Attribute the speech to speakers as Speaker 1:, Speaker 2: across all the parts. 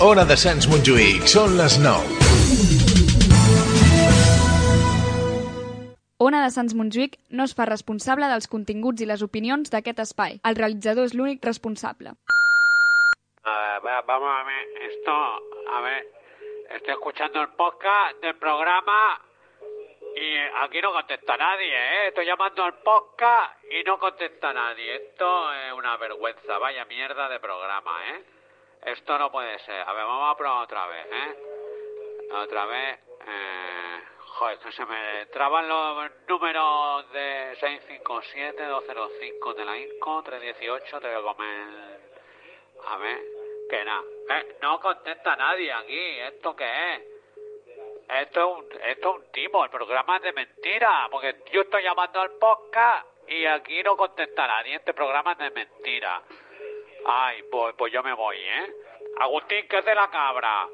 Speaker 1: hora de Sants Montjuïc. Són les 9.
Speaker 2: Ona de Sants Montjuïc no es fa responsable dels continguts i les opinions d'aquest espai. El realitzador és l'únic responsable.
Speaker 3: Ah, va- vamos a ver, esto, a ver, estoy escuchando el podcast del programa y aquí no contesta nadie, ¿eh? Estoy llamando al podcast y no contesta nadie. Esto es una vergüenza, vaya mierda de programa, ¿eh? Esto no puede ser. A ver, vamos a probar otra vez, ¿eh? Otra vez, eh... Joder, que se me traban los números de 657, 205 de la INCO, 318, te voy a comer a ver, que nada. Eh, no contesta nadie aquí. ¿Esto qué es? Esto es, un, esto es un timo. El programa es de mentira. Porque yo estoy llamando al podcast y aquí no contesta nadie. Este programa es de mentira. Ay, pues, pues yo me voy, ¿eh? Agustín, ¿qué es de la cabra?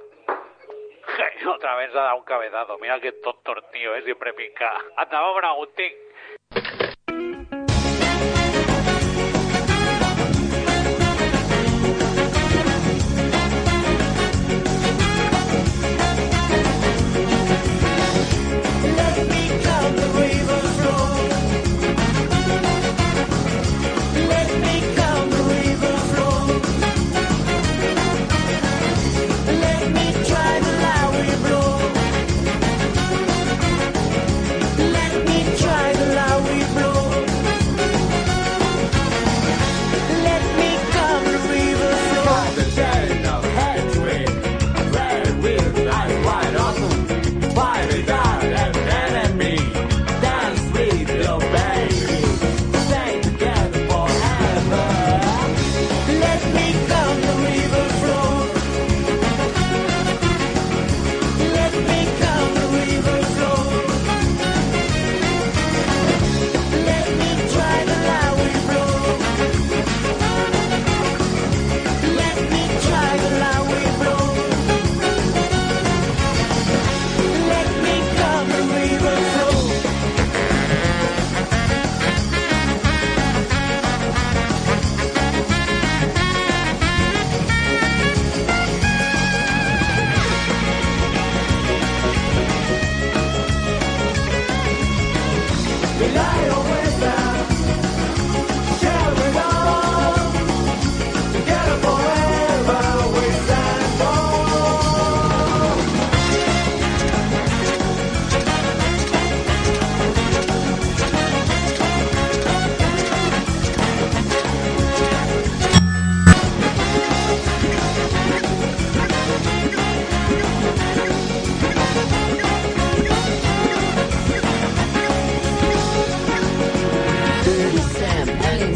Speaker 3: Otra vez se ha dado un cabezazo. Mira qué tonto el tío, ¿eh? Siempre pica. Anda, vamos, Agustín.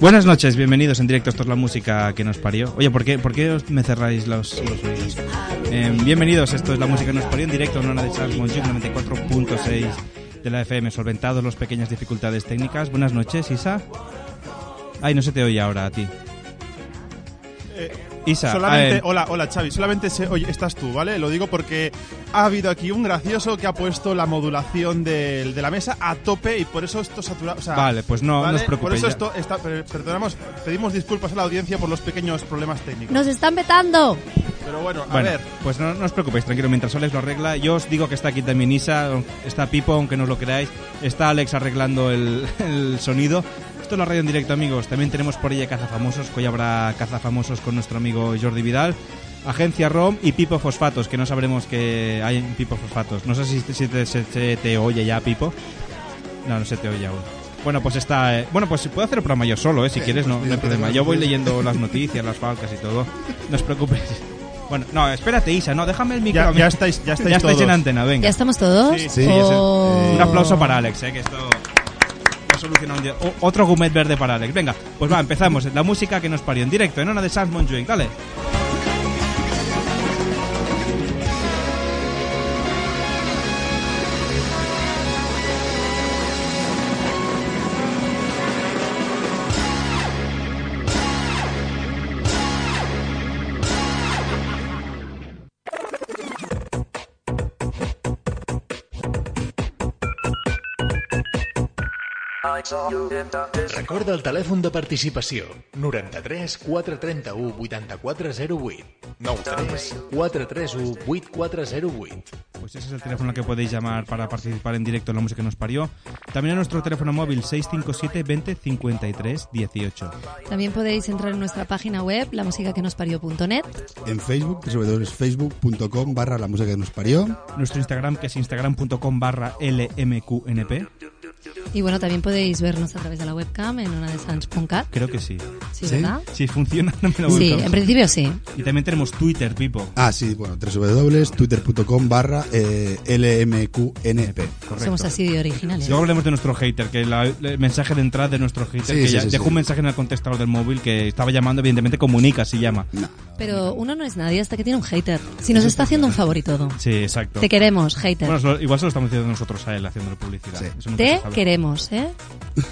Speaker 4: Buenas noches, bienvenidos en directo. Esto es la música que nos parió. Oye, ¿por qué, por qué os- me cerráis los, los oídos? Eh, bienvenidos, esto es la música que nos parió en directo en hora de Charles Monjuk 94.6 de la FM. Solventados las pequeñas dificultades técnicas. Buenas noches, Isa. Ay, no se te oye ahora a ti. Isa,
Speaker 5: Solamente,
Speaker 4: a ver.
Speaker 5: hola, hola Xavi, solamente se, oye, estás tú, ¿vale? Lo digo porque ha habido aquí un gracioso que ha puesto la modulación del- de la mesa a tope y por eso esto saturado. O sea,
Speaker 4: Vale, pues no, no os
Speaker 5: Por
Speaker 4: preocupéis,
Speaker 5: eso
Speaker 4: ya.
Speaker 5: esto está, per- perdonamos, pedimos disculpas a la audiencia por los pequeños problemas técnicos.
Speaker 6: ¡Nos están vetando!
Speaker 5: Pero bueno, a
Speaker 4: Bueno,
Speaker 5: ver.
Speaker 4: pues no, no os preocupéis, tranquilo, mientras Alex lo arregla, yo os digo que está aquí también Isa, está Pipo, aunque no os lo creáis, está Alex arreglando el, el sonido. Esto es la radio en directo, amigos. También tenemos por ella cazafamosos, que hoy habrá cazafamosos con nuestro amigo Jordi Vidal, Agencia ROM y Pipo Fosfatos, que no sabremos que hay en Pipo Fosfatos. No sé si, te- si te- se- se te oye ya, Pipo. No, no se te oye aún. Bueno, pues está. eh, bueno, pues puedo hacer el programa yo solo, eh, si quieres, no, no hay problema. Yo voy leyendo las noticias, las falcas y todo. No os preocupéis. Bueno, no, espérate, Isa, no, déjame el
Speaker 5: Ya,
Speaker 4: micro.
Speaker 5: ya estáis, ya estáis
Speaker 4: Ya estáis
Speaker 5: todos.
Speaker 4: en antena, venga.
Speaker 6: ¿Ya estamos todos?
Speaker 5: Sí,
Speaker 1: sí, ya sé.
Speaker 6: Oh.
Speaker 4: Un aplauso para Alex, eh, que esto lo ha solucionado un día. O- otro gourmet verde para Alex. Venga, pues va, empezamos. La música que nos parió en directo, en una de Sans Monjuic, dale.
Speaker 1: Recorda el telèfon de participació. 93 431 8408. 93 431 8408.
Speaker 4: Pues ese es el teléfono al que podéis llamar para participar en directo en la música que nos parió. También a nuestro teléfono móvil 657 20 53 18.
Speaker 6: También podéis entrar en nuestra página web, lamusicaquenosparió.net.
Speaker 7: En Facebook, www.facebook.com barra la música que nos parió.
Speaker 4: Nuestro Instagram que es instagram.com barra lmqnp.
Speaker 6: Y bueno, también podéis vernos a través de la webcam en una de sans.cat.
Speaker 4: Creo que sí.
Speaker 6: ¿Sí,
Speaker 7: ¿Sí?
Speaker 6: verdad?
Speaker 4: Si funciona, no me lo
Speaker 6: Sí,
Speaker 4: buscamos.
Speaker 6: en principio sí.
Speaker 4: Y también tenemos Twitter, Pipo.
Speaker 7: Ah, sí, bueno, www.twitter.com barra eh, lmqnp.
Speaker 4: Correcto.
Speaker 6: Somos así de originales.
Speaker 4: Luego hablemos de nuestro hater, que la- el mensaje de entrada de nuestro hater,
Speaker 7: Sí,
Speaker 4: que
Speaker 7: sí,
Speaker 4: ya
Speaker 7: sí,
Speaker 4: dejó
Speaker 7: sí.
Speaker 4: un mensaje en el contestador del móvil que estaba llamando, evidentemente comunica, si llama.
Speaker 6: Pero uno no es nadie hasta que tiene un hater. Si nos está haciendo un favor y todo.
Speaker 4: Sí, exacto.
Speaker 6: Te queremos, hater.
Speaker 4: Bueno, se lo- igual se lo estamos diciendo nosotros a él haciendo publicidad.
Speaker 7: Sí.
Speaker 4: Eso nunca se
Speaker 6: Te
Speaker 4: sabe.
Speaker 6: queremos, ¿eh?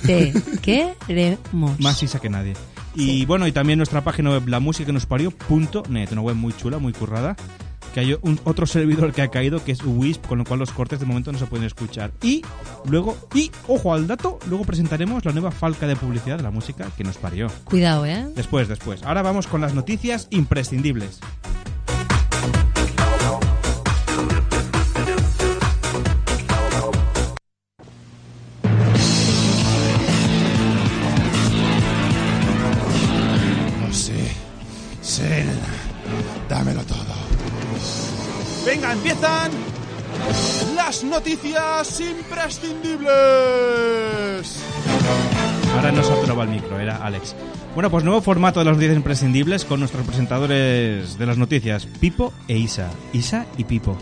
Speaker 6: Te queremos.
Speaker 4: Más sisa que nadie. Y bueno, y también nuestra página web, lamusicanospario.net, una web muy chula, muy currada, que hay un, otro servidor que ha caído, que es Wisp, con lo cual los cortes de momento no se pueden escuchar. Y luego, y ojo al dato, luego presentaremos la nueva falca de publicidad de la música que nos parió.
Speaker 6: Cuidado, ¿eh?
Speaker 4: Después, después. Ahora vamos con las noticias imprescindibles.
Speaker 5: No sé. Sen, dámelo todo. Venga, empiezan las noticias imprescindibles.
Speaker 4: Ahora no se atraba el micro, era Alex. Bueno, pues nuevo formato de las noticias imprescindibles con nuestros presentadores de las noticias, Pipo e Isa. Isa y Pipo.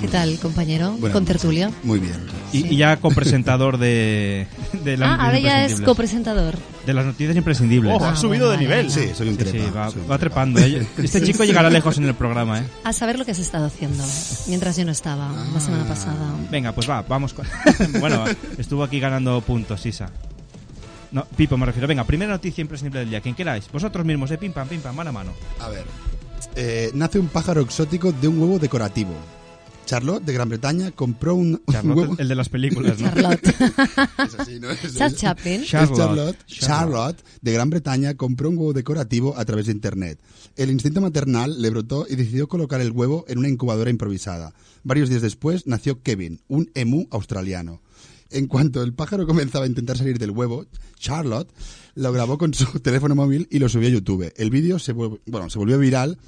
Speaker 6: ¿Qué tal, compañero?
Speaker 7: Buenas
Speaker 6: Con
Speaker 7: noches.
Speaker 6: tertulio.
Speaker 7: Muy bien.
Speaker 4: Y, y ya copresentador de, de las
Speaker 6: Ah, ahora
Speaker 4: noticias
Speaker 6: ya es
Speaker 4: imprescindibles.
Speaker 6: copresentador.
Speaker 4: De las noticias imprescindibles.
Speaker 5: Ojo,
Speaker 6: Ah,
Speaker 5: ha subido de
Speaker 6: bueno,
Speaker 5: nivel.
Speaker 7: Sí, soy un
Speaker 4: Sí,
Speaker 7: trepa.
Speaker 4: sí, va,
Speaker 7: soy un
Speaker 4: va
Speaker 7: trepa.
Speaker 4: trepando. ¿eh? Este chico llegará lejos en el programa, ¿eh?
Speaker 6: A saber lo que has estado haciendo mientras yo no estaba la semana pasada.
Speaker 4: Venga, pues va, vamos con... bueno, estuvo aquí ganando puntos, Isa. No, Pipo me refiero. Venga, primera noticia imprescindible del día. Quien queráis. Vosotros mismos, ¿eh? Pim, pam, pim, pam, mano a mano.
Speaker 7: A ver. Eh, nace un pájaro exótico de un huevo decorativo. Charlotte, de Gran Bretaña, compró un, un
Speaker 4: Charlotte,
Speaker 7: huevo...
Speaker 4: el- el de las películas, ¿no?
Speaker 6: Charlotte.
Speaker 7: Es así, ¿no? Es-
Speaker 6: Charles Chaplin.
Speaker 7: Es
Speaker 4: Charlotte.
Speaker 7: Charlotte.
Speaker 4: Charlotte.
Speaker 7: Charlotte, de Gran Bretaña, compró un huevo decorativo a través de Internet. El instinto maternal le brotó y decidió colocar el huevo en una incubadora improvisada. Varios días después nació Kevin, un emú australiano. En cuanto el pájaro comenzaba a intentar salir del huevo, Charlotte lo grabó con su teléfono móvil y lo subió a YouTube. El vídeo se, vuel- bueno, se volvió viral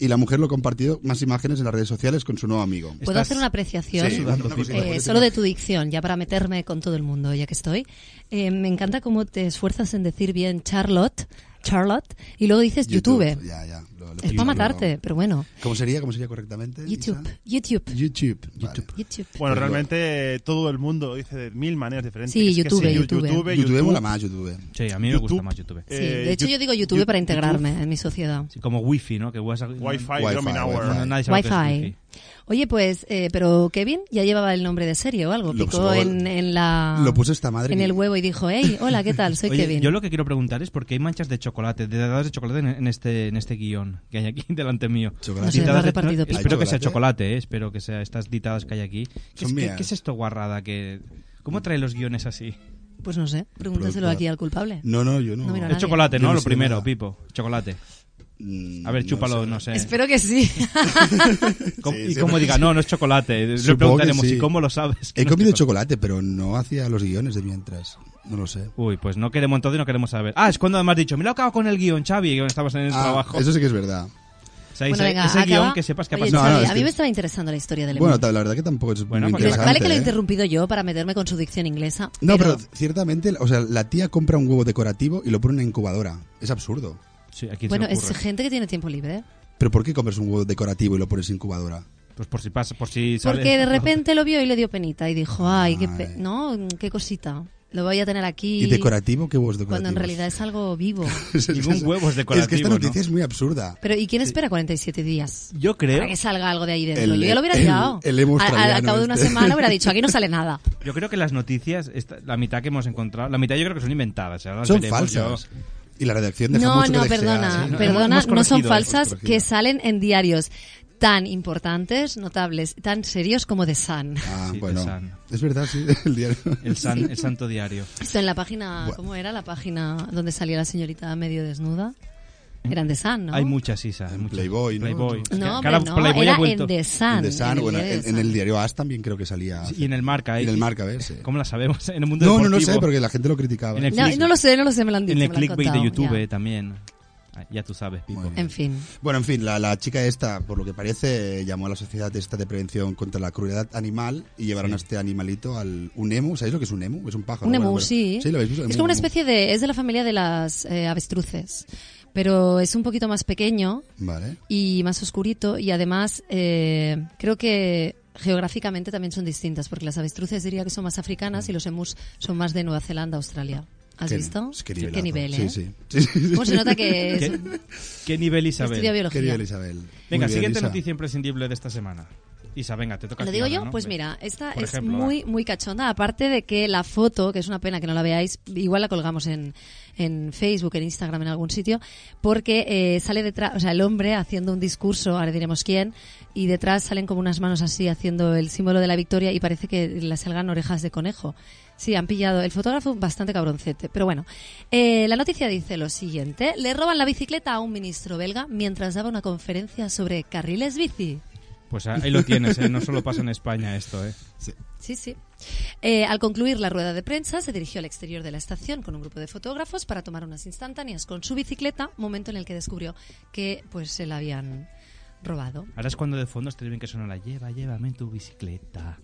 Speaker 7: y la mujer lo compartió más imágenes en las redes sociales con su nuevo amigo.
Speaker 6: ¿Puedo
Speaker 4: Estás-
Speaker 6: hacer una apreciación?
Speaker 7: Sí, una- una cosita,
Speaker 6: Eh,
Speaker 7: una cosita.
Speaker 6: solo de tu dicción, ya para meterme con todo el mundo, ya que estoy. Eh, me encanta cómo te esfuerzas en decir bien Charlotte, Charlotte, y luego dices YouTube.
Speaker 7: Ya, ya. Lo- lo-
Speaker 6: Es para matarte, pero bueno.
Speaker 7: ¿Cómo sería? ¿Cómo sería correctamente?
Speaker 6: YouTube,
Speaker 7: Isa?
Speaker 6: YouTube,
Speaker 7: YouTube. vale.
Speaker 6: YouTube.
Speaker 5: Bueno, realmente eh, todo el mundo lo dice de mil maneras diferentes.
Speaker 6: Sí,
Speaker 5: Es que
Speaker 6: YouTube,
Speaker 5: YouTube,
Speaker 6: YouTube.
Speaker 5: YouTube, Eh,
Speaker 7: YouTube mola más, YouTube.
Speaker 4: Sí, a mí me gusta más YouTube.
Speaker 6: Sí, de hecho yo digo YouTube para integrarme en mi sociedad.
Speaker 4: Sí, como wifi, ¿no? Que vas a-
Speaker 5: Wi-Fi,
Speaker 7: Wi-Fi,
Speaker 5: Roaming Hour.
Speaker 4: No, nadie sabe lo que es
Speaker 6: Wi-Fi.
Speaker 4: wifi.
Speaker 6: Oye, pues, eh, pero Kevin ya llevaba el nombre de serie o algo.
Speaker 7: Lo
Speaker 6: Picó
Speaker 7: puso-
Speaker 6: en, en la.
Speaker 7: lo puso esta madre
Speaker 6: En
Speaker 7: que-
Speaker 6: el huevo y dijo, hey, hola, ¿qué tal? Soy
Speaker 4: Oye,
Speaker 6: Kevin.
Speaker 4: yo lo que quiero preguntar es por qué hay manchas de chocolate, de dadas de chocolate en, en este en este guión que hay aquí delante mío.
Speaker 7: Chocolate.
Speaker 6: No sé,
Speaker 4: Ditadas
Speaker 6: lo ha repartido Pipo.
Speaker 4: espero que sea
Speaker 7: ¿Hay chocolate?
Speaker 4: chocolate, eh, espero que sea estas ditadas que hay aquí. ¿Qué, es,
Speaker 7: Son
Speaker 4: qué-
Speaker 7: mías.
Speaker 4: qué es esto guarrada que cómo trae los guiones así?
Speaker 6: Pues no sé, pregúntaselo
Speaker 7: Productor.
Speaker 6: aquí al culpable.
Speaker 7: No, no, yo no.
Speaker 6: No, mira,
Speaker 4: Es
Speaker 6: nadie.
Speaker 4: chocolate,
Speaker 7: Yo
Speaker 4: ¿no?
Speaker 7: no
Speaker 4: Lo
Speaker 7: sé
Speaker 4: primero,
Speaker 7: nada.
Speaker 4: Pipo, chocolate.
Speaker 7: Mm,
Speaker 4: A ver, chúpalo, no sé.
Speaker 6: Espero que sí.
Speaker 4: ¿Cómo-
Speaker 7: Sí,
Speaker 4: y
Speaker 7: sí,
Speaker 4: cómo
Speaker 7: sí.
Speaker 4: diga, no, no es chocolate. Le
Speaker 7: Supongo
Speaker 4: preguntaremos,
Speaker 7: que sí.
Speaker 4: ¿y cómo lo sabes? que
Speaker 7: He
Speaker 4: no es
Speaker 7: comido
Speaker 4: chocolate?".
Speaker 7: chocolate, pero no hacía los guiones de mientras. No lo sé.
Speaker 4: Uy, pues no queremos entonces, no queremos saber. Ah, es cuando además has dicho, me lo acabo con el guión, Xavi, que estabas en el
Speaker 7: Ah,
Speaker 4: trabajo.
Speaker 7: Eso sí que es verdad.
Speaker 4: O sea, ese,
Speaker 6: Bueno, venga,
Speaker 4: ese
Speaker 6: acaba.
Speaker 4: guión que sepas que ha
Speaker 6: Oye,
Speaker 4: pasado.
Speaker 7: No,
Speaker 6: Xavi,
Speaker 7: no, es
Speaker 6: a mí
Speaker 7: que-
Speaker 6: me estaba interesando la historia del
Speaker 7: Bueno,
Speaker 6: emú.
Speaker 7: ta- la verdad que tampoco es
Speaker 4: Bueno,
Speaker 7: muy
Speaker 4: pues, porque-
Speaker 6: Vale,
Speaker 7: interesante.
Speaker 6: Vale que lo he
Speaker 7: ¿eh?
Speaker 6: interrumpido yo para meterme con su dicción inglesa.
Speaker 7: No, pero ciertamente, o sea, la tía compra un huevo decorativo y lo pone en una incubadora. Es absurdo.
Speaker 4: Sí, ¿a quién se
Speaker 6: Bueno,
Speaker 4: le
Speaker 6: es
Speaker 4: ocurre?
Speaker 6: gente que tiene tiempo libre.
Speaker 7: ¿Pero por qué compras un huevo decorativo y lo pones en incubadora?
Speaker 4: Pues por si pasa, por si sale.
Speaker 6: Porque de repente lo vio y le dio penita y dijo, ay, qué, pe-
Speaker 7: Ay.
Speaker 6: no, qué cosita. Lo voy a tener aquí.
Speaker 7: ¿Y, decorativo? ¿Qué huevos decorativos?
Speaker 6: Cuando en realidad es algo vivo.
Speaker 4: Ningún huevo
Speaker 7: Es
Speaker 4: es
Speaker 7: que
Speaker 4: decorativo,
Speaker 7: esta
Speaker 4: ¿no?
Speaker 7: noticia es muy absurda.
Speaker 6: Pero ¿y quién espera 47 días?
Speaker 4: Yo creo,
Speaker 6: Para que salga algo de ahí dentro.
Speaker 7: El-
Speaker 6: Yo ya lo hubiera
Speaker 7: el-
Speaker 6: tirado.
Speaker 7: el emo
Speaker 6: Al- al,
Speaker 7: australiano
Speaker 6: cabo de una
Speaker 7: este.
Speaker 6: semana hubiera dicho, aquí no sale nada.
Speaker 4: yo creo que las noticias, esta- la mitad que hemos encontrado, la mitad yo creo que son inventadas. ahora las
Speaker 7: Son
Speaker 4: veremos,
Speaker 7: falsas.
Speaker 4: yo-
Speaker 7: Y la redacción deja
Speaker 6: No,
Speaker 7: mucho
Speaker 6: no,
Speaker 7: que desear,
Speaker 6: perdona,
Speaker 7: ¿eh?
Speaker 4: sí, no,
Speaker 6: perdona,
Speaker 4: hemos
Speaker 6: no son
Speaker 4: corregido,
Speaker 6: falsas
Speaker 7: hemos
Speaker 6: que
Speaker 7: corregido.
Speaker 6: salen en diarios tan importantes, notables, tan serios como The Sun.
Speaker 7: Ah,
Speaker 4: Sí,
Speaker 7: bueno.
Speaker 4: de San.
Speaker 7: Es verdad, sí, el diario.
Speaker 4: el, san- el santo diario.
Speaker 6: Esto en la página,
Speaker 7: Bueno.
Speaker 6: ¿cómo era la página donde salía la señorita medio desnuda?
Speaker 7: Mm.
Speaker 6: Eran de San, ¿no?
Speaker 4: Hay muchas, Isa. hay muchas.
Speaker 7: Playboy, ¿no?
Speaker 4: Playboy.
Speaker 6: No,
Speaker 4: Que ahora
Speaker 6: hombre, no,
Speaker 4: Playboy ha
Speaker 6: era
Speaker 4: vuelto-
Speaker 6: en The Sun.
Speaker 7: en The Sun,
Speaker 6: en el
Speaker 7: bueno,
Speaker 6: diario
Speaker 7: en,
Speaker 6: The
Speaker 7: en
Speaker 6: Sun.
Speaker 7: el diario As también creo que salía.
Speaker 4: Y en el marca, ¿eh?
Speaker 7: En el marca, ¿ves? Sí.
Speaker 4: ¿Cómo la sabemos? En el mundo
Speaker 7: No, no, no
Speaker 4: deportivo.
Speaker 7: sé, porque la gente lo criticaba.
Speaker 4: En el
Speaker 6: No,
Speaker 4: click-
Speaker 6: no lo sé, no lo sé, me lo han dicho.
Speaker 4: En el
Speaker 6: me lo han
Speaker 4: clickbait de
Speaker 6: contado,
Speaker 4: YouTube
Speaker 6: ya.
Speaker 4: también. Ah, Ya tú sabes, Pipo.
Speaker 7: Muy bien.
Speaker 6: En fin.
Speaker 7: Bueno, en fin, la, la chica esta, por lo que parece, llamó a la sociedad esta de prevención contra la crueldad animal y llevaron a este animalito al un emu. ¿Sabéis lo que es un emu? Es un pájaro.
Speaker 6: Un
Speaker 7: Bueno,
Speaker 6: emu,
Speaker 7: bueno.
Speaker 6: sí.
Speaker 7: Sí, lo habéis visto.
Speaker 6: Es
Speaker 7: Emu,
Speaker 6: como una
Speaker 7: emu.
Speaker 6: especie de... Es de la familia de las eh, avestruces, pero es un poquito más pequeño
Speaker 7: Vale.
Speaker 6: y más oscurito y además eh, creo que geográficamente también son distintas porque las avestruces diría que son más africanas y los emus son más de Nueva Zelanda, Australia. ¿Has
Speaker 7: Qué-
Speaker 6: visto?
Speaker 7: es que nivelazo.
Speaker 6: nivel,
Speaker 7: Sí,
Speaker 6: eh?
Speaker 7: sí. Sí, sí, sí.
Speaker 6: ¿Cómo se nota que es-
Speaker 4: ¿Qué, qué nivel, Isabel?
Speaker 6: estudia
Speaker 7: Qué
Speaker 6: biología?
Speaker 7: nivel, Isabel. Muy
Speaker 4: Venga,
Speaker 7: bien,
Speaker 4: siguiente
Speaker 7: Isa.
Speaker 4: noticia imprescindible de esta semana. Isa, venga, te toca.
Speaker 6: ¿Lo
Speaker 4: a ti
Speaker 6: digo
Speaker 4: ahora,
Speaker 6: yo?
Speaker 4: ¿no?
Speaker 6: Pues
Speaker 4: Venga.
Speaker 6: mira, esta
Speaker 4: Por
Speaker 6: es
Speaker 4: ejemplo, va.
Speaker 6: muy, muy cachonda. Aparte de que la foto, que es una pena que no la veáis, igual la colgamos en, en Facebook, en Instagram, en algún sitio, porque eh, sale detrás, o sea, el hombre haciendo un discurso, ahora diremos quién, y detrás salen como unas manos así haciendo el símbolo de la victoria y parece que le salgan orejas de conejo. Sí, han pillado. El fotógrafo bastante cabroncete. Pero bueno, eh, la noticia dice lo siguiente. Le roban la bicicleta a un ministro belga mientras daba una conferencia sobre carriles bici.
Speaker 4: Pues ahí lo tienes, ¿eh? no solo pasa en España esto, ¿eh?
Speaker 6: Sí, sí. Eh, al concluir la rueda de prensa, se dirigió al exterior de la estación con un grupo de fotógrafos para tomar unas instantáneas con su bicicleta, momento en el que descubrió que pues se la habían robado.
Speaker 4: Ahora es cuando de fondo estaría bien que suena la lleva, llévame en tu bicicleta.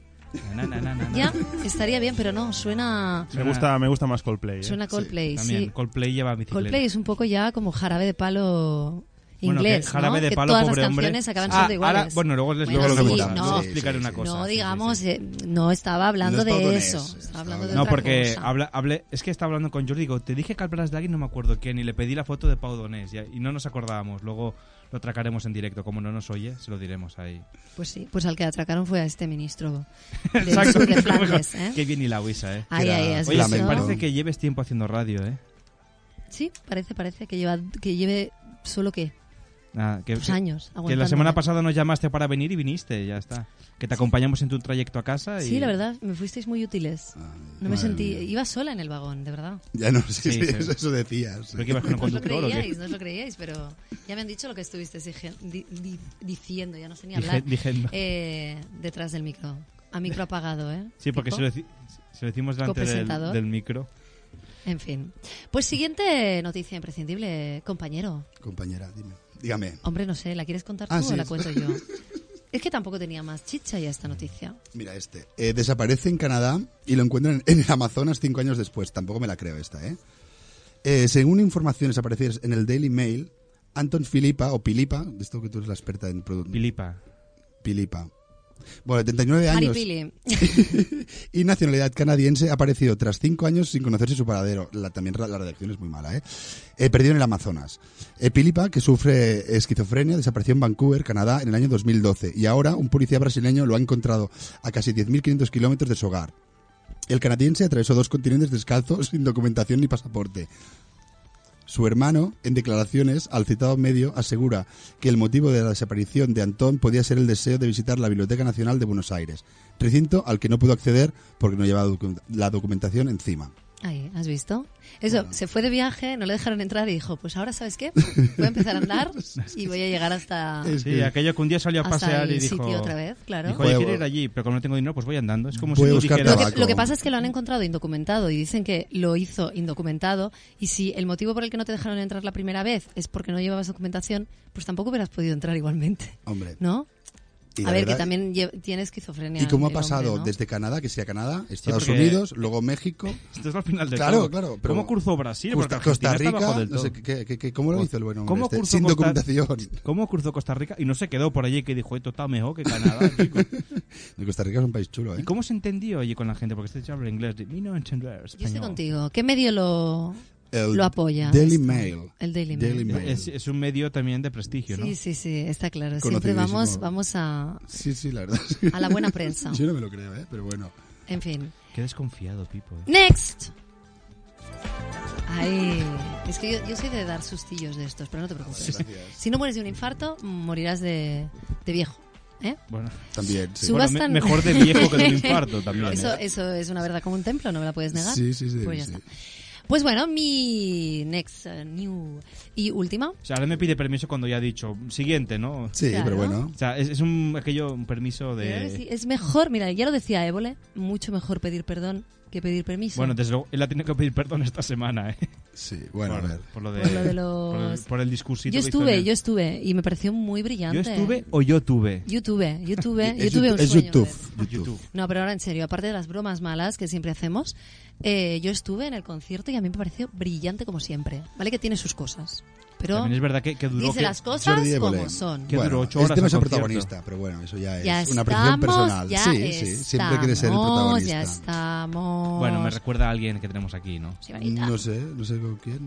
Speaker 4: Na, na, na, na, na.
Speaker 6: Ya, estaría bien, pero no, suena,
Speaker 5: Me gusta, me gusta más Coldplay. ¿eh?
Speaker 6: suena Coldplay, sí.
Speaker 4: También, Coldplay lleva bicicleta.
Speaker 6: Coldplay es un poco ya como jarabe de palo
Speaker 4: Bueno, que
Speaker 6: inglés,
Speaker 4: jarabe
Speaker 6: ¿no?
Speaker 4: de
Speaker 6: que
Speaker 4: palo,
Speaker 6: todas
Speaker 4: pobre
Speaker 6: las
Speaker 4: hombre.
Speaker 6: canciones acaban
Speaker 4: Ah,
Speaker 6: siendo iguales.
Speaker 4: ahora- bueno, luego les,
Speaker 6: Bueno,
Speaker 4: luego les
Speaker 6: sí,
Speaker 4: comentamos,
Speaker 6: no.
Speaker 4: les
Speaker 7: Sí,
Speaker 4: explicaré
Speaker 7: sí,
Speaker 4: una
Speaker 7: sí.
Speaker 4: cosa.
Speaker 6: no,
Speaker 4: sí, sí,
Speaker 6: digamos,
Speaker 4: sí.
Speaker 6: eh, no estaba hablando
Speaker 7: No es todo
Speaker 6: de
Speaker 7: en
Speaker 6: eso.
Speaker 7: eso,
Speaker 6: Estaba
Speaker 7: estaba
Speaker 6: hablando de
Speaker 4: No,
Speaker 6: otra
Speaker 4: porque
Speaker 6: cosa.
Speaker 4: habla, hablé, es que estaba hablando con Jordi, digo, te dije que hablaras de alguien, no me acuerdo quién, y le pedí la foto de Pau Donés, y, y no nos acordábamos. Luego lo atracaremos en directo, como no nos oye, se lo diremos ahí.
Speaker 6: Pues sí, pues al que atracaron fue a este ministro de,
Speaker 4: Exacto.
Speaker 6: de Flandes, ¿eh?
Speaker 4: Qué bien y la Wisa, ¿eh?
Speaker 6: Ay,
Speaker 7: Era-
Speaker 6: ay, ay,
Speaker 4: Oye,
Speaker 7: la
Speaker 6: sí,
Speaker 4: sí,
Speaker 7: lamento.
Speaker 4: parece que lleves tiempo haciendo radio, ¿eh?
Speaker 6: Sí, parece, parece que lleva que lleve solo qué,
Speaker 4: Ah, que,
Speaker 6: dos
Speaker 4: que-
Speaker 6: años
Speaker 4: que
Speaker 6: aguantando. ¿eh?
Speaker 4: la semana pasada nos llamaste para venir y viniste, ya está. Que te acompañamos en tu trayecto a casa y...
Speaker 6: Sí, la verdad, me fuisteis muy útiles.
Speaker 7: Ay,
Speaker 6: No me
Speaker 7: madre
Speaker 6: sentí,
Speaker 7: mía.
Speaker 6: iba sola en el vagón, de verdad.
Speaker 7: Ya no, sí,
Speaker 4: Sí,
Speaker 7: sí,
Speaker 4: sí.
Speaker 7: Eso, eso decías.
Speaker 4: Creo que ibas con un
Speaker 6: No os lo
Speaker 4: conductor o qué?
Speaker 6: creíais, no os lo creíais, pero ya me han dicho lo que estuvisteis dije- di- di- diciendo, ya no sé ni
Speaker 4: Dije-
Speaker 6: hablar.
Speaker 4: dijendo.
Speaker 6: Eh, detrás del micro, a micro apagado, ¿eh?
Speaker 4: Sí, porque
Speaker 6: Tipo.
Speaker 4: se lo, deci- se lo decimos delante del,
Speaker 6: Copresentador.
Speaker 4: del micro.
Speaker 6: En fin. Pues siguiente noticia imprescindible, compañero.
Speaker 7: Compañera, dime. Dígame.
Speaker 6: Hombre, no sé, ¿la quieres contar tú
Speaker 7: Ah,
Speaker 6: o
Speaker 7: sí.
Speaker 6: la cuento yo? Es que tampoco tenía más chicha ya esta noticia.
Speaker 7: Mira este. Eh, desaparece en Canadá y lo encuentran en el Amazonas cinco años después. Tampoco me la creo esta, ¿eh? Eh, según informaciones aparecidas en el Daily Mail, Anton Filipa, o Pilipa, de esto que tú eres la experta en producto.
Speaker 4: Pilipa.
Speaker 7: Pilipa. Bueno, 79
Speaker 6: Mari
Speaker 7: años
Speaker 6: Pili.
Speaker 7: y nacionalidad canadiense ha aparecido tras cinco años sin conocerse su paradero. La, también la la redacción es muy mala, ¿eh? Eh, perdido en el Amazonas. Eh, Pilipa, que sufre esquizofrenia, desapareció en Vancouver, Canadá, en el año 2012. Y ahora un policía brasileño lo ha encontrado a casi 10.500 kilómetros de su hogar. El canadiense atravesó dos continentes descalzo sin documentación ni pasaporte. Su hermano, en declaraciones al citado medio, asegura que el motivo de la desaparición de Antón podía ser el deseo de visitar la Biblioteca Nacional de Buenos Aires, recinto al que no pudo acceder porque no llevaba docu- la documentación encima.
Speaker 6: Ahí, ¿has visto? Eso, se fue de viaje, no le dejaron entrar y dijo, pues ahora, ¿sabes qué? Voy a empezar a andar y voy a llegar hasta...
Speaker 7: Es
Speaker 4: Sí,
Speaker 7: que
Speaker 4: aquello que un día salió a
Speaker 6: Ah. Hasta
Speaker 4: pasear
Speaker 6: el
Speaker 4: y dijo...
Speaker 6: sitio otra vez, claro.
Speaker 4: Dijo, oye,
Speaker 7: Voy a-
Speaker 4: quiero ir allí, pero como no tengo dinero, pues voy andando. Es como
Speaker 7: Voy
Speaker 4: si
Speaker 7: a
Speaker 4: tú
Speaker 7: buscar
Speaker 4: dijeras...
Speaker 6: Lo que,
Speaker 7: tabaco.
Speaker 6: lo que pasa es que lo han encontrado indocumentado y dicen que lo hizo indocumentado y si el motivo por el que no te dejaron entrar la primera vez es porque no llevabas documentación, pues tampoco hubieras podido entrar igualmente,
Speaker 7: Hombre.
Speaker 6: ¿no?
Speaker 7: y
Speaker 6: A
Speaker 7: la
Speaker 6: ver, que
Speaker 7: verdad-
Speaker 6: también lle- tiene esquizofrenia.
Speaker 7: ¿Y cómo ha
Speaker 6: el hombre,
Speaker 7: pasado
Speaker 6: ¿no?
Speaker 7: desde Canadá, que sea Canadá, Estados
Speaker 4: porque-
Speaker 7: Unidos, luego México?
Speaker 4: Esto es al final del
Speaker 7: Claro,
Speaker 4: todo.
Speaker 7: claro, pero-
Speaker 4: ¿Cómo cruzó Brasil?
Speaker 7: Costa,
Speaker 4: Porque Argentina
Speaker 7: Costa
Speaker 4: está abajo
Speaker 7: Rica,
Speaker 4: del
Speaker 7: no sé,
Speaker 4: todo. Pues,
Speaker 7: ¿qué- qué- qué- ¿cómo lo hizo el buen hombre?
Speaker 4: ¿Cómo
Speaker 7: este?
Speaker 4: cruzó
Speaker 7: Sin
Speaker 4: Costa-
Speaker 7: documentación.
Speaker 4: ¿Cómo cruzó Costa Rica? Y no se quedó por allí que dijo, esto está mejor que Canadá, chico".
Speaker 7: Costa Rica es un país chulo, ¿eh?
Speaker 4: ¿Y cómo se entendió allí con la gente? Porque este chaval habla inglés. de, "Me no entender
Speaker 6: Yo estoy
Speaker 4: español".
Speaker 6: contigo. ¿Qué medio lo,
Speaker 7: El
Speaker 6: lo apoya?
Speaker 7: Daily
Speaker 6: esto?
Speaker 7: Mail.
Speaker 6: El Daily Mail.
Speaker 7: Daily Mail.
Speaker 4: Es, es un medio también de prestigio, ¿no?
Speaker 6: Sí, sí, sí, está claro. Siempre vamos,
Speaker 7: Conocidísimo.
Speaker 6: vamos a,
Speaker 7: Sí, sí, la verdad.
Speaker 6: a la buena prensa.
Speaker 7: Yo no me lo creo, ¿eh? Pero bueno.
Speaker 6: En fin.
Speaker 4: Qué desconfiado, Pipo. ¿eh?
Speaker 6: Next. Ay, es que yo, yo soy de dar sustillos de estos, pero no te preocupes.
Speaker 7: Gracias.
Speaker 6: Si no mueres de un infarto, morirás de, de viejo. ¿eh?
Speaker 4: Bueno,
Speaker 7: También, sí.
Speaker 6: Su-
Speaker 4: bueno,
Speaker 6: Subastan-
Speaker 4: me- mejor de viejo que de un infarto también. ¿eh?
Speaker 6: Eso, eso es una verdad como un templo, no me la puedes negar.
Speaker 7: Sí, sí, sí,
Speaker 6: Pues ya
Speaker 7: sí.
Speaker 6: está. Pues bueno, mi next eh, new y última.
Speaker 4: O sea, ahora me pide permiso cuando ya ha dicho siguiente, ¿no?
Speaker 8: Sí,
Speaker 6: Claro.
Speaker 8: pero bueno.
Speaker 4: O sea, es, es un aquello un permiso
Speaker 6: Yo creo que sí,
Speaker 4: de.
Speaker 6: Es mejor, mira, ya lo decía Évole, mucho mejor pedir perdón que pedir permiso.
Speaker 4: Bueno, desde luego, él ha tenido que pedir perdón esta semana, ¿eh?
Speaker 8: Sí, bueno,
Speaker 4: por,
Speaker 8: a ver.
Speaker 4: por lo de,
Speaker 6: Por lo
Speaker 4: por
Speaker 6: de
Speaker 4: el-
Speaker 6: los-
Speaker 4: por el discursito.
Speaker 6: yo
Speaker 4: que hizo en
Speaker 6: estuve,
Speaker 4: el-
Speaker 6: yo estuve y me pareció muy brillante.
Speaker 4: ¿Yo estuve o yo tuve.
Speaker 6: Yo tuve, yo tuve, yo
Speaker 8: Es
Speaker 6: tuve
Speaker 8: YouTube-
Speaker 6: un
Speaker 8: es
Speaker 6: sueño, ¿eh?
Speaker 8: YouTube,
Speaker 6: a
Speaker 8: YouTube.
Speaker 6: ver.
Speaker 4: YouTube.
Speaker 6: No, pero ahora en serio, aparte de las bromas malas que siempre hacemos, eh, yo estuve en el concierto y a mí me pareció brillante como siempre. Vale que tiene sus cosas, pero
Speaker 4: También es verdad que, que duró.
Speaker 6: dice
Speaker 4: que-
Speaker 6: las cosas
Speaker 8: Jordi Évole.
Speaker 6: como son.
Speaker 4: Que
Speaker 8: Bueno,
Speaker 4: duró
Speaker 8: este
Speaker 4: ocho horas
Speaker 8: no es
Speaker 4: al
Speaker 8: el
Speaker 4: concierto.
Speaker 8: protagonista, pero bueno, eso ya es
Speaker 6: Ya
Speaker 8: una
Speaker 6: estamos,
Speaker 8: apreciación personal.
Speaker 6: ya
Speaker 8: sí, sí, siempre quiere ser el
Speaker 6: estamos,
Speaker 8: protagonista.
Speaker 6: Ya estamos.
Speaker 4: Bueno, me recuerda a alguien que tenemos aquí, ¿no?
Speaker 6: Sí, bonita.
Speaker 8: No sé, no sé con quién.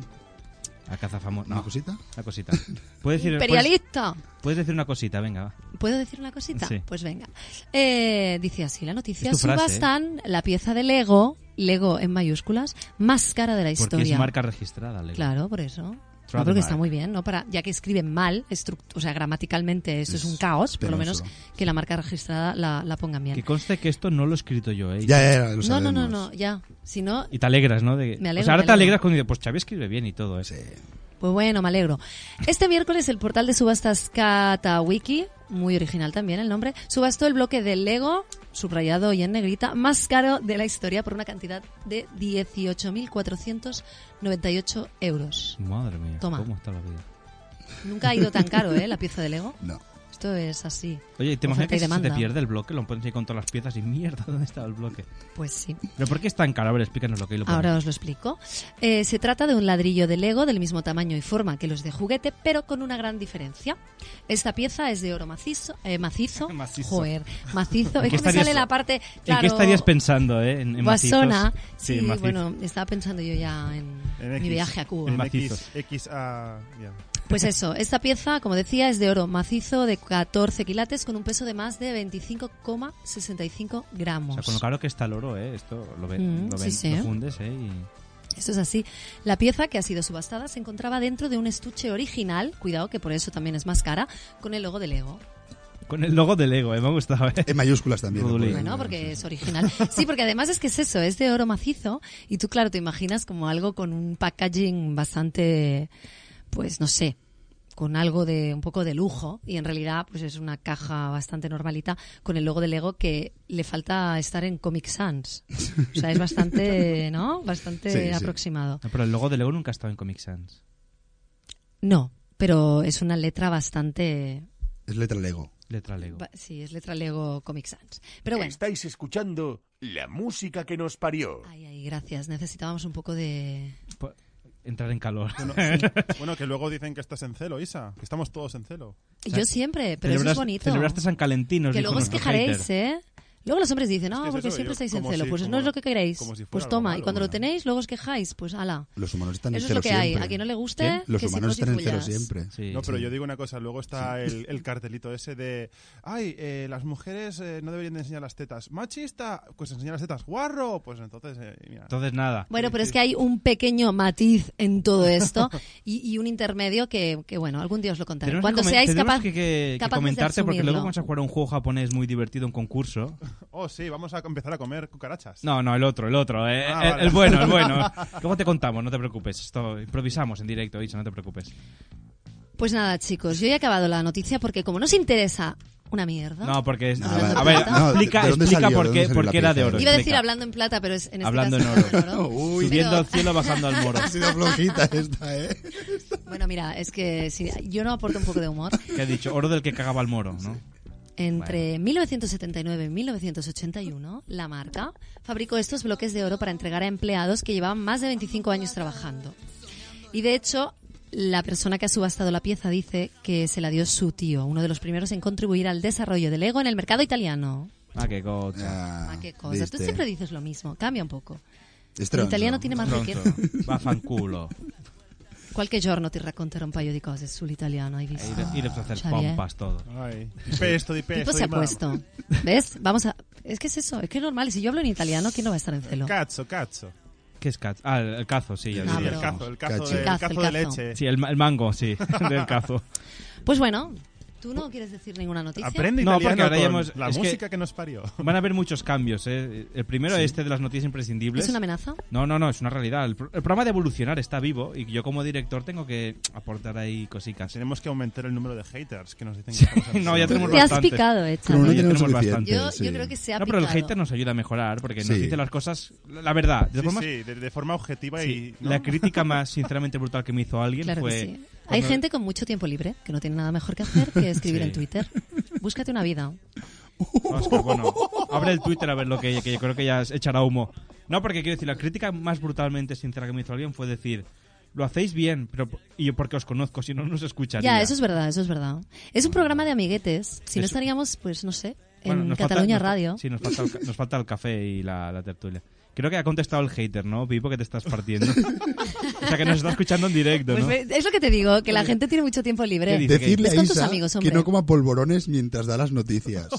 Speaker 4: A Cazafamos. No,
Speaker 8: ¿Una cosita?
Speaker 4: La cosita. ¿Puedes decir, puedes,
Speaker 6: Imperialista.
Speaker 4: puedes decir una cosita, venga. va.
Speaker 6: ¿Puedo decir una cosita?
Speaker 4: Sí.
Speaker 6: Pues venga. Eh, dice así, la noticia
Speaker 4: Es tu frase, ¿eh?
Speaker 6: subastan la pieza de Lego, Lego en mayúsculas, más cara de la
Speaker 4: Porque
Speaker 6: historia.
Speaker 4: es marca registrada, Lego.
Speaker 6: Claro, por eso. No,
Speaker 4: Trademark.
Speaker 6: porque está muy bien, ¿no? Para, ya que escriben mal, estru- o sea, gramaticalmente esto es,
Speaker 8: Es
Speaker 6: un caos, por lo menos
Speaker 8: penoso.
Speaker 6: que la marca registrada la, la pongan bien.
Speaker 4: Que conste que esto no lo he escrito yo, ¿eh?
Speaker 8: Ya, ya, ya, lo
Speaker 6: No, no,
Speaker 8: sabemos.
Speaker 6: no, no, ya. Si no,
Speaker 4: Y te alegras, ¿no? De,
Speaker 6: Me
Speaker 4: o
Speaker 6: alegro,
Speaker 4: sea, ahora
Speaker 6: me
Speaker 4: te
Speaker 6: alegro.
Speaker 4: alegras cuando dices, pues Xavi escribe bien y todo, ¿eh?
Speaker 8: Sí.
Speaker 6: Pues bueno, me alegro. Este miércoles el portal de subastas Katawiki, muy original también el nombre, subastó el bloque de Lego, subrayado y en negrita, más caro de la historia por una cantidad de 18.498 euros.
Speaker 4: Madre mía,
Speaker 6: Toma.
Speaker 4: ¿cómo está la vida?
Speaker 6: Nunca ha ido tan caro, ¿eh? La pieza de Lego.
Speaker 8: No.
Speaker 6: Esto es así.
Speaker 4: Oye, ¿te
Speaker 6: Oferta
Speaker 4: imaginas que
Speaker 6: y
Speaker 4: se te
Speaker 6: demanda.
Speaker 4: pierde el bloque? Lo pones ahí con todas las piezas y mierda, ¿dónde estaba el bloque?
Speaker 6: Pues sí.
Speaker 4: ¿Pero por qué es tan caro? A ver, explícanos lo que hay lo pones.
Speaker 6: Ahora os lo explico. Eh, se trata de un ladrillo de Lego del mismo tamaño y forma que los de juguete, pero con una gran diferencia. Esta pieza es de oro macizo. eh, macizo.
Speaker 4: Macizo.
Speaker 6: Joder, macizo.
Speaker 4: ¿En
Speaker 6: Es
Speaker 4: qué
Speaker 6: que me
Speaker 4: estarías-
Speaker 6: sale la parte.
Speaker 4: ¿En qué
Speaker 6: claro,
Speaker 4: estarías pensando, eh? En, en
Speaker 6: Guasona.
Speaker 4: macizos.
Speaker 6: Sí,
Speaker 4: en macizos.
Speaker 6: bueno, estaba pensando yo ya en,
Speaker 5: En
Speaker 6: mi
Speaker 5: X.
Speaker 6: viaje a Cuba.
Speaker 4: En
Speaker 5: En
Speaker 4: macizos.
Speaker 5: X, X, ah, ya.
Speaker 6: Pues eso, esta pieza, como decía, es de oro macizo de 14 quilates con un peso de más de 25,65
Speaker 4: O
Speaker 6: gramos.
Speaker 4: sea, con lo caro que está el oro, ¿eh? Esto lo, ven,
Speaker 6: Mm,
Speaker 4: lo,
Speaker 6: sí,
Speaker 4: ven-
Speaker 6: sí.
Speaker 4: lo fundes, ¿eh? Y...
Speaker 6: Eso es así. La pieza que ha sido subastada se encontraba dentro de un estuche original, cuidado que por eso también es más cara, con el logo de Lego.
Speaker 4: Con el logo del ego, ¿eh? Me ha gustado, ¿eh?
Speaker 8: En mayúsculas también.
Speaker 4: Rodolí.
Speaker 8: lo pueden
Speaker 6: Bueno,
Speaker 8: ver,
Speaker 6: porque
Speaker 8: sí.
Speaker 6: es original. Sí, porque además es que es eso, es de oro macizo y tú, claro, te imaginas como algo con un packaging bastante, pues no sé, con algo de un poco de lujo y en realidad pues es una caja bastante normalita con el logo de Lego que le falta estar en Comic Sans. O sea, es bastante, ¿no? Bastante
Speaker 8: Sí, sí.
Speaker 6: aproximado.
Speaker 4: No, pero el logo del ego nunca ha estado en Comic Sans.
Speaker 6: No, pero es una letra bastante.
Speaker 8: Es letra Lego.
Speaker 4: Letra Lego.
Speaker 6: ba- Sí, es letra Lego Comic Sans. Pero bueno.
Speaker 1: Estáis escuchando la música que nos parió.
Speaker 6: Ay, ay, gracias. Necesitábamos un poco de.
Speaker 4: Po- Entrar en calor.
Speaker 5: Bueno, que luego dicen que estás en celo, Isa. Que estamos todos en celo.
Speaker 6: Yo siempre, pero eso
Speaker 4: Celebras-
Speaker 6: es bonito.
Speaker 4: eh, Celebraste San Calentino. os
Speaker 6: que
Speaker 4: dijo
Speaker 6: luego os
Speaker 4: nuestro
Speaker 6: quejaréis,
Speaker 4: hater.
Speaker 6: ¿eh? Luego los hombres dicen, no,
Speaker 5: Es que es
Speaker 6: porque
Speaker 5: eso,
Speaker 6: siempre
Speaker 5: yo-
Speaker 6: estáis en
Speaker 5: como
Speaker 6: celo.
Speaker 5: si-
Speaker 6: pues no
Speaker 5: como-
Speaker 6: es lo que queréis.
Speaker 5: como si fuera
Speaker 6: pues
Speaker 5: algo
Speaker 6: toma, y
Speaker 5: malo,
Speaker 6: cuando lo
Speaker 5: bueno.
Speaker 6: tenéis, luego os quejáis. Pues ala.
Speaker 8: Los humanos están
Speaker 6: Eso es
Speaker 8: en cero
Speaker 6: lo que hay.
Speaker 8: siempre.
Speaker 6: A quien no le guste,
Speaker 8: ¿Quién? Los
Speaker 6: que se
Speaker 8: humanos están en cero
Speaker 6: cosipullas.
Speaker 8: siempre.
Speaker 4: Sí,
Speaker 5: no, pero
Speaker 4: sí.
Speaker 5: yo digo una cosa. Luego está el, el cartelito ese de... Ay, eh, las mujeres eh, no deberían de enseñar las tetas. Machista, pues enseñar las tetas. Guarro, pues entonces... eh, mira.
Speaker 4: Entonces nada.
Speaker 6: Bueno,
Speaker 5: Sí,
Speaker 6: pero es
Speaker 5: sí.
Speaker 6: que hay un pequeño matiz en todo esto y, y un intermedio que, que, bueno, algún día os lo contaré.
Speaker 4: Tenemos que
Speaker 6: Cuando
Speaker 4: comen-
Speaker 6: seáis
Speaker 4: tenemos
Speaker 6: capaz,
Speaker 4: que, que- que
Speaker 6: capaces de
Speaker 4: comentarte porque luego
Speaker 6: asumirlo.
Speaker 4: vamos a jugar a un juego japonés muy divertido, un concurso.
Speaker 5: Oh, sí, vamos a empezar a comer cucarachas.
Speaker 4: No, no, el otro, el otro, eh,
Speaker 5: Ah,
Speaker 4: el,
Speaker 5: vale.
Speaker 4: el bueno, el bueno. Luego te contamos, no te preocupes. Esto improvisamos en directo, Isa, no te preocupes.
Speaker 6: Pues nada, chicos, yo ya he acabado la noticia porque como nos interesa una mierda.
Speaker 4: No, porque es-
Speaker 8: No,
Speaker 4: a
Speaker 6: vale.
Speaker 4: ver,
Speaker 6: No,
Speaker 8: ¿de-
Speaker 4: explica,
Speaker 8: de dónde
Speaker 4: explica
Speaker 8: salió?
Speaker 4: por
Speaker 8: ¿De
Speaker 4: qué,
Speaker 8: dónde
Speaker 4: por
Speaker 8: salió la
Speaker 4: qué era de
Speaker 8: pieza?
Speaker 4: oro.
Speaker 6: Iba a decir
Speaker 4: explica.
Speaker 6: hablando en plata, pero es en este
Speaker 4: Hablando
Speaker 6: caso
Speaker 4: en oro.
Speaker 8: Uy.
Speaker 4: Subiendo
Speaker 6: Pero-
Speaker 4: al cielo, bajando al moro.
Speaker 8: Ha sido flojita esta, ¿eh?
Speaker 6: Bueno, mira, es que si- yo no aporto un poco de humor.
Speaker 4: Que ha dicho, oro del que cagaba al moro, ¿no?
Speaker 6: Entre 1979 y 1981, la marca fabricó estos bloques de oro para entregar a empleados que llevaban más de 25 años trabajando. Y de hecho, la persona que ha subastado la pieza dice que se la dio su tío, uno de los primeros en contribuir al desarrollo del ego en el mercado italiano.
Speaker 4: Ah, qué cosa.
Speaker 8: Ah,
Speaker 6: Ah, qué cosa. Tú
Speaker 8: viste.
Speaker 6: siempre dices lo mismo, cambia un poco.
Speaker 8: Es
Speaker 6: El
Speaker 8: tronzo.
Speaker 6: italiano tiene más
Speaker 4: Pronto,
Speaker 6: riqueza.
Speaker 4: va fanculo.
Speaker 6: Qualche giorno ti racconterò un paio di cose sull'italiano, hai visto?
Speaker 4: Y debes hacer
Speaker 6: Xavier.
Speaker 4: pompas todo.
Speaker 5: Ay. Di pesto, di pesto.
Speaker 6: Tipo se
Speaker 5: di
Speaker 6: ha
Speaker 5: mamma.
Speaker 6: puesto. ¿Ves? Vamos a. Es que es eso, es que es normal. Si yo hablo en italiano, ¿quién no va a estar en celo?
Speaker 5: Cazzo, cazzo.
Speaker 4: ¿Qué es cazo? Ah, el el cazo, sí. ya
Speaker 6: No,
Speaker 4: lo
Speaker 5: Sí, el
Speaker 6: pero-
Speaker 4: dijimos.
Speaker 5: cazo, el cazo,
Speaker 8: Cacho.
Speaker 5: de,
Speaker 6: El
Speaker 5: el
Speaker 6: cazo,
Speaker 5: cazo de
Speaker 6: el cazo.
Speaker 5: leche.
Speaker 4: Sí, el, ma- el mango, sí, del cazo.
Speaker 6: Pues bueno, Tú no quieres decir ninguna noticia.
Speaker 5: Aprende
Speaker 4: No,
Speaker 5: italiano
Speaker 4: porque ahora ya
Speaker 5: con
Speaker 4: hemos-
Speaker 5: la
Speaker 4: es que-
Speaker 5: música que... nos parió.
Speaker 4: Van a haber muchos cambios. ¿eh? El primero, este de las noticias imprescindibles.
Speaker 6: ¿Es una amenaza?
Speaker 4: No, no, no, es una realidad. El, pro- el programa de evolucionar está vivo y yo como director tengo que aportar ahí cositas.
Speaker 5: Tenemos que aumentar el número de haters que nos dicen que estamos
Speaker 4: No, ya
Speaker 5: alucinando.
Speaker 4: tenemos
Speaker 6: Te has
Speaker 4: bastante.
Speaker 6: picado, eh,
Speaker 8: Con uno
Speaker 6: chaval.
Speaker 4: ya
Speaker 8: tenemos
Speaker 4: tenemos
Speaker 8: suficiente.
Speaker 6: Yo,
Speaker 8: sí.
Speaker 6: yo creo que se ha
Speaker 4: No, pero el
Speaker 6: picado.
Speaker 4: hater nos ayuda a mejorar porque
Speaker 8: Sí.
Speaker 4: nos dice las cosas, la la verdad. De
Speaker 5: Sí,
Speaker 4: forma,
Speaker 5: sí, de, de forma objetiva y... ¿no?
Speaker 4: La crítica más sinceramente brutal que me hizo alguien
Speaker 6: Claro
Speaker 4: fue...
Speaker 6: que sí. Hay
Speaker 4: cuando-
Speaker 6: gente con mucho tiempo libre que no tiene nada mejor que hacer que escribir
Speaker 4: Sí.
Speaker 6: en Twitter. Búscate una vida.
Speaker 4: No, es que, bueno, abre el Twitter a ver lo que, que yo creo que ya echará humo. No, porque quiero decir, la crítica más brutalmente sincera que me hizo alguien fue decir, lo hacéis bien, pero y yo porque os conozco, si no, no os escucharía.
Speaker 6: Ya, eso es verdad, eso es verdad. Es un programa de amiguetes. Si no
Speaker 4: Eso-
Speaker 6: estaríamos, pues no sé,
Speaker 4: Bueno,
Speaker 6: en
Speaker 4: nos falta-
Speaker 6: Cataluña
Speaker 4: nos fa-
Speaker 6: Radio.
Speaker 4: sí, nos falta, el, ca- nos falta el café y la, la tertulia. Creo que ha contestado el hater, ¿no, Pipo? Que te estás partiendo. o sea, que nos está escuchando en directo,
Speaker 6: Pues
Speaker 4: ¿no?
Speaker 6: ve- es lo que te digo, que la gente tiene mucho tiempo
Speaker 4: ¿Qué
Speaker 6: libre.
Speaker 4: dices?
Speaker 8: Decirle
Speaker 6: Es
Speaker 8: a
Speaker 6: con tus
Speaker 8: Isa
Speaker 6: amigos,
Speaker 8: que
Speaker 6: hombre.
Speaker 8: no coma polvorones mientras da las noticias.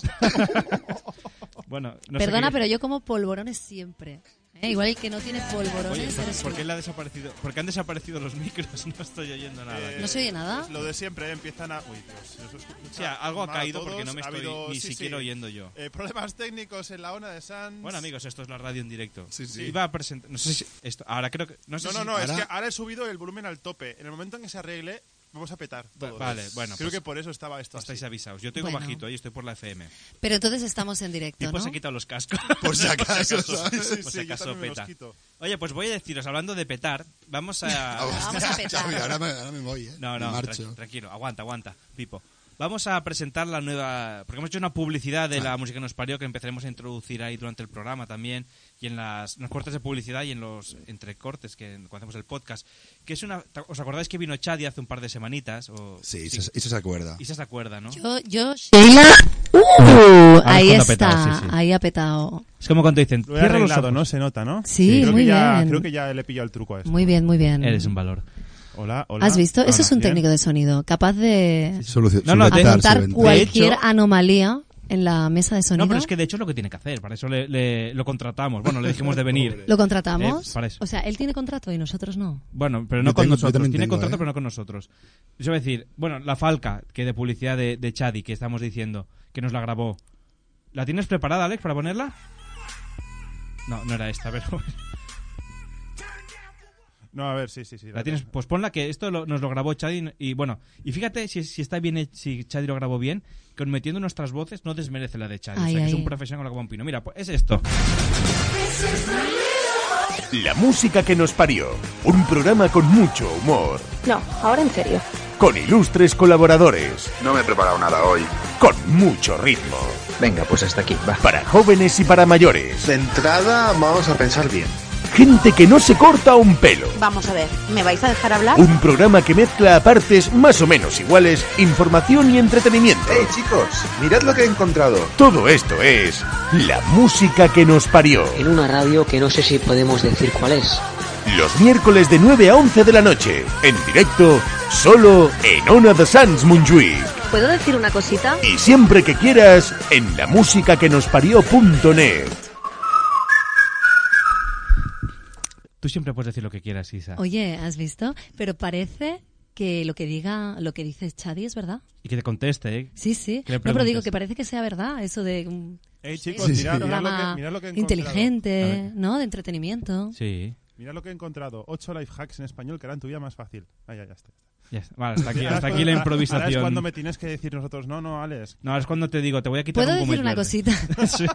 Speaker 4: Bueno, no sé
Speaker 6: Perdona,
Speaker 4: qué-
Speaker 6: pero yo como polvorones siempre. ¿eh? Igual el que no tiene polvorones.
Speaker 4: Oye,
Speaker 6: eres
Speaker 4: ¿por
Speaker 6: tú.
Speaker 4: qué le ha desaparecido? ¿Por qué han desaparecido los micros? No estoy oyendo nada.
Speaker 5: Eh,
Speaker 6: ¿No se oye
Speaker 4: ¿Ah?
Speaker 6: nada?
Speaker 5: es Lo de siempre, ¿eh? empiezan a... Uy, Dios, eso escucha
Speaker 4: O sea, algo ha
Speaker 5: mal a
Speaker 4: caído
Speaker 5: todos,
Speaker 4: porque no me
Speaker 5: ha
Speaker 4: estoy
Speaker 5: habido-
Speaker 4: ni
Speaker 5: sí, sí.
Speaker 4: siquiera oyendo yo.
Speaker 5: Eh, problemas técnicos en la ONA de Sans.
Speaker 4: Bueno, amigos, esto es la radio en directo.
Speaker 8: Sí, sí.
Speaker 4: Iba a presentar. No sé si. Esto, ahora creo que. No, sé
Speaker 5: No,
Speaker 4: si-
Speaker 5: no, no, es
Speaker 8: Ahora-
Speaker 5: que ahora he subido el volumen al tope. En el momento en que se arregle, vamos a petar. todos.
Speaker 4: vale, bueno,
Speaker 5: Creo
Speaker 4: pues-
Speaker 5: que por eso estaba esto así.
Speaker 4: Estáis avisados. Yo tengo
Speaker 6: Bueno.
Speaker 4: bajito, ahí estoy por la FM.
Speaker 6: Pero entonces estamos en directo,
Speaker 4: Tipo
Speaker 6: ¿no?
Speaker 4: se ha quitado los cascos.
Speaker 8: Por si acaso,
Speaker 4: Por si acaso,
Speaker 8: ¿sabes?
Speaker 5: Sí, sí,
Speaker 4: por si
Speaker 5: sí, yo
Speaker 4: acaso
Speaker 5: también me los
Speaker 4: peta.
Speaker 5: quito.
Speaker 4: Oye, pues voy a deciros, hablando de petar, vamos a.
Speaker 6: Vamos a petar.
Speaker 8: Xavi, ahora, me, ahora me voy, ¿eh?
Speaker 4: No,
Speaker 8: Me
Speaker 4: no,
Speaker 8: marcho.
Speaker 4: tranqui- tranquilo, aguanta, aguanta, Pipo. Vamos a presentar la nueva. Porque hemos hecho una publicidad de la música que nos parió que empezaremos a introducir ahí durante el programa también. Y en las, en los cortes de publicidad y en los entrecortes que cuando hacemos el podcast. Que es una. ¿Os acordáis que vino Chadi hace un par de semanitas? O,
Speaker 8: Sí, Isa- Isa se acuerda.
Speaker 4: Y se acuerda, ¿no?
Speaker 6: Yo, yo, Sheila. ¡Uh! ahí
Speaker 4: cuando ha
Speaker 6: está,
Speaker 4: petado, sí, sí.
Speaker 6: ahí ha petado.
Speaker 4: Es como cuando dicen.
Speaker 5: Lo he
Speaker 4: "Cierra los
Speaker 5: arreglado,
Speaker 4: ojos".
Speaker 5: ¿no? Se nota, ¿no?
Speaker 6: Sí,
Speaker 5: creo
Speaker 6: muy
Speaker 5: que ya,
Speaker 6: bien.
Speaker 5: Creo que ya le he pillado el truco a esto.
Speaker 6: Muy bien, muy bien.
Speaker 4: Eres un valor.
Speaker 5: Hola, hola.
Speaker 6: ¿Has visto? Eso
Speaker 5: Hola,
Speaker 6: es un
Speaker 5: ¿bien?
Speaker 6: técnico de sonido, capaz de
Speaker 8: Solucio-
Speaker 4: No, no, de-
Speaker 8: solventar,
Speaker 6: apuntar
Speaker 8: solventar.
Speaker 4: cual-
Speaker 6: cualquier
Speaker 4: De hecho-
Speaker 6: anomalía en la mesa de sonido.
Speaker 4: No, pero es que de hecho es lo que tiene que hacer. Para eso le, le- lo contratamos. Bueno, le dijimos de venir.
Speaker 6: ¿Lo contratamos?
Speaker 4: Eh, para eso.
Speaker 6: O sea, él tiene contrato y nosotros no.
Speaker 4: Bueno, pero
Speaker 8: Yo
Speaker 4: no con
Speaker 8: tengo- yo
Speaker 4: nosotros.
Speaker 8: también
Speaker 4: Tiene
Speaker 8: tengo,
Speaker 4: contrato,
Speaker 8: ¿eh?
Speaker 4: pero no con nosotros. Yo voy a decir, bueno, la falca que de publicidad de, de Chadi que estamos diciendo, que nos la grabó. ¿La tienes preparada, Alex, para ponerla? No, no era esta, pero bueno.
Speaker 5: No, a ver, sí, sí, sí.
Speaker 4: la tienes. Pues ponla que esto lo- nos lo grabó Chadi y bueno. Y fíjate si, si está bien, he- si Chadi lo grabó bien, que metiendo nuestras voces no desmerece la de Chadi. o
Speaker 6: Ay,
Speaker 4: sea, que es
Speaker 6: ay.
Speaker 4: un profesional con la que va un pino. Mira, pues es esto.
Speaker 1: La música que nos parió. Un programa con mucho humor.
Speaker 9: No, ahora en serio.
Speaker 1: Con ilustres colaboradores.
Speaker 7: No me he preparado nada hoy.
Speaker 1: Con mucho ritmo.
Speaker 10: Venga, pues hasta aquí, va.
Speaker 1: Para jóvenes y para mayores.
Speaker 7: De entrada, vamos a pensar bien.
Speaker 1: Gente que no se corta un pelo.
Speaker 9: Vamos a ver, ¿me vais a dejar hablar?
Speaker 1: Un programa que mezcla a partes más o menos iguales información y entretenimiento.
Speaker 7: ¡Eh, chicos! Mirad lo que he encontrado.
Speaker 1: Todo esto es la música que nos parió.
Speaker 10: En una radio que no sé si podemos decir cuál es.
Speaker 1: Los miércoles de 9 a 11 de la noche, en directo, solo en Ona de Sans Montjuïc.
Speaker 9: ¿Puedo decir una cosita?
Speaker 1: Y siempre que quieras, en la música que nos parió.net.
Speaker 4: Tú siempre puedes decir lo que quieras, Isa.
Speaker 6: Oye, ¿has visto? Pero parece que lo que diga, lo que dice Chadi es verdad.
Speaker 4: Y que te conteste, ¿eh?
Speaker 6: Sí, sí.
Speaker 4: ¿Qué le
Speaker 6: No, pero digo
Speaker 4: preguntas?
Speaker 6: que parece que sea verdad eso de mm, un
Speaker 5: Eh, chicos,
Speaker 8: Sí, sí.
Speaker 5: mirad, mirad lo que,
Speaker 6: programa
Speaker 5: mirad lo que he encontrado.
Speaker 4: A ver.
Speaker 6: inteligente, ¿no? De entretenimiento.
Speaker 4: Sí.
Speaker 5: Mirad lo que he encontrado. Ocho life hacks en español que harán tu vida más fácil. Ah, ya, ya está.
Speaker 4: Ya está. Vale, hasta aquí,
Speaker 5: Ahora es
Speaker 4: hasta
Speaker 5: cuando-
Speaker 4: aquí la
Speaker 5: ahora- Ahora es
Speaker 4: improvisación.
Speaker 5: cuando me tienes que decir nosotros, no, no, Alex.
Speaker 4: No, ahora es cuando te digo, te voy a quitar
Speaker 6: ¿Puedo
Speaker 4: un
Speaker 6: decir
Speaker 4: gomez
Speaker 6: una
Speaker 4: verde.
Speaker 6: cosita?
Speaker 4: Sí.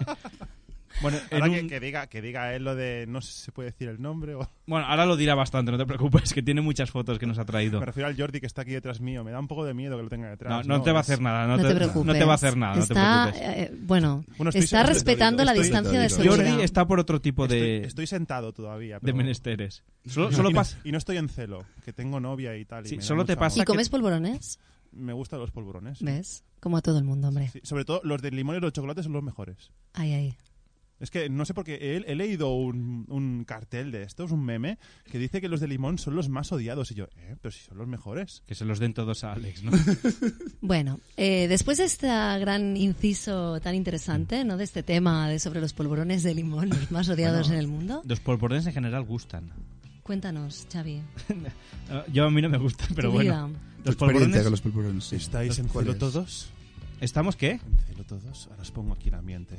Speaker 4: Bueno, en
Speaker 5: Ahora que,
Speaker 4: un-
Speaker 5: que diga, que diga él lo de no sé si se puede decir el nombre o
Speaker 4: bueno, ahora lo dirá bastante, no te preocupes, que tiene muchas fotos que nos ha traído.
Speaker 5: me refiero al Jordi que está aquí detrás mío. Me da un poco de miedo que lo tenga
Speaker 4: No,
Speaker 5: detrás.
Speaker 4: no te va a hacer
Speaker 5: Es-
Speaker 4: nada, no,
Speaker 6: No te preocupes.
Speaker 4: no te va a hacer nada,
Speaker 6: Está,
Speaker 4: no te preocupes.
Speaker 6: eh, bueno,
Speaker 5: Bueno, estoy-
Speaker 6: está
Speaker 5: estoy
Speaker 6: respetando
Speaker 5: dolido,
Speaker 6: la
Speaker 5: estoy
Speaker 6: distancia de
Speaker 8: dolido.
Speaker 6: seguridad.
Speaker 4: Jordi está por otro tipo de,
Speaker 5: Estoy, estoy sentado todavía.
Speaker 4: de
Speaker 5: pero-
Speaker 4: menesteres. Solo,
Speaker 5: Y
Speaker 4: solo
Speaker 5: no-
Speaker 4: pasa...
Speaker 5: y no estoy en celo, que tengo novia y tal. y
Speaker 4: Sí,
Speaker 5: me da
Speaker 4: solo te
Speaker 5: mucho
Speaker 4: pasa-
Speaker 6: ¿Y
Speaker 5: amor.
Speaker 6: comes polvorones?
Speaker 5: Me gustan los polvorones.
Speaker 6: ¿Ves? Como a todo el mundo, hombre.
Speaker 5: Sí, sobre todo los de limón y los chocolates son los mejores.
Speaker 6: Ay, ay.
Speaker 5: Es que no sé por qué he, he leído un, un cartel de estos, un meme, que dice que los de limón son los más odiados. Y yo, eh, pero si son los mejores.
Speaker 4: Que se los den todos a Alex, ¿no?
Speaker 6: Bueno, eh, después de este gran inciso tan interesante, ¿no? De este tema de sobre los polvorones de limón los más odiados en el mundo.
Speaker 4: Los polvorones en general gustan.
Speaker 6: Cuéntanos, Xavi.
Speaker 4: Ah, Yo a mí no me gusta, pero
Speaker 6: Tu
Speaker 4: bueno.
Speaker 6: vida.
Speaker 8: Tu
Speaker 4: Los
Speaker 8: experiencia
Speaker 4: polvorones.
Speaker 8: con los polvorones, sí.
Speaker 5: ¿Estáis
Speaker 8: Los
Speaker 5: en celo
Speaker 8: cuales.
Speaker 5: todos?
Speaker 4: ¿Estamos qué?
Speaker 5: ¿En celo todos? Ahora os pongo aquí el ambiente.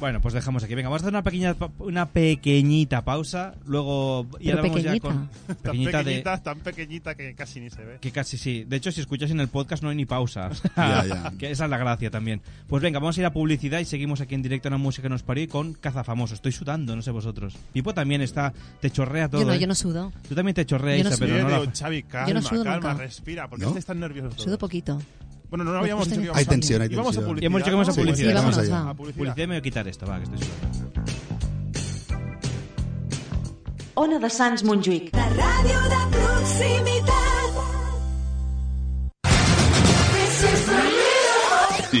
Speaker 4: Bueno, pues dejamos aquí. Venga, vamos a hacer una pequeña pa- una pequeñita pausa. Luego y
Speaker 6: Pero
Speaker 4: ahora vamos ya
Speaker 6: pequeñita.
Speaker 4: con
Speaker 5: Tan
Speaker 4: pequeñita de-
Speaker 5: pequeñita, tan pequeñita que casi ni se ve.
Speaker 4: que casi sí. De hecho, si escuchas en el podcast no hay ni pausa.
Speaker 8: Ya, ya.
Speaker 4: Que esa es la gracia también. Pues venga, vamos a ir a publicidad y seguimos aquí en directo en la música que nos parió y con Cazafamoso. Estoy sudando, no sé vosotros. Pipo también está, te chorrea todo.
Speaker 6: yo no,
Speaker 4: ¿eh?
Speaker 6: yo no sudo.
Speaker 4: Tú también te chorreas,
Speaker 6: Yo no
Speaker 4: Isa,
Speaker 6: sudo.
Speaker 4: pero
Speaker 5: Yo
Speaker 4: no
Speaker 5: digo,
Speaker 4: la-
Speaker 5: Xavi, calma,
Speaker 6: Yo no sudo
Speaker 5: calma,
Speaker 6: nunca.
Speaker 5: respira, porque este
Speaker 8: ¿No?
Speaker 5: estáis tan nerviosos todos?
Speaker 6: Sudo poquito. Este
Speaker 5: Bueno, no, no habíamos dicho que íbamos
Speaker 8: Hay
Speaker 5: a-
Speaker 8: tensión, hay
Speaker 5: íbamos a
Speaker 8: tensión.
Speaker 5: publicidad,
Speaker 4: Y hemos dicho que íbamos a
Speaker 5: ¿no?
Speaker 8: Sí,
Speaker 4: publicidad.
Speaker 8: sí,
Speaker 6: vámonos,
Speaker 8: vamos allá.
Speaker 6: va.
Speaker 5: A
Speaker 4: Publicidad,
Speaker 5: publicidad.
Speaker 4: me voy a quitar esto, va, que estoy sudando.
Speaker 9: Ona de Sants Montjuïc.
Speaker 11: La ràdio de proximitat. This is the real.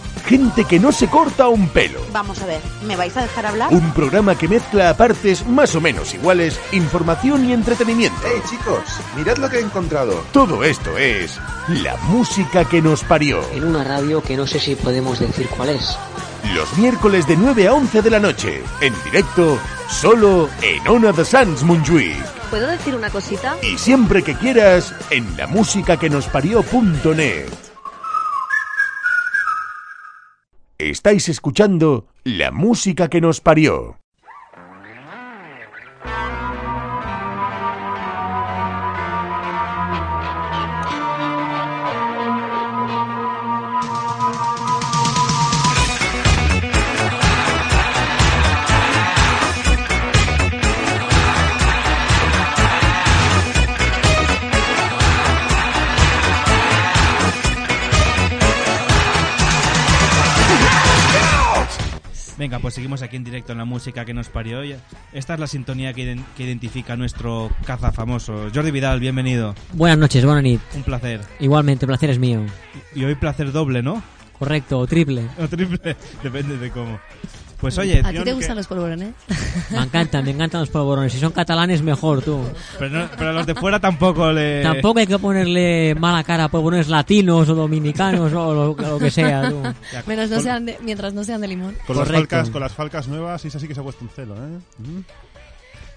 Speaker 1: Gente que no se corta un pelo.
Speaker 9: Vamos a ver, ¿me vais a dejar hablar?
Speaker 1: Un programa que mezcla a partes más o menos iguales información y entretenimiento.
Speaker 7: ¡Hey, chicos! Mirad lo que he encontrado.
Speaker 1: Todo esto es la música que nos parió.
Speaker 10: En una radio que no sé si podemos decir cuál es.
Speaker 1: Los miércoles de 9 a 11 de la noche. En directo, solo en Ona de Sans Montjuic.
Speaker 9: ¿Puedo decir una cosita?
Speaker 1: Y siempre que quieras, en la música que nos parió.net. Estáis escuchando la música que nos parió.
Speaker 4: Venga, pues seguimos aquí en directo en la música que nos parió hoy. Esta es la sintonía que, iden- que identifica a nuestro caza famoso. Jordi Vidal, bienvenido.
Speaker 12: Buenas noches, buenas noches.
Speaker 4: Un placer.
Speaker 12: Igualmente, el placer es mío.
Speaker 4: Y hoy placer doble, ¿no?
Speaker 12: Correcto, o triple.
Speaker 4: O triple, depende de cómo. Pues oye,
Speaker 6: ¿A ti te gustan los polvorones?
Speaker 12: Me encantan, me encantan los polvorones. Si son catalanes, mejor tú.
Speaker 4: pero, no- pero eh, a los de fuera tampoco le...
Speaker 12: Tampoco hay que ponerle mala cara a polvorones latinos o dominicanos o lo, lo que sea. tú.
Speaker 4: Ya,
Speaker 6: Menos no
Speaker 4: con-
Speaker 6: sean de- mientras no sean de limón.
Speaker 5: Con las,
Speaker 12: Correcto.
Speaker 5: falcas, con las falcas nuevas, Isa sí que se ha puesto un celo, ¿eh? Mm.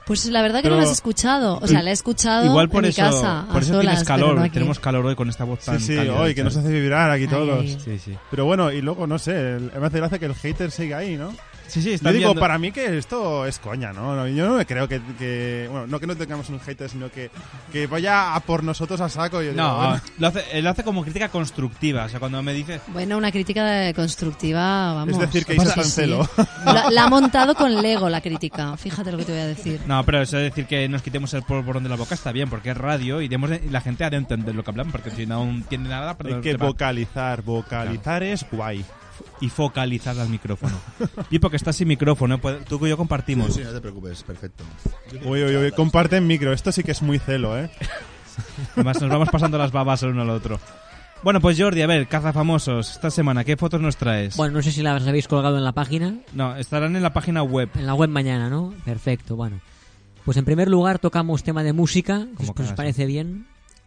Speaker 6: Pues la verdad que
Speaker 5: Pero-
Speaker 6: no las he escuchado. O sea, la he escuchado
Speaker 4: Igual por
Speaker 6: en
Speaker 4: eso,
Speaker 6: mi casa.
Speaker 4: por
Speaker 6: a
Speaker 4: eso
Speaker 6: solas,
Speaker 4: tienes
Speaker 6: pero
Speaker 4: calor.
Speaker 6: no aquí.
Speaker 4: Tenemos calor hoy con esta voz
Speaker 5: Sí,
Speaker 4: tan
Speaker 5: sí,
Speaker 4: cálida,
Speaker 5: hoy que nos
Speaker 4: ¿sabes?
Speaker 5: hace vibrar aquí
Speaker 6: Ay,
Speaker 5: todos.
Speaker 6: ay.
Speaker 4: Sí, sí.
Speaker 5: Pero bueno, y luego, no sé, el- me hace gracia que el hater siga ahí, ¿no?
Speaker 4: Sí, sí, está
Speaker 5: Yo digo,
Speaker 4: viendo-
Speaker 5: para mí que esto es coña, ¿no? No, Yo no me creo que, que- Bueno, no que no tengamos un hater, sino que, que vaya a por nosotros a saco. Yo digo,
Speaker 4: No,
Speaker 5: bueno,
Speaker 4: lo hace, lo hace como crítica constructiva. O sea, cuando me dice...
Speaker 6: Bueno, una crítica eh, constructiva, vamos.
Speaker 5: es decir, que
Speaker 6: Claro
Speaker 5: Isa está en
Speaker 6: sí.
Speaker 5: celo.
Speaker 6: La, la ha montado con Lego la crítica. Fíjate lo que te voy a decir.
Speaker 4: No, pero eso de decir que nos quitemos el polvorón de la boca está bien, porque es radio y, debemos de- y la gente ha de entender lo que hablamos, porque si no entiende nada, pero
Speaker 5: Hay que
Speaker 4: te va-
Speaker 5: vocalizar, vocalizar es guay.
Speaker 4: y focalizar al micrófono. y porque estás sin micrófono, pues, tú y yo compartimos.
Speaker 8: Sí, no te preocupes, perfecto.
Speaker 5: Uy, uy, uy, comparten micro. Esto sí que es muy celo, ¿eh?
Speaker 4: Además, nos vamos pasando las babas el uno al otro. Bueno, pues Jordi, a ver, caza famosos, esta semana, ¿qué fotos nos traes?
Speaker 12: Bueno, no sé si las habéis colgado en la página.
Speaker 4: No, estarán en la página web.
Speaker 12: En la web mañana, ¿no? Perfecto, bueno. Pues en primer lugar tocamos tema de música, si
Speaker 4: Como
Speaker 12: os- pues,
Speaker 4: cada
Speaker 12: os parece bien.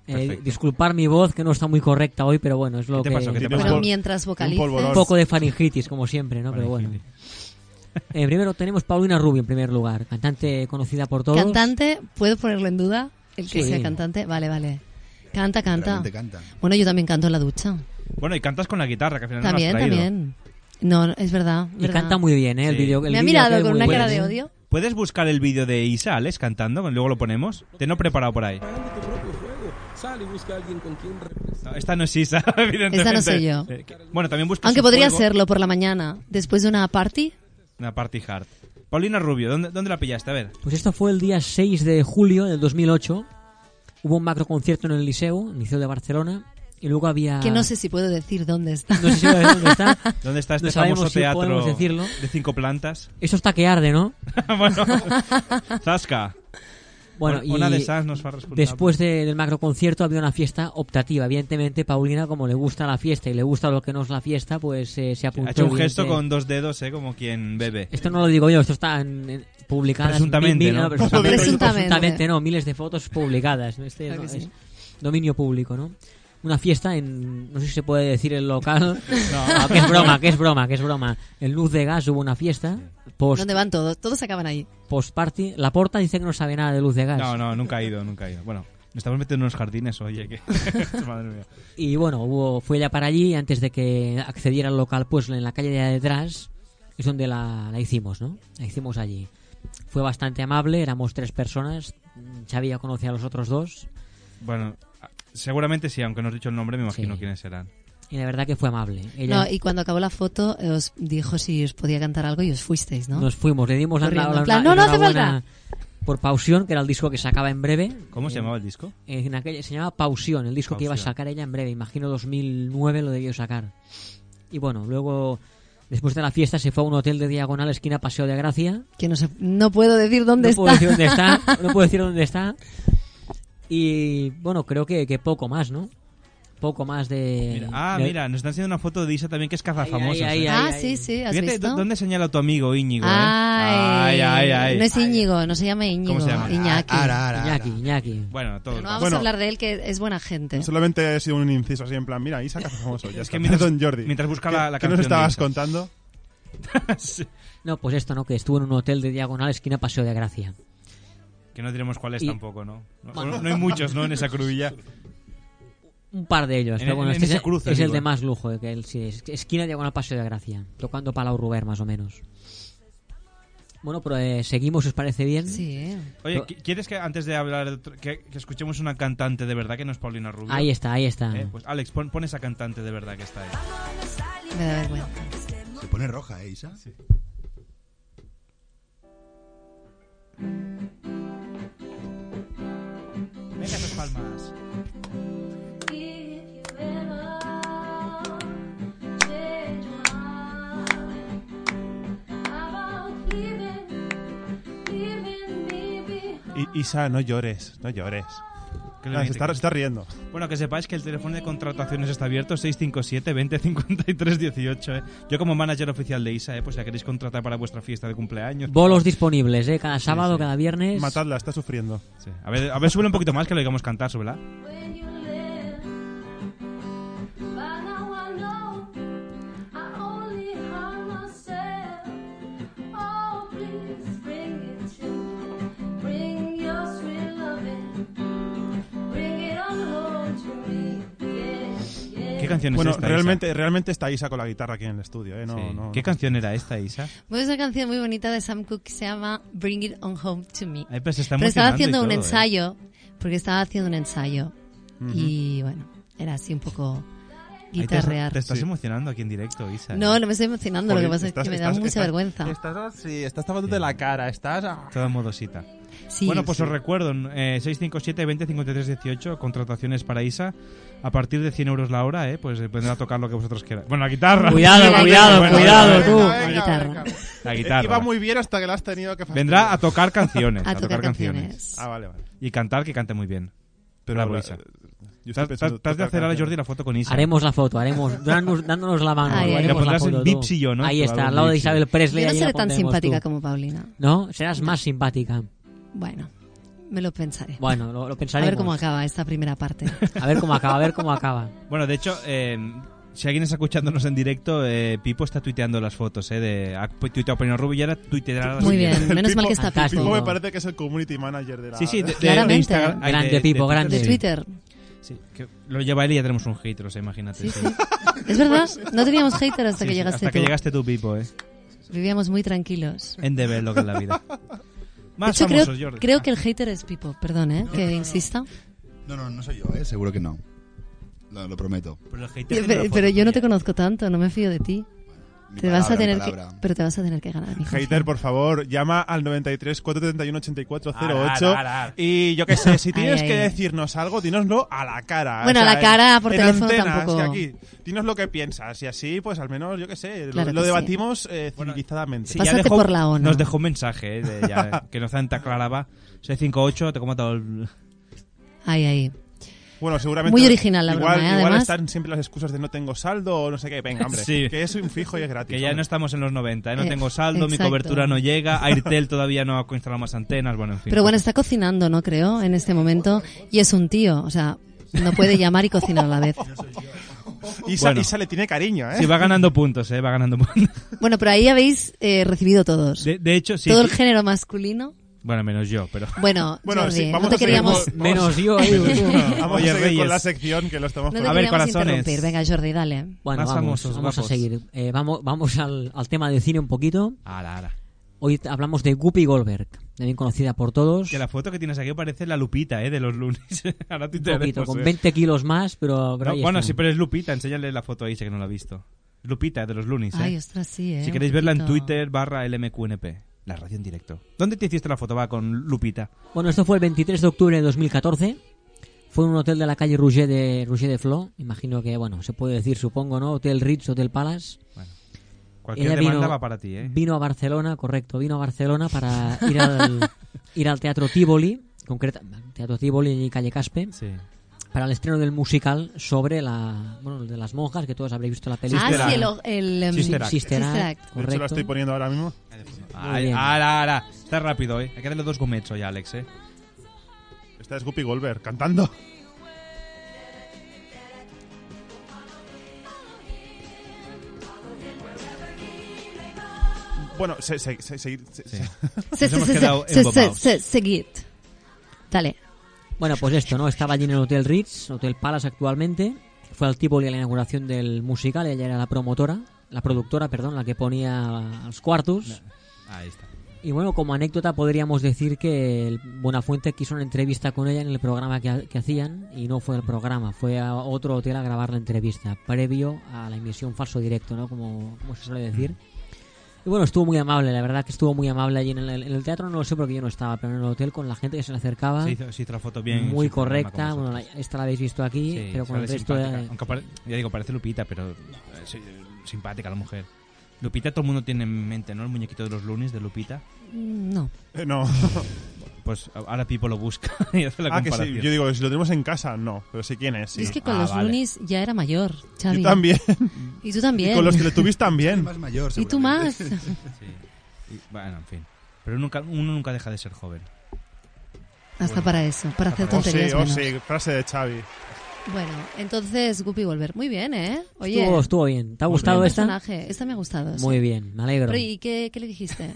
Speaker 12: Eh,
Speaker 4: Perfecto.
Speaker 12: disculpar mi voz, que no está muy correcta hoy, pero bueno, es lo
Speaker 4: ¿Qué te
Speaker 12: que...
Speaker 4: pasó? ¿Qué te
Speaker 5: Tiene un
Speaker 4: pasó?
Speaker 6: Pero
Speaker 5: pol-
Speaker 6: mientras vocalices-
Speaker 5: Un polvorón.
Speaker 12: Un poco de faringitis, como siempre, ¿no? Pero bueno. Eh, primero tenemos Paulina Rubio en primer lugar, cantante conocida por todos.
Speaker 6: Cantante, ¿puedo ponerlo en duda? El que
Speaker 12: Sí.
Speaker 6: sea cantante. Vale, vale. Canta, canta.
Speaker 8: Realmente canta.
Speaker 6: Bueno, yo también canto en la ducha.
Speaker 4: Bueno, y cantas con la guitarra, que al final no
Speaker 6: También,
Speaker 4: la has traído.
Speaker 6: también. No, no, es verdad.
Speaker 12: Y
Speaker 6: verdad.
Speaker 12: canta muy bien, ¿eh? El
Speaker 4: Sí.
Speaker 12: vídeo- el
Speaker 6: Me ha
Speaker 12: vídeo
Speaker 6: mirado
Speaker 12: aquel
Speaker 6: con
Speaker 12: muy
Speaker 6: una
Speaker 12: bueno.
Speaker 6: cara de odio.
Speaker 4: ¿Puedes buscar el vídeo de Isa, Alex, cantando? Luego lo ponemos. Te no preparado por ahí. No, esta no es Isa, evidentemente.
Speaker 6: Esta no soy yo.
Speaker 4: Eh, que- Bueno, también buscas
Speaker 6: Aunque
Speaker 4: un
Speaker 6: podría
Speaker 4: juego,
Speaker 6: serlo por la mañana, después de una party.
Speaker 4: Una party hard. Paulina Rubio, ¿dónde, dónde la pillaste? A ver.
Speaker 12: Pues esto fue el día 6 de julio del 2008. Hubo un macro concierto en el Liceu, en el Liceu de Barcelona. Y luego había...
Speaker 6: Que no sé si puedo decir dónde está.
Speaker 12: Ah. no sé si dónde está.
Speaker 4: ¿Dónde está este
Speaker 12: No sabemos
Speaker 4: famoso
Speaker 12: si
Speaker 4: teatro
Speaker 12: podemos decirlo.
Speaker 4: de cinco plantas?
Speaker 12: Eso está que arde, ¿no?
Speaker 4: bueno, Zasca.
Speaker 12: Bueno, y
Speaker 4: Ona de Sanz nos fa responsable.
Speaker 12: después de- del macro concierto había una fiesta optativa. Evidentemente, Paulina, como le gusta la fiesta y le gusta lo que no es la fiesta, pues eh, se apuntó.
Speaker 4: Ha hecho un gesto
Speaker 12: evidente-
Speaker 4: con dos dedos, ¿eh? Como quien bebe.
Speaker 12: Esto no lo digo yo, esto está en, en- publicadas.
Speaker 4: Presuntamente,
Speaker 12: mil- mil-
Speaker 4: ¿no?
Speaker 12: no, presuntamente,
Speaker 4: Presuntamente.
Speaker 12: presuntamente no, miles de fotos publicadas. Este
Speaker 13: Claro
Speaker 12: no,
Speaker 13: que sí.
Speaker 12: es dominio público, ¿no? Una fiesta en, no sé si se puede decir el local,
Speaker 6: No.
Speaker 12: No, que es broma, que es broma, que es broma. En Luz de Gas hubo una fiesta, post,
Speaker 6: ¿Dónde van todos? Todos acaban ahí.
Speaker 12: post party, la porta dice que no sabe nada de Luz de Gas.
Speaker 4: No, no, nunca ha ido, nunca ha ido. Bueno, nos estamos metiendo en unos jardines, oye, que... Madre mía.
Speaker 12: Y bueno, hubo, fue ella para allí y antes de que accediera al local, pues en la calle de detrás es donde la, la hicimos, ¿no? La hicimos allí. Fue bastante amable, éramos tres personas. Xavi ya conocía a los otros dos
Speaker 4: Bueno, seguramente sí, aunque no has dicho el nombre, me imagino quiénes serán.
Speaker 12: y la verdad que fue amable. Ella-
Speaker 6: No, y cuando acabó la foto eh, os dijo si os podía cantar algo y os fuisteis, ¿no?
Speaker 12: Nos fuimos, le dimos la,
Speaker 6: Corriendo,
Speaker 12: la-
Speaker 6: en
Speaker 12: la-
Speaker 6: plan, no, no hace
Speaker 12: enhorabuena
Speaker 6: falta.
Speaker 12: por Pausión, que era el disco que sacaba en breve.
Speaker 4: ¿Cómo se
Speaker 12: Eh,
Speaker 4: llamaba el disco?
Speaker 12: En aquella, se llamaba Pausión, el disco que iba a
Speaker 4: Pausión.
Speaker 12: sacar ella en breve. Imagino 2009 lo debió sacar. Y bueno, luego, después de la fiesta, se fue a un hotel de Diagonal, esquina Paseo de Gracia.
Speaker 6: Que no, se- no puedo decir dónde
Speaker 12: no
Speaker 6: está.
Speaker 12: puedo decir dónde está. No puedo decir dónde está. Y bueno, creo que, que poco más, ¿no? Poco más de...
Speaker 4: Mira, ah,
Speaker 12: de-
Speaker 4: mira, nos están enseñando una foto de Isa también, que es cazafamosos.
Speaker 12: ahí, ahí,
Speaker 4: ¿eh?
Speaker 6: ah, sí, sí, ¿has
Speaker 4: Fíjate
Speaker 6: visto?
Speaker 4: dó- dónde señala tu amigo Íñigo, ¿eh? ay,
Speaker 6: Ay,
Speaker 4: ay, ay.
Speaker 6: No es Íñigo, no se llama Íñigo.
Speaker 4: ¿Cómo se llama?
Speaker 6: Iñaki.
Speaker 4: Ara,
Speaker 5: ara,
Speaker 12: Iñaki, Iñaki.
Speaker 4: Bueno, todos.
Speaker 6: No vamos
Speaker 5: Bueno.
Speaker 6: a hablar de él, que es buena gente.
Speaker 5: Solamente he sido un inciso así en plan, mira, Isa Caza famoso. Ya
Speaker 4: Es
Speaker 5: está.
Speaker 4: que mientras-
Speaker 5: Perdón, Jordi.
Speaker 4: mientras busca
Speaker 5: ¿Qué-
Speaker 4: la- la
Speaker 5: ¿Qué nos
Speaker 4: canción de
Speaker 5: estabas
Speaker 4: Isa?
Speaker 5: contando?
Speaker 12: No, pues esto, ¿no? Que estuvo en un hotel de Diagonal, esquina Paseo de Gracia.
Speaker 4: Que no diremos cuál es
Speaker 12: Y-
Speaker 4: tampoco, ¿no? No,
Speaker 12: Bueno.
Speaker 4: no hay muchos, ¿no? En esa crudilla.
Speaker 12: Un par de ellos,
Speaker 4: En-
Speaker 12: pero bueno,
Speaker 4: en
Speaker 12: este
Speaker 4: esa
Speaker 12: es,
Speaker 4: cruz,
Speaker 12: es el
Speaker 4: digo,
Speaker 12: de
Speaker 4: eh.
Speaker 12: más lujo, eh, que el, sí, es- esquina diagonal Paseo de Gracia, tocando Palau Ruber más o menos. Bueno, pero eh, seguimos, ¿os parece bien?
Speaker 6: Sí. eh.
Speaker 4: Oye, ¿qui- ¿quieres que antes de hablar, de otro- que, que escuchemos una cantante de verdad que no es Paulina Rubio?
Speaker 12: Ahí está, ahí está.
Speaker 4: Eh, pues Alex, pon, pon esa cantante de verdad que está ahí.
Speaker 6: Me da vergüenza.
Speaker 8: Se pone roja, ¿eh, Isa?
Speaker 4: Venga, esas palmas.
Speaker 5: I- Isa, no llores, no llores.
Speaker 4: Que le
Speaker 5: Ah, se,
Speaker 4: mete,
Speaker 5: está,
Speaker 4: que-
Speaker 5: se está riendo.
Speaker 4: Bueno, que sepáis que el teléfono de contrataciones está abierto 657 20 53 18. ¿eh? Yo como manager oficial de ISA, ¿eh? pues si la queréis contratar para vuestra fiesta de cumpleaños.
Speaker 12: Bolos disponibles, ¿eh? Cada sábado, cada viernes.
Speaker 5: Matadla, está sufriendo.
Speaker 4: Sí. A ver, a ver, súbele un poquito más que lo digamos cantar, súbela.
Speaker 14: Oh,
Speaker 4: ¿Qué canción es
Speaker 5: bueno,
Speaker 4: esta, Isa?
Speaker 5: realmente, realmente está Isa con la guitarra aquí en el estudio, ¿eh? No, no,
Speaker 4: ¿Qué
Speaker 5: no.
Speaker 4: canción era esta, Isa?
Speaker 6: Pues una canción muy bonita de Sam Cooke que se llama Bring It On Home to Me.
Speaker 4: Ay, pero se está
Speaker 6: estaba
Speaker 4: emocionando
Speaker 6: haciendo
Speaker 4: y
Speaker 6: un
Speaker 4: todo, ¿eh?
Speaker 6: ensayo, porque estaba haciendo un ensayo.
Speaker 4: Ujú.
Speaker 6: Y bueno, era así un poco
Speaker 4: Ay, te-
Speaker 6: guitarrear.
Speaker 4: Te, estás emocionando aquí en directo, Isa. ¿eh?
Speaker 6: No, no me estoy emocionando, lo que pasa es que me da mucha vergüenza.
Speaker 5: Estás así, estás tapándote la cara, estás...
Speaker 4: Toda modosita.
Speaker 6: Sí,
Speaker 4: bueno, pues
Speaker 6: sí.
Speaker 4: os recuerdo, eh, 657 20 53 18, contrataciones para ISA. A partir de 100 euros la hora, eh, pues eh, vendrá a tocar lo que vosotros queráis. Bueno, la guitarra.
Speaker 12: Cuidado,
Speaker 4: Bueno,
Speaker 12: cuidado,
Speaker 4: bueno,
Speaker 12: cuidado,
Speaker 4: bueno,
Speaker 12: tú.
Speaker 4: bueno,
Speaker 12: La
Speaker 4: bueno.
Speaker 12: guitarra. La guitarra.
Speaker 5: E-, Iba muy bien hasta que la has tenido que fastidiar.
Speaker 4: Vendrá a tocar canciones.
Speaker 5: A
Speaker 4: a,
Speaker 5: tocar
Speaker 4: tocar canciones.
Speaker 5: Ah, vale, vale.
Speaker 4: Y cantar, que cante muy bien.
Speaker 5: Pero
Speaker 4: Bravo,
Speaker 5: la- yo
Speaker 4: Isa.
Speaker 5: estoy
Speaker 4: Te has-
Speaker 5: pensando
Speaker 4: te has de
Speaker 5: tocar
Speaker 4: hacer ahora,
Speaker 5: canciones.
Speaker 4: Jordi, la foto con Isa.
Speaker 12: Haremos la foto, haremos, dándonos, dándonos la mano.
Speaker 6: Ay, ay.
Speaker 12: haremos
Speaker 4: Le
Speaker 12: la
Speaker 4: pondrás
Speaker 12: foto,
Speaker 4: en
Speaker 12: tú.
Speaker 4: Vipsy yo, ¿no?
Speaker 12: Ahí
Speaker 4: Tú,
Speaker 12: está,
Speaker 4: algo
Speaker 12: al lado de
Speaker 4: Vipsy.
Speaker 12: Isabel Presley.
Speaker 6: Yo no
Speaker 12: ahí
Speaker 6: seré
Speaker 12: la
Speaker 6: tan
Speaker 12: pondremos
Speaker 6: simpática
Speaker 12: tú.
Speaker 6: como Paulina.
Speaker 12: ¿No? Serás más simpática.
Speaker 6: Bueno, me lo pensaré.
Speaker 12: Bueno, lo, lo
Speaker 6: A
Speaker 12: pensaremos.
Speaker 6: ver cómo acaba esta primera parte.
Speaker 12: A ver cómo acaba, a ver cómo acaba.
Speaker 4: Bueno, de hecho, eh, si alguien está escuchándonos en directo, eh, Pipo está tuiteando las fotos, ¿eh? De, ha tuiteado Paulina Rubio y ahora tuiteará las
Speaker 6: Muy bien,
Speaker 4: siguientes.
Speaker 6: menos mal que está
Speaker 5: El
Speaker 6: Pipo.
Speaker 5: Pipo me parece que es el community manager de la...
Speaker 4: Sí, sí, de, de- de
Speaker 6: Claramente.
Speaker 4: Instagram. ay, de-
Speaker 12: Grande
Speaker 4: de
Speaker 12: Pipo,
Speaker 4: Twitter,
Speaker 12: grande.
Speaker 4: sí.
Speaker 6: De Twitter.
Speaker 4: Sí, que lo lleva él y ya tenemos un hater, o sea, imagínate. sí.
Speaker 6: Es verdad,
Speaker 12: Pues
Speaker 6: no teníamos hater hasta
Speaker 4: Sí,
Speaker 6: que
Speaker 4: sí,
Speaker 6: llegaste
Speaker 4: hasta que
Speaker 6: tú.
Speaker 4: llegaste tú, Pipo, ¿eh?
Speaker 6: Vivíamos muy tranquilos.
Speaker 4: En deber lo que es la vida.
Speaker 6: De
Speaker 4: Más
Speaker 6: hecho, creo,
Speaker 4: famosos, Jordi. Ah.
Speaker 6: creo que el hater es Pipo, perdón, ¿eh? que insista.
Speaker 8: No, no, no soy yo, ¿eh? Seguro que no. Lo, lo prometo.
Speaker 4: Pero el hater
Speaker 6: Pero,
Speaker 4: tiene la foto
Speaker 6: pero yo no te
Speaker 4: tuya.
Speaker 6: conozco tanto, no me fío de ti.
Speaker 8: Mi
Speaker 6: Te vas
Speaker 8: palabra,
Speaker 6: a tener
Speaker 8: mi
Speaker 6: que,
Speaker 8: palabra.
Speaker 6: pero te vas a tener que ganar. mi
Speaker 5: Hater, por favor, llama al 93 431 8408
Speaker 4: Ar, ar, ar.
Speaker 5: y yo qué sé, si tienes
Speaker 6: Ay,
Speaker 5: que
Speaker 6: ay.
Speaker 5: decirnos algo, dínoslo a la cara.
Speaker 6: Bueno, a la
Speaker 5: en-
Speaker 6: cara, por
Speaker 5: en
Speaker 6: teléfono
Speaker 5: antenas,
Speaker 6: tampoco.
Speaker 5: que aquí, dinos lo que piensas y así, pues al menos, yo qué sé, lo-
Speaker 6: Claro
Speaker 5: lo,
Speaker 6: que sí.
Speaker 5: debatimos eh, civilizadamente.
Speaker 4: Sí, ya dejó- Nos dejó un mensaje eh, de ella, que nos Santa aclaraba. 658, te como todo el...
Speaker 6: Ay, ay.
Speaker 5: Bueno, seguramente.
Speaker 6: Muy original la
Speaker 5: igual,
Speaker 6: broma, ¿eh?
Speaker 5: Igual
Speaker 6: Además-
Speaker 5: están siempre las excusas de no tengo saldo o no sé qué. Venga, hombre.
Speaker 4: Sí.
Speaker 5: Que es un fijo y es gratis.
Speaker 4: Que ya no estamos en los 90, ¿eh? no
Speaker 6: Eh,
Speaker 4: tengo saldo, mi
Speaker 6: exacto.
Speaker 4: cobertura no llega, Airtel todavía no ha instalado más antenas, bueno, en fin.
Speaker 6: Pero bueno, está cocinando, ¿no? Creo, en este momento. Y es un tío, o sea, no puede llamar y cocinar a la vez.
Speaker 5: Isa,
Speaker 4: Bueno.
Speaker 5: Isa le tiene cariño, ¿eh?
Speaker 4: Sí, va ganando puntos, ¿eh? va ganando puntos.
Speaker 6: Bueno, pero ahí habéis eh, recibido todos.
Speaker 4: De, de hecho, sí.
Speaker 6: Todo el género masculino.
Speaker 4: Bueno, menos yo, pero...
Speaker 6: Bueno, Jordi, no te queríamos...
Speaker 5: Vamos
Speaker 4: Oye,
Speaker 5: a seguir con
Speaker 4: Reyes.
Speaker 5: la sección que lo estamos
Speaker 6: No te
Speaker 5: probando.
Speaker 6: queríamos interrumpir. Venga, Jordi, dale.
Speaker 12: Bueno,
Speaker 4: Más
Speaker 12: vamos,
Speaker 4: famosos,
Speaker 12: vamos a
Speaker 4: guapos.
Speaker 12: seguir. Eh, vamos vamos al, al tema de cine un poquito. Hoy t- hablamos de Guppy Goldberg, también conocida por todos.
Speaker 4: Que la foto que tienes aquí parece la Lupita, ¿eh? De los lunes. Ahora te
Speaker 12: Un
Speaker 4: enteras,
Speaker 12: poquito,
Speaker 4: pues,
Speaker 12: con
Speaker 4: eh.
Speaker 12: 20 kilos más, pero... pero
Speaker 4: No,
Speaker 12: ahí
Speaker 4: bueno,
Speaker 12: está.
Speaker 4: sí, pero es Lupita, enséñale la foto ahí, sé que no la ha visto. Lupita, de los lunes, ¿eh?
Speaker 6: Ay, ostras, sí, ¿eh?
Speaker 4: Si
Speaker 6: Un
Speaker 4: queréis verla en
Speaker 6: poquito.
Speaker 4: Twitter, barra LMQNP, la radio en directo. ¿Dónde te hiciste la foto, va, con Lupita?
Speaker 12: Bueno, esto fue el 23 de octubre de 2014. Fue en un hotel de la calle Rouget de, Rouget de Flo. Imagino que, bueno, se puede decir, supongo, ¿no? Hotel Ritz, Hotel Palace.
Speaker 4: Cualquier
Speaker 12: Ella
Speaker 4: demanda va para ti, ¿eh?
Speaker 12: Vino a Barcelona, correcto. Vino a Barcelona para ir al, ir al Teatro Tivoli, concreta, Teatro Tivoli en calle Caspe. Para el estreno del musical sobre la. Bueno, el de las monjas, que todos habréis visto la película.
Speaker 6: Ah, sí, el o- el, em, Sister Act. Sister Act,
Speaker 5: De hecho, la estoy poniendo ahora mismo.
Speaker 12: Muy bien.
Speaker 4: Ahora, ahora. Está rápido, ¿eh? Hay que darle dos gomets hoy, Alex, ¿eh?
Speaker 5: Esta es Guppy Goldberg cantando. Bueno, se, se, se, seguid- se- se-
Speaker 6: Pues Se- se- se- se- se- se- Seguid. Dale.
Speaker 12: Bueno, pues esto, ¿no? Estaba allí en el Hotel Ritz, Hotel Palace actualmente. Fue al Tivoli a la inauguración del musical, ella era la promotora, la productora, perdón, la que ponía los cuartos.
Speaker 4: Ahí está.
Speaker 12: Y bueno, como anécdota podríamos decir que el Buenafuente quiso una entrevista con ella en el programa que, ha- que hacían y no fue el programa, fue a otro hotel a grabar la entrevista, previo a la emisión falso directo, ¿no? Como, como se suele decir.
Speaker 4: Mm.
Speaker 12: Y bueno, estuvo muy amable, la verdad que estuvo muy amable allí en el, en el teatro, no lo sé porque yo no estaba, pero en el hotel con la gente que se le acercaba.
Speaker 4: Se hizo- se hizo la foto bien,
Speaker 12: Muy
Speaker 4: sin problema
Speaker 12: correcta,
Speaker 4: con
Speaker 12: bueno, la- esta la habéis visto aquí,
Speaker 4: Sí,
Speaker 12: pero con
Speaker 4: sale
Speaker 12: el resto
Speaker 4: simpática.
Speaker 12: de...
Speaker 4: Aunque pare- ya digo, parece Lupita, pero eh, sí, eh, simpática la mujer. Lupita todo el mundo tiene en mente, ¿no? El muñequito de los lunes de Lupita.
Speaker 6: Mm, No.
Speaker 5: Eh, no.
Speaker 4: Pues a- ahora Pipo lo busca y hace la
Speaker 5: ah, que sí.
Speaker 4: comparación.
Speaker 5: Yo digo, si lo tenemos en casa, no. Pero sé quién es. sí. Ah,
Speaker 6: Es que
Speaker 12: Ah,
Speaker 6: con los Lunis ya era mayor, Xavi.
Speaker 5: Yo también.
Speaker 6: Y tú también.
Speaker 5: Y con los que le tuviste también.
Speaker 6: Y tú más.
Speaker 4: Y, bueno, en fin. Pero nunca, uno nunca deja de ser joven.
Speaker 6: Hasta para eso, para hacer
Speaker 5: Oh, sí,
Speaker 6: tonterías.
Speaker 5: oh,
Speaker 6: menos.
Speaker 5: sí. Frase de Xavi.
Speaker 6: Bueno, entonces Guppy Volver. Muy bien, ¿eh? Oye.
Speaker 12: Estuvo- estuvo bien. ¿Te ha
Speaker 6: muy
Speaker 12: gustado
Speaker 6: buen
Speaker 12: esta?
Speaker 6: personaje. Esta me ha gustado. sí.
Speaker 12: Muy bien, me alegro.
Speaker 6: Pero, ¿y qué, qué le dijiste?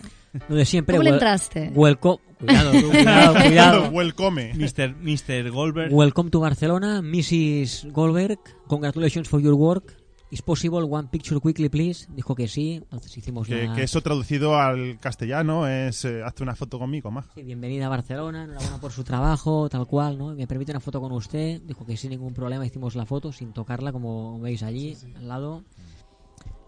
Speaker 12: Lo de siempre...
Speaker 6: ¿Cómo le
Speaker 12: wel-
Speaker 6: entraste?
Speaker 12: Welcome... Cuidado, tú, cuidado, cuidado.
Speaker 5: Welcome.
Speaker 4: Mr. Mr. Goldberg.
Speaker 12: Welcome to Barcelona, Mrs. Goldberg. Congratulations for your work. Is possible one picture quickly, please? Dijo que sí. Entonces hicimos
Speaker 5: Que,
Speaker 12: la...
Speaker 5: que eso traducido al castellano es eh, hazte una foto conmigo, maja.
Speaker 12: Sí, bienvenida a Barcelona, enhorabuena por su trabajo, tal cual, ¿no? ¿Me permite una foto con usted? Dijo que sin ningún problema hicimos la foto, sin tocarla, como veis allí, al lado,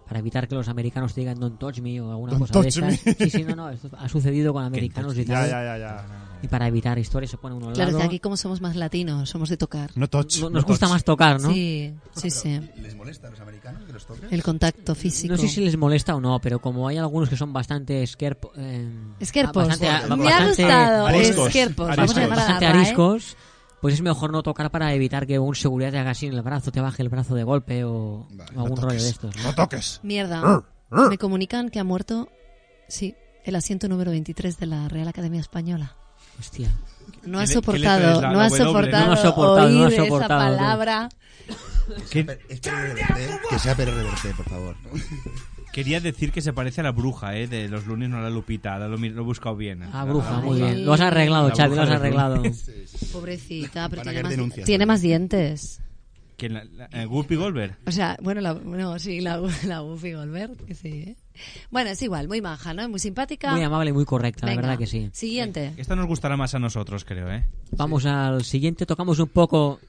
Speaker 12: para evitar que los americanos te digan don't touch me o alguna
Speaker 5: Don't
Speaker 12: cosa de
Speaker 5: touch me.
Speaker 12: estas. Sí, sí, no, no, esto ha sucedido con americanos y
Speaker 5: touch me.
Speaker 12: tal.
Speaker 5: Ya, ya, ya, ya.
Speaker 12: Y para evitar historias se pone uno al
Speaker 6: Claro, es
Speaker 12: lado.
Speaker 6: que aquí como somos más latinos, somos de tocar.
Speaker 5: No touch.
Speaker 12: No- nos no gusta touch. más tocar, ¿no?
Speaker 6: Sí, sí, sí.
Speaker 8: ¿Les molesta a los americanos que los toquen?
Speaker 6: El contacto físico.
Speaker 12: No sé si les molesta o no, pero como hay algunos que son bastante skerp, eh,
Speaker 6: Esquerpos.
Speaker 12: bastante-
Speaker 6: Me ha
Speaker 12: bastante-
Speaker 6: gustado.
Speaker 12: ariscos.
Speaker 6: Esquerpos. Vamos a llamar a la
Speaker 12: Bastante
Speaker 6: RAE.
Speaker 12: ariscos, pues es mejor no tocar para evitar que un seguridad te haga así en el brazo, te baje el brazo de golpe o, o algún rollo de estos. ¿no?
Speaker 5: toques.
Speaker 12: Ah,
Speaker 6: Mierda. Me comunican que ha muerto, sí, el asiento número 23 de la Real Academia Española.
Speaker 12: Hostia.
Speaker 6: No ha
Speaker 12: ¿Qué le- qué letra
Speaker 6: soportado,
Speaker 12: es la-
Speaker 6: no
Speaker 12: la
Speaker 6: ha
Speaker 12: W, no?
Speaker 6: soportado,
Speaker 12: No ha soportado, no ha
Speaker 6: oír
Speaker 12: soportado,
Speaker 6: esa
Speaker 12: no.
Speaker 6: palabra.
Speaker 8: Que sea Pere Reverte, por favor.
Speaker 4: Quería decir que se parece a la bruja, ¿eh? De los lunes, no a la Lupita. Ahora Lo, mi- lo he buscado bien. eh.
Speaker 12: Ah, bruja, muy bien. Lo has arreglado,
Speaker 4: La
Speaker 12: Xavi,
Speaker 4: bruja
Speaker 12: lo has
Speaker 4: de los
Speaker 12: arreglado.
Speaker 4: lunes.
Speaker 6: Pobrecita, pero
Speaker 8: Van a
Speaker 6: tiene
Speaker 8: caer
Speaker 6: más,
Speaker 8: denuncias.
Speaker 6: tiene más dientes.
Speaker 4: ¿Quién la- la- eh, Guppy Goldberg.
Speaker 6: O sea, bueno, la, no, sí, la, la Buffy Goldberg, que sí. ¿eh? Bueno, es igual, muy maja, ¿no? Muy simpática.
Speaker 12: Muy amable y muy correcta,
Speaker 6: Venga,
Speaker 12: la verdad que sí.
Speaker 6: Siguiente.
Speaker 4: Esta nos gustará más a nosotros, creo, ¿eh?
Speaker 12: Vamos al siguiente, tocamos un poco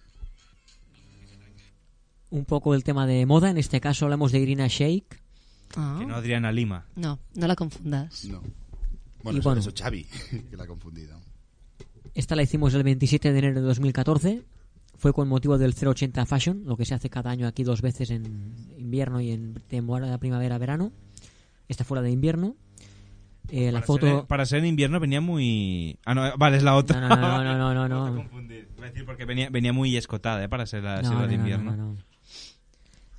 Speaker 12: un poco el tema de moda, en este caso hablamos de Irina Shayk,
Speaker 6: Ah.
Speaker 4: Que no Adriana Lima.
Speaker 6: No, no la confundas.
Speaker 8: No.
Speaker 12: Y
Speaker 8: Bueno, eso-
Speaker 12: bueno.
Speaker 8: eso Xavi, que la ha confundido.
Speaker 12: Esta la hicimos el 27 de enero de 2014. Fue con motivo del 080 Fashion, lo que se hace cada año aquí dos veces en invierno y en temporada primavera-verano. Esta fue la de invierno. Eh, la
Speaker 4: Para
Speaker 12: foto.
Speaker 4: ser- para ser en invierno venía muy. Ah, no, vale, es la otra.
Speaker 12: No, no, no, no, no, no, no.
Speaker 4: Iba a decir porque venía, venía muy escotada, ¿eh? Para ser la
Speaker 12: No,
Speaker 4: selva
Speaker 12: no,
Speaker 4: de
Speaker 12: no,
Speaker 4: invierno.
Speaker 12: no, no.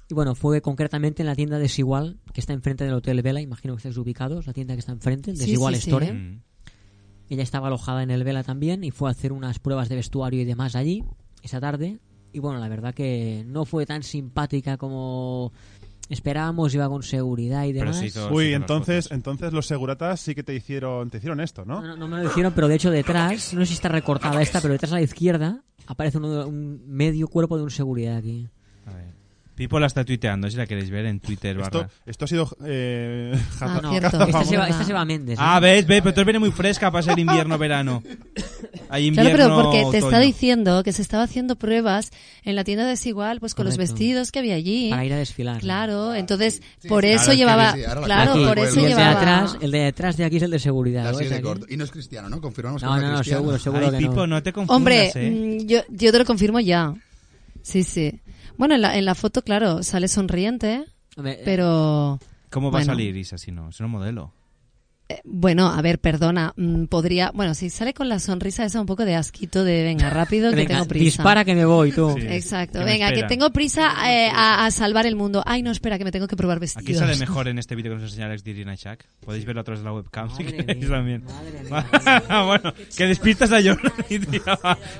Speaker 12: Y bueno, fue concretamente en la tienda Desigual, que está enfrente del Hotel Vela, imagino que estáis ubicados, la tienda que está enfrente,
Speaker 6: Sí,
Speaker 12: Desigual
Speaker 6: sí, sí.
Speaker 12: Store. ¿eh?
Speaker 6: Mm.
Speaker 12: Ella estaba alojada en el Vela también y fue a hacer unas pruebas de vestuario y demás allí esa tarde. Y bueno, la verdad que no fue tan simpática como esperábamos, iba con seguridad y demás.
Speaker 5: Uy, entonces, entonces los seguratas sí que te hicieron, te hicieron esto, ¿no?
Speaker 12: No, no me lo hicieron, pero de hecho detrás, no sé si está recortada esta, pero detrás a la izquierda aparece uno de- un medio cuerpo de un seguridad aquí.
Speaker 4: Pipo la está tuiteando, si la queréis ver en Twitter.
Speaker 5: Esto,
Speaker 4: barra.
Speaker 5: esto ha sido... Eh,
Speaker 12: Ah, no,
Speaker 5: jaza-
Speaker 12: esta se va,
Speaker 5: jaza-
Speaker 12: esta se va a Méndez. ¿eh?
Speaker 4: Ah, ves, ves, pero tú viene muy fresca para ser invierno-verano. Hay invierno
Speaker 6: claro, pero porque te está
Speaker 4: otoño.
Speaker 6: diciendo que se estaba haciendo pruebas en la tienda desigual, pues con los
Speaker 12: Correcto.
Speaker 6: vestidos que había allí.
Speaker 12: Para ir a desfilar.
Speaker 6: Claro, entonces por
Speaker 8: sí, claro,
Speaker 6: eso
Speaker 8: es que
Speaker 6: llevaba,
Speaker 8: sí, ahora la
Speaker 6: Ah, claro,
Speaker 8: gente
Speaker 6: por
Speaker 8: vuelve.
Speaker 6: eso
Speaker 12: Y el de
Speaker 6: llevaba.
Speaker 12: atrás, el de detrás de aquí es el de seguridad.
Speaker 8: La
Speaker 12: ¿lo
Speaker 8: sigue
Speaker 12: ves
Speaker 8: de
Speaker 12: aquí?
Speaker 8: corto. Y no es cristiano, ¿no? Confirmamos
Speaker 12: No,
Speaker 8: que
Speaker 12: no,
Speaker 8: no,
Speaker 12: no,
Speaker 8: es cristiano.
Speaker 12: seguro, seguro que
Speaker 4: Pipo, no te confundas,
Speaker 6: Hombre,
Speaker 4: ¿eh?
Speaker 6: mm, yo, yo te lo confirmo ya. Sí, sí. Bueno, en la, en la foto, claro, sale sonriente,
Speaker 12: Hombre, eh,
Speaker 6: pero
Speaker 4: ¿Cómo va
Speaker 6: bueno.
Speaker 4: a salir Isa si no? Es un modelo.
Speaker 6: eh, bueno, a ver, perdona, mm, podría, bueno, si sale con la sonrisa esa un poco de asquito de venga rápido que
Speaker 12: venga,
Speaker 6: tengo prisa.
Speaker 12: dispara que me voy, tú.
Speaker 6: Exacto,
Speaker 4: que me
Speaker 6: venga, que
Speaker 4: espera.
Speaker 6: tengo prisa eh, a, a salvar el mundo. Ay, no, espera, que me tengo que probar vestidos.
Speaker 4: Aquí sale mejor en este vídeo que nos enseña Alex Dirina Shack. Podéis verlo a través de la webcam si
Speaker 12: Madre
Speaker 4: queréis
Speaker 12: mía,
Speaker 4: también.
Speaker 12: madre
Speaker 4: bueno, que despistas a Jordi, tío,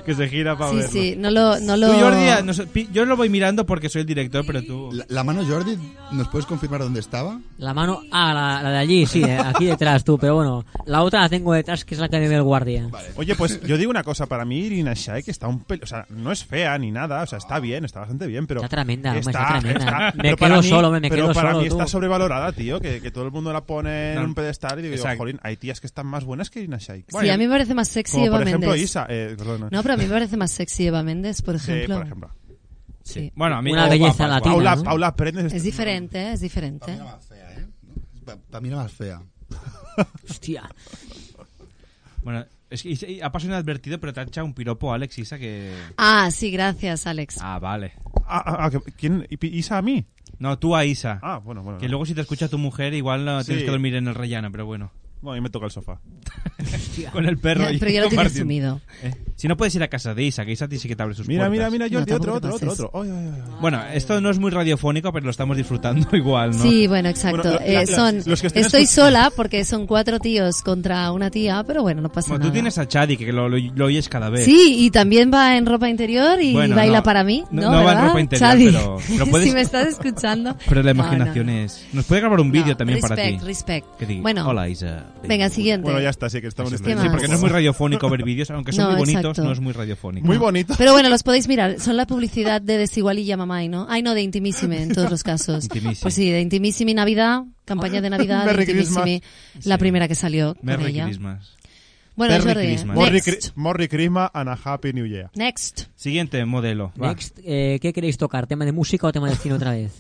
Speaker 4: que se gira para
Speaker 6: Sí,
Speaker 4: verlo.
Speaker 6: sí, no lo- no
Speaker 4: Tú,
Speaker 6: lo-
Speaker 4: Jordi, a- nos- pi- yo lo voy mirando porque soy el director, pero tú...
Speaker 8: La, la mano Jordi, ¿nos puedes confirmar dónde estaba?
Speaker 12: La mano, ah, la, la de allí, sí, eh, aquí detrás tú, pero bueno, la otra la tengo detrás que es la que me ve el guardia.
Speaker 5: Oye, pues yo digo una cosa, para mí Irina Shayk está un pelo, o sea, no es fea ni nada, o sea, está bien, está bastante bien, pero
Speaker 12: Está tremenda, hombre, está tremenda. Me
Speaker 5: pero
Speaker 12: quedo
Speaker 5: para mí-
Speaker 12: solo, hombre, me
Speaker 5: pero
Speaker 12: quedo
Speaker 5: para
Speaker 12: solo,
Speaker 5: mí
Speaker 12: tú.
Speaker 5: está sobrevalorada, tío, que, que todo el mundo la pone
Speaker 4: No.
Speaker 5: en un pedestal y digo,
Speaker 4: Exacto.
Speaker 5: jolín, hay tías que están más buenas que Irina Shayk.
Speaker 6: Sí, a mí me parece más sexy
Speaker 5: como
Speaker 6: Eva
Speaker 5: por ejemplo
Speaker 6: Méndez.
Speaker 5: Isa, eh, perdona.
Speaker 6: No, pero a mí me parece más sexy Eva Méndez, por
Speaker 5: Sí,
Speaker 6: ejemplo.
Speaker 5: por ejemplo.
Speaker 6: Sí.
Speaker 4: Bueno, a mí...
Speaker 12: Una
Speaker 4: oh,
Speaker 12: belleza
Speaker 4: guapa,
Speaker 12: latina,
Speaker 4: guapa.
Speaker 5: Paula,
Speaker 12: ¿no?
Speaker 5: Paula Pérez
Speaker 6: Es diferente, ¿eh? es diferente.
Speaker 8: Para mí la más fea.
Speaker 12: Hostia.
Speaker 4: Bueno, es que Isa- ha pasado inadvertido, pero te ha echado un piropo Alex Isa que...
Speaker 6: Ah, sí, gracias, Alex.
Speaker 4: Ah, vale.
Speaker 5: Ah, ah, ah, que- ¿quién? Isa a mí.
Speaker 4: No, tú a Isa.
Speaker 5: Ah, bueno, bueno.
Speaker 4: Que
Speaker 5: no.
Speaker 4: luego si te escucha tu mujer, igual no,
Speaker 5: Sí.
Speaker 4: tienes que dormir en el rellano, pero bueno.
Speaker 5: Bueno, y me toca el sofá.
Speaker 4: Con el perro. y
Speaker 6: pero ya lo tienes
Speaker 4: compartiendo.
Speaker 6: asumido.
Speaker 4: Eh, Si no puedes ir a casa de Isa, que Isa a ti sí que te abre sus
Speaker 5: Mira, mira,
Speaker 4: puertas.
Speaker 5: mira,
Speaker 6: No,
Speaker 5: Jordi, otro,
Speaker 6: tampoco te
Speaker 5: otro, otro,
Speaker 6: pases.
Speaker 5: otro. Ay, ay, ay, ay.
Speaker 4: Bueno, esto no es muy radiofónico, pero lo estamos disfrutando igual, ¿no?
Speaker 6: Sí, bueno, exacto.
Speaker 5: Bueno, la-
Speaker 6: Eh,
Speaker 5: la-
Speaker 6: son,
Speaker 5: los que estén
Speaker 6: estoy
Speaker 5: escuch-
Speaker 6: sola porque son cuatro tíos contra una tía, pero bueno, no pasa
Speaker 4: Bueno,
Speaker 6: nada.
Speaker 4: tú tienes a Chadi, que lo, lo- lo oyes cada vez.
Speaker 6: Sí, y también va en ropa interior y
Speaker 4: Bueno,
Speaker 6: baila
Speaker 4: no,
Speaker 6: para mí.
Speaker 4: no-
Speaker 6: No,
Speaker 4: no va en
Speaker 6: ¿verdad?
Speaker 4: ropa interior,
Speaker 6: Xavi,
Speaker 4: pero- pero puedes-
Speaker 6: si me estás escuchando.
Speaker 4: Pero la
Speaker 6: No, no,
Speaker 4: imaginación es... Nos puede grabar un vídeo
Speaker 6: No,
Speaker 4: también para ti.
Speaker 6: respect, respect.
Speaker 4: Que diga,
Speaker 6: Bueno.
Speaker 4: Hola, Isa.
Speaker 6: Venga, siguiente.
Speaker 5: Bueno, ya está, sí que estamos en
Speaker 6: ¿Qué
Speaker 5: este-
Speaker 4: Sí,
Speaker 6: más?
Speaker 4: porque no es muy radiofónico ver vídeos, aunque son
Speaker 6: No,
Speaker 4: muy bonitos,
Speaker 6: exacto.
Speaker 4: no es muy radiofónico.
Speaker 5: Muy bonito.
Speaker 6: Pero bueno, los podéis mirar. Son la publicidad de Desigual y Yamamay, ¿no? Ay, no, de Intimissime en todos los casos.
Speaker 4: Intimissime.
Speaker 6: Pues sí, de Intimissime Navidad, campaña de Navidad, de
Speaker 5: Merry
Speaker 6: Intimissime, la
Speaker 4: Sí.
Speaker 6: primera que salió con
Speaker 4: Merry
Speaker 6: ella.
Speaker 4: Christmas.
Speaker 6: Bueno,
Speaker 4: Merry
Speaker 6: Jordi,
Speaker 4: Christmas.
Speaker 5: Morri,
Speaker 6: next.
Speaker 5: Crisma and a Happy New Year.
Speaker 6: Next.
Speaker 4: Siguiente Este modelo. va.
Speaker 12: Next, eh, ¿qué queréis tocar? ¿Tema de música o tema de cine otra vez?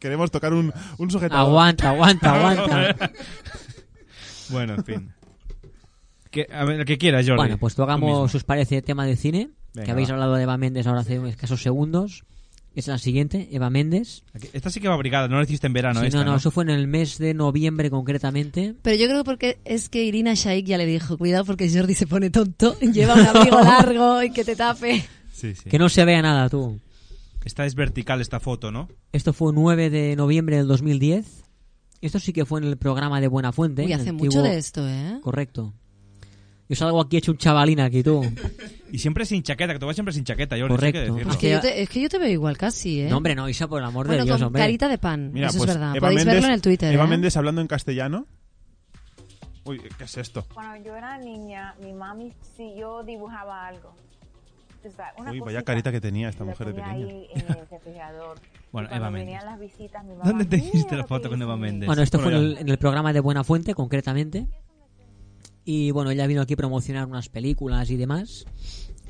Speaker 5: Queremos tocar un, un sujetador.
Speaker 12: aguanta, aguanta, aguanta.
Speaker 4: Bueno, en fin. Que, a ver, el que quiera, Jordi.
Speaker 12: Bueno, pues
Speaker 4: Tú mismo.
Speaker 12: tocamos, si os parece, tema de cine, que
Speaker 4: Venga,
Speaker 12: habéis
Speaker 4: va.
Speaker 12: hablado de Eva Méndez ahora hace escasos segundos. Es la siguiente, Eva Méndez.
Speaker 4: Esta sí que va brigada, no la hiciste en verano
Speaker 12: Sí,
Speaker 4: esta,
Speaker 12: no, no,
Speaker 4: ¿no?
Speaker 12: eso fue en el mes de noviembre concretamente.
Speaker 6: Pero yo creo porque es que Irina Shaik ya le dijo, cuidado porque Jordi se pone tonto, lleva un abrigo largo y que te tape.
Speaker 4: Sí, sí.
Speaker 12: Que no se vea nada, tú.
Speaker 4: Esta es vertical, esta foto, ¿no?
Speaker 12: Esto fue 9 de noviembre del 2010. Esto sí que fue en el programa de Buena Fuente.
Speaker 6: Uy, hace mucho de esto, ¿eh?
Speaker 12: Correcto. Yo salgo aquí hecho un chavalín aquí, tú.
Speaker 4: Y siempre sin chaqueta, que tú vas siempre sin chaqueta, Jordi.
Speaker 12: Correcto.
Speaker 4: sí hay que decirlo.
Speaker 12: Es
Speaker 6: Es que, yo te, es que yo te veo igual casi, ¿eh?
Speaker 12: No, hombre, no, Isa, por el amor
Speaker 6: bueno,
Speaker 12: de Dios,
Speaker 6: con
Speaker 12: hombre.
Speaker 6: carita de pan,
Speaker 5: Mira,
Speaker 6: eso
Speaker 5: pues
Speaker 6: es verdad.
Speaker 5: Eva
Speaker 6: Podéis
Speaker 5: Méndez-
Speaker 6: verlo en el Twitter,
Speaker 5: Eva
Speaker 6: ¿eh?
Speaker 5: Méndez hablando en castellano. Uy, ¿qué es esto?
Speaker 13: Cuando yo era niña, mi mami, si yo dibujaba algo, tú sabes, una
Speaker 5: Uy, vaya
Speaker 13: cosita,
Speaker 5: carita que tenía esta
Speaker 13: la
Speaker 5: mujer de
Speaker 13: ponía
Speaker 5: pequeña.
Speaker 13: ahí en el refrigerador.
Speaker 4: Bueno,
Speaker 13: Y cuando
Speaker 4: Eva
Speaker 13: venían
Speaker 4: Méndez.
Speaker 13: las visitas, mi mamá, "Uh".
Speaker 4: ¿Dónde te
Speaker 13: "Mira
Speaker 4: hiciste la
Speaker 13: lo
Speaker 4: foto
Speaker 13: que
Speaker 4: con Eva
Speaker 13: hice".
Speaker 4: Méndez?
Speaker 12: Bueno, esto
Speaker 5: Bueno,
Speaker 12: fue en
Speaker 5: ya.
Speaker 12: el, en el programa de Buena Fuente, concretamente. Y bueno, ella vino aquí a promocionar unas películas y demás.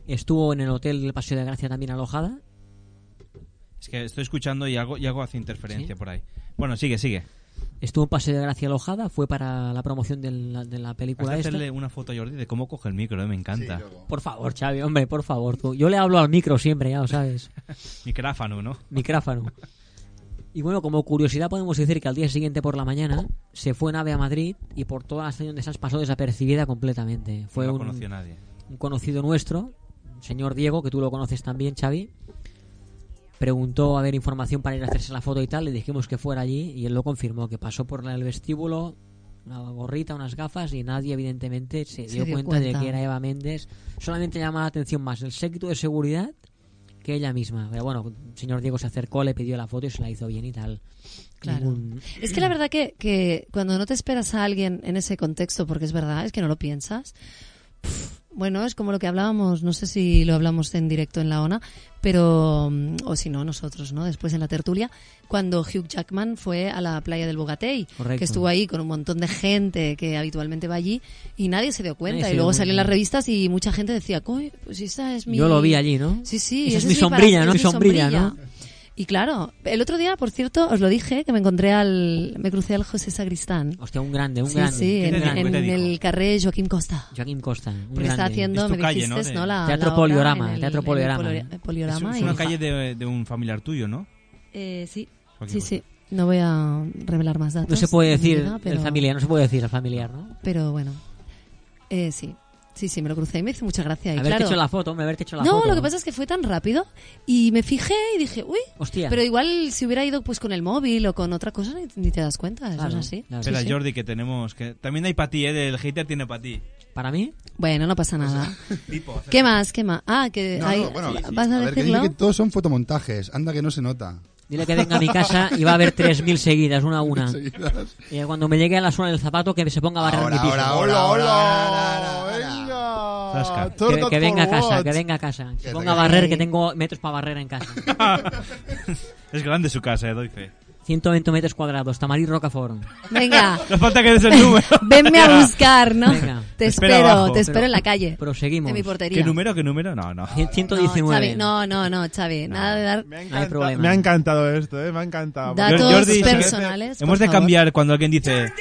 Speaker 12: Estuvo en el hotel del Paseo de Gracia también alojada.
Speaker 4: Es que estoy escuchando y algo, y algo hace interferencia
Speaker 12: ¿Sí?
Speaker 4: por ahí. Bueno, sigue, sigue.
Speaker 12: Estuvo en Paseo de Gracia alojada, fue para la promoción de la, de la
Speaker 4: Has
Speaker 12: película
Speaker 4: de
Speaker 12: esta.
Speaker 4: hacerle una foto a Jordi de cómo coge el micro, eh, me encanta.
Speaker 12: Por favor, Xavi, hombre, por favor. tú. Yo le hablo al micro siempre, ya lo sabes.
Speaker 4: Micráfano, ¿no?
Speaker 12: Micráfano. Y bueno, como curiosidad podemos decir que al día siguiente por la mañana se fue en AVE a Madrid y por toda la estación de Sanz pasó desapercibida completamente. Fue
Speaker 4: No la
Speaker 12: un,
Speaker 4: conoció nadie.
Speaker 12: un conocido nuestro, un señor Diego, que tú lo conoces también, Xavi. Preguntó a ver información para ir a hacerse la foto y tal, le dijimos que fuera allí y él lo confirmó, que pasó por el vestíbulo, una gorrita, unas gafas y nadie evidentemente se dio,
Speaker 6: dio
Speaker 12: cuenta, de
Speaker 6: cuenta.
Speaker 12: que era Eva Méndez. Solamente llama la atención más el séquito de seguridad que ella misma. Pero bueno, el señor Diego se acercó, le pidió la foto y se la hizo bien y tal.
Speaker 6: Claro.
Speaker 12: Ningún-
Speaker 6: Es que la verdad que, que cuando no te esperas a alguien en ese contexto, porque es verdad, es que no lo piensas, pf, bueno, es como lo que hablábamos, no sé si lo hablamos en directo en la ONA, pero, mm, o si no, nosotros, ¿no? Después en la tertulia, cuando Hugh Jackman fue a la playa del Bogatey,
Speaker 12: Correcto.
Speaker 6: que estuvo ahí con un montón de gente que habitualmente va allí, y nadie se dio
Speaker 12: Nadie
Speaker 6: cuenta,
Speaker 12: se
Speaker 6: y
Speaker 12: dio
Speaker 6: luego
Speaker 12: cuenta.
Speaker 6: salían las revistas y mucha gente decía, "Coy, pues esa es mi...
Speaker 12: Yo lo vi allí, ¿no?
Speaker 6: Sí, sí.
Speaker 12: Esa es mi
Speaker 6: ese para-
Speaker 12: sombrilla,
Speaker 6: es
Speaker 12: ¿no?
Speaker 6: mi
Speaker 12: Mi sombrilla, ¿no?
Speaker 6: y claro, el otro día, por cierto, os lo dije, que me encontré al... Me crucé al José Sacristán.
Speaker 12: Hostia, un grande, un
Speaker 6: sí,
Speaker 12: grande.
Speaker 6: sí,
Speaker 12: ¿Qué
Speaker 6: en,
Speaker 12: te dijo?
Speaker 6: en
Speaker 12: ¿Qué te
Speaker 6: el carré Joaquín Costa.
Speaker 12: Joaquín Costa. un
Speaker 6: Porque está
Speaker 12: grande.
Speaker 6: haciendo, me dijiste, ¿no? La,
Speaker 12: Teatro
Speaker 6: la obra
Speaker 12: Poliorama,
Speaker 6: en el-
Speaker 12: Teatro
Speaker 6: en el
Speaker 12: Poliorama.
Speaker 6: polio- poliorama
Speaker 4: es,
Speaker 6: y-
Speaker 4: una calle de, de un familiar tuyo, ¿no?
Speaker 6: Eh, sí,
Speaker 4: Joaquín
Speaker 6: sí, sí. No voy a revelar más datos.
Speaker 12: No se puede
Speaker 6: ni
Speaker 12: decir
Speaker 6: nada, pero-
Speaker 12: el familiar, no se puede decir el familiar, ¿no?
Speaker 6: Pero bueno, eh, sí. Sí, sí, me lo crucé y me hizo mucha gracia. Y
Speaker 12: Haberte
Speaker 6: claro-
Speaker 12: hecho la foto, hombre, haberte hecho la
Speaker 6: no,
Speaker 12: foto.
Speaker 6: lo que pasa es que fue tan rápido y me fijé y dije, uy,
Speaker 12: Hostia.
Speaker 6: pero igual si hubiera ido pues con el móvil o con otra cosa ni, ni te das cuenta, eso es así. Sí,
Speaker 4: Espera,
Speaker 6: sí.
Speaker 4: Jordi, que tenemos. que También hay para ti, ¿eh? El hater tiene para ti.
Speaker 12: ¿Para mí?
Speaker 6: Bueno, no pasa nada.
Speaker 4: tipo, hacer-
Speaker 6: ¿Qué más? ¿Qué más? Ah, que
Speaker 8: No,
Speaker 6: hay-
Speaker 8: no, bueno,
Speaker 6: vas a,
Speaker 8: a ver, que dice
Speaker 6: decirlo.
Speaker 8: que todos son fotomontajes. Anda que no se nota.
Speaker 12: Dile que venga a mi casa y va a haber 3.000 seguidas, una a una.
Speaker 8: Seguidas.
Speaker 12: Y cuando me llegue a la zona del zapato, que se ponga a barrer
Speaker 8: Ahora,
Speaker 12: mi piso.
Speaker 8: ahora, ahora, Hola,
Speaker 4: Zasca.
Speaker 12: Que,
Speaker 4: Torta
Speaker 12: que venga a
Speaker 4: por
Speaker 12: casa,
Speaker 4: what?
Speaker 12: que venga a casa. Que se
Speaker 4: te
Speaker 12: ponga a
Speaker 4: cae.
Speaker 12: barrer, que tengo metros para barrer en casa.
Speaker 4: Es grande su casa, eh, doy fe.
Speaker 12: 120 metros cuadrados, Tamariz Rocafort.
Speaker 6: Venga.
Speaker 4: No falta que des el número.
Speaker 6: Venme a buscar, ¿no?
Speaker 12: Venga.
Speaker 6: Te
Speaker 4: Espera
Speaker 6: espero,
Speaker 4: abajo.
Speaker 6: te espero en la calle.
Speaker 12: Proseguimos.
Speaker 6: En mi portería.
Speaker 4: ¿Qué número? ¿Qué número? No, no.
Speaker 6: No, Xavi, no, no, no, Xavi, nada de dar...
Speaker 5: Me ha encantado esto, ¿eh? Me ha encantado.
Speaker 6: Datos
Speaker 5: Jordi, Jordi, si
Speaker 6: personales,
Speaker 5: quieres-
Speaker 4: Hemos de cambiar cuando alguien dice.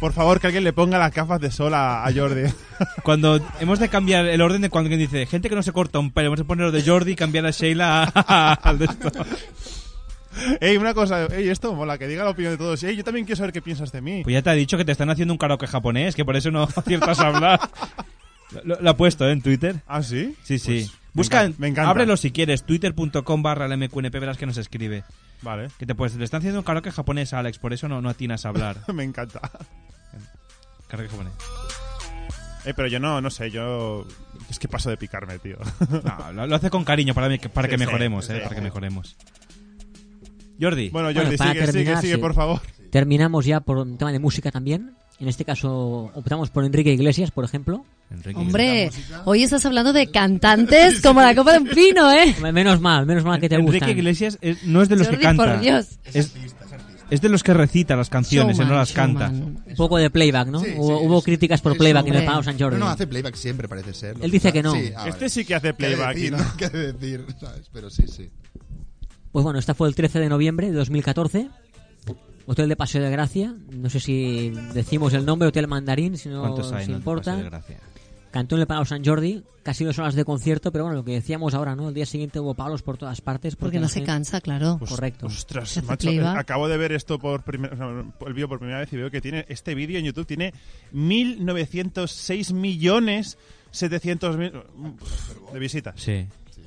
Speaker 5: Por favor, que alguien le ponga las gafas de sol a, a Jordi.
Speaker 4: Cuando hemos de cambiar el orden de cuando alguien dice gente que no se corta un pelo, vamos a poner lo de Jordi y cambiar a Sheila a- al de esto.
Speaker 5: Ey, una cosa, ey, esto mola, que diga la opinión de todos. Ey, yo también quiero saber qué piensas de mí.
Speaker 4: Pues ya te ha dicho que te están haciendo un karaoke japonés, que por eso no aciertas a hablar. Lo, lo ha puesto ¿eh? en Twitter.
Speaker 5: ¿Ah, sí?
Speaker 4: Sí, sí.
Speaker 5: Pues, me
Speaker 4: Busca,
Speaker 5: encanta, me encanta.
Speaker 4: ábrelo si quieres, twitter.com barra la MQNP, verás que nos escribe.
Speaker 5: Vale.
Speaker 4: Que te puedes, le están haciendo un karaoke japonés a Alex, por eso no, no atinas a hablar.
Speaker 5: me encanta.
Speaker 4: Karaoke japonés.
Speaker 5: Eh, pero yo no, no sé, yo... Es que paso de picarme, tío.
Speaker 4: No, lo, lo hace con cariño para, mí- para
Speaker 5: Sí,
Speaker 4: que
Speaker 5: sí,
Speaker 4: mejoremos,
Speaker 5: sí,
Speaker 4: eh,
Speaker 5: sí.
Speaker 4: para que mejoremos. Jordi.
Speaker 5: Bueno,
Speaker 12: Bueno,
Speaker 5: Jordi,
Speaker 12: para
Speaker 5: sigue, sigue,
Speaker 12: terminar,
Speaker 5: sigue,
Speaker 12: sí.
Speaker 5: por favor.
Speaker 12: Terminamos ya por un tema de música también. En este caso optamos por Enrique Iglesias, por ejemplo.
Speaker 6: Hombre, hoy estás hablando de cantantes como la copa de un pino, ¿eh?
Speaker 12: Menos mal, menos mal que te
Speaker 4: Enrique
Speaker 12: gustan.
Speaker 4: Iglesias es- no es de los
Speaker 6: Jordi,
Speaker 4: que canta.
Speaker 6: por Dios.
Speaker 4: Es, es de los que recita las canciones,
Speaker 12: Showman,
Speaker 4: eh, no las canta.
Speaker 12: showman. Un poco de playback, ¿no? hubo hubo críticas por
Speaker 8: es
Speaker 12: playback en
Speaker 8: hombre.
Speaker 12: el Pau San Jordi.
Speaker 8: No, no, hace playback siempre, parece ser.
Speaker 12: Él dice que no.
Speaker 5: Este sí que hace playback,
Speaker 8: ¿Qué decir,
Speaker 5: ¿no?
Speaker 8: ¿Qué decir? ¿Sabes? Pero sí, sí.
Speaker 12: Pues bueno, esta fue el 13 de noviembre de 2014. Hotel de Paseo de Gracia. No sé si decimos el nombre, Hotel Mandarín, si no
Speaker 4: ¿Cuántos
Speaker 12: os
Speaker 4: hay en el
Speaker 12: importa.
Speaker 4: Paseo de Gracia?
Speaker 12: Cantó en el Palau San Jordi, casi dos horas de concierto, pero bueno, lo que decíamos ahora, ¿no? El día siguiente hubo palos por todas partes.
Speaker 6: Porque no
Speaker 12: la
Speaker 6: se
Speaker 12: gente-
Speaker 6: cansa, claro.
Speaker 12: Correcto.
Speaker 5: Ostras,
Speaker 6: Se hace
Speaker 5: macho,
Speaker 6: playback.
Speaker 5: eh, acabo de ver esto por primera, o sea, el vídeo por primera vez y veo que tiene este vídeo en YouTube tiene 1906 millones 700 mil de visitas.
Speaker 4: Sí.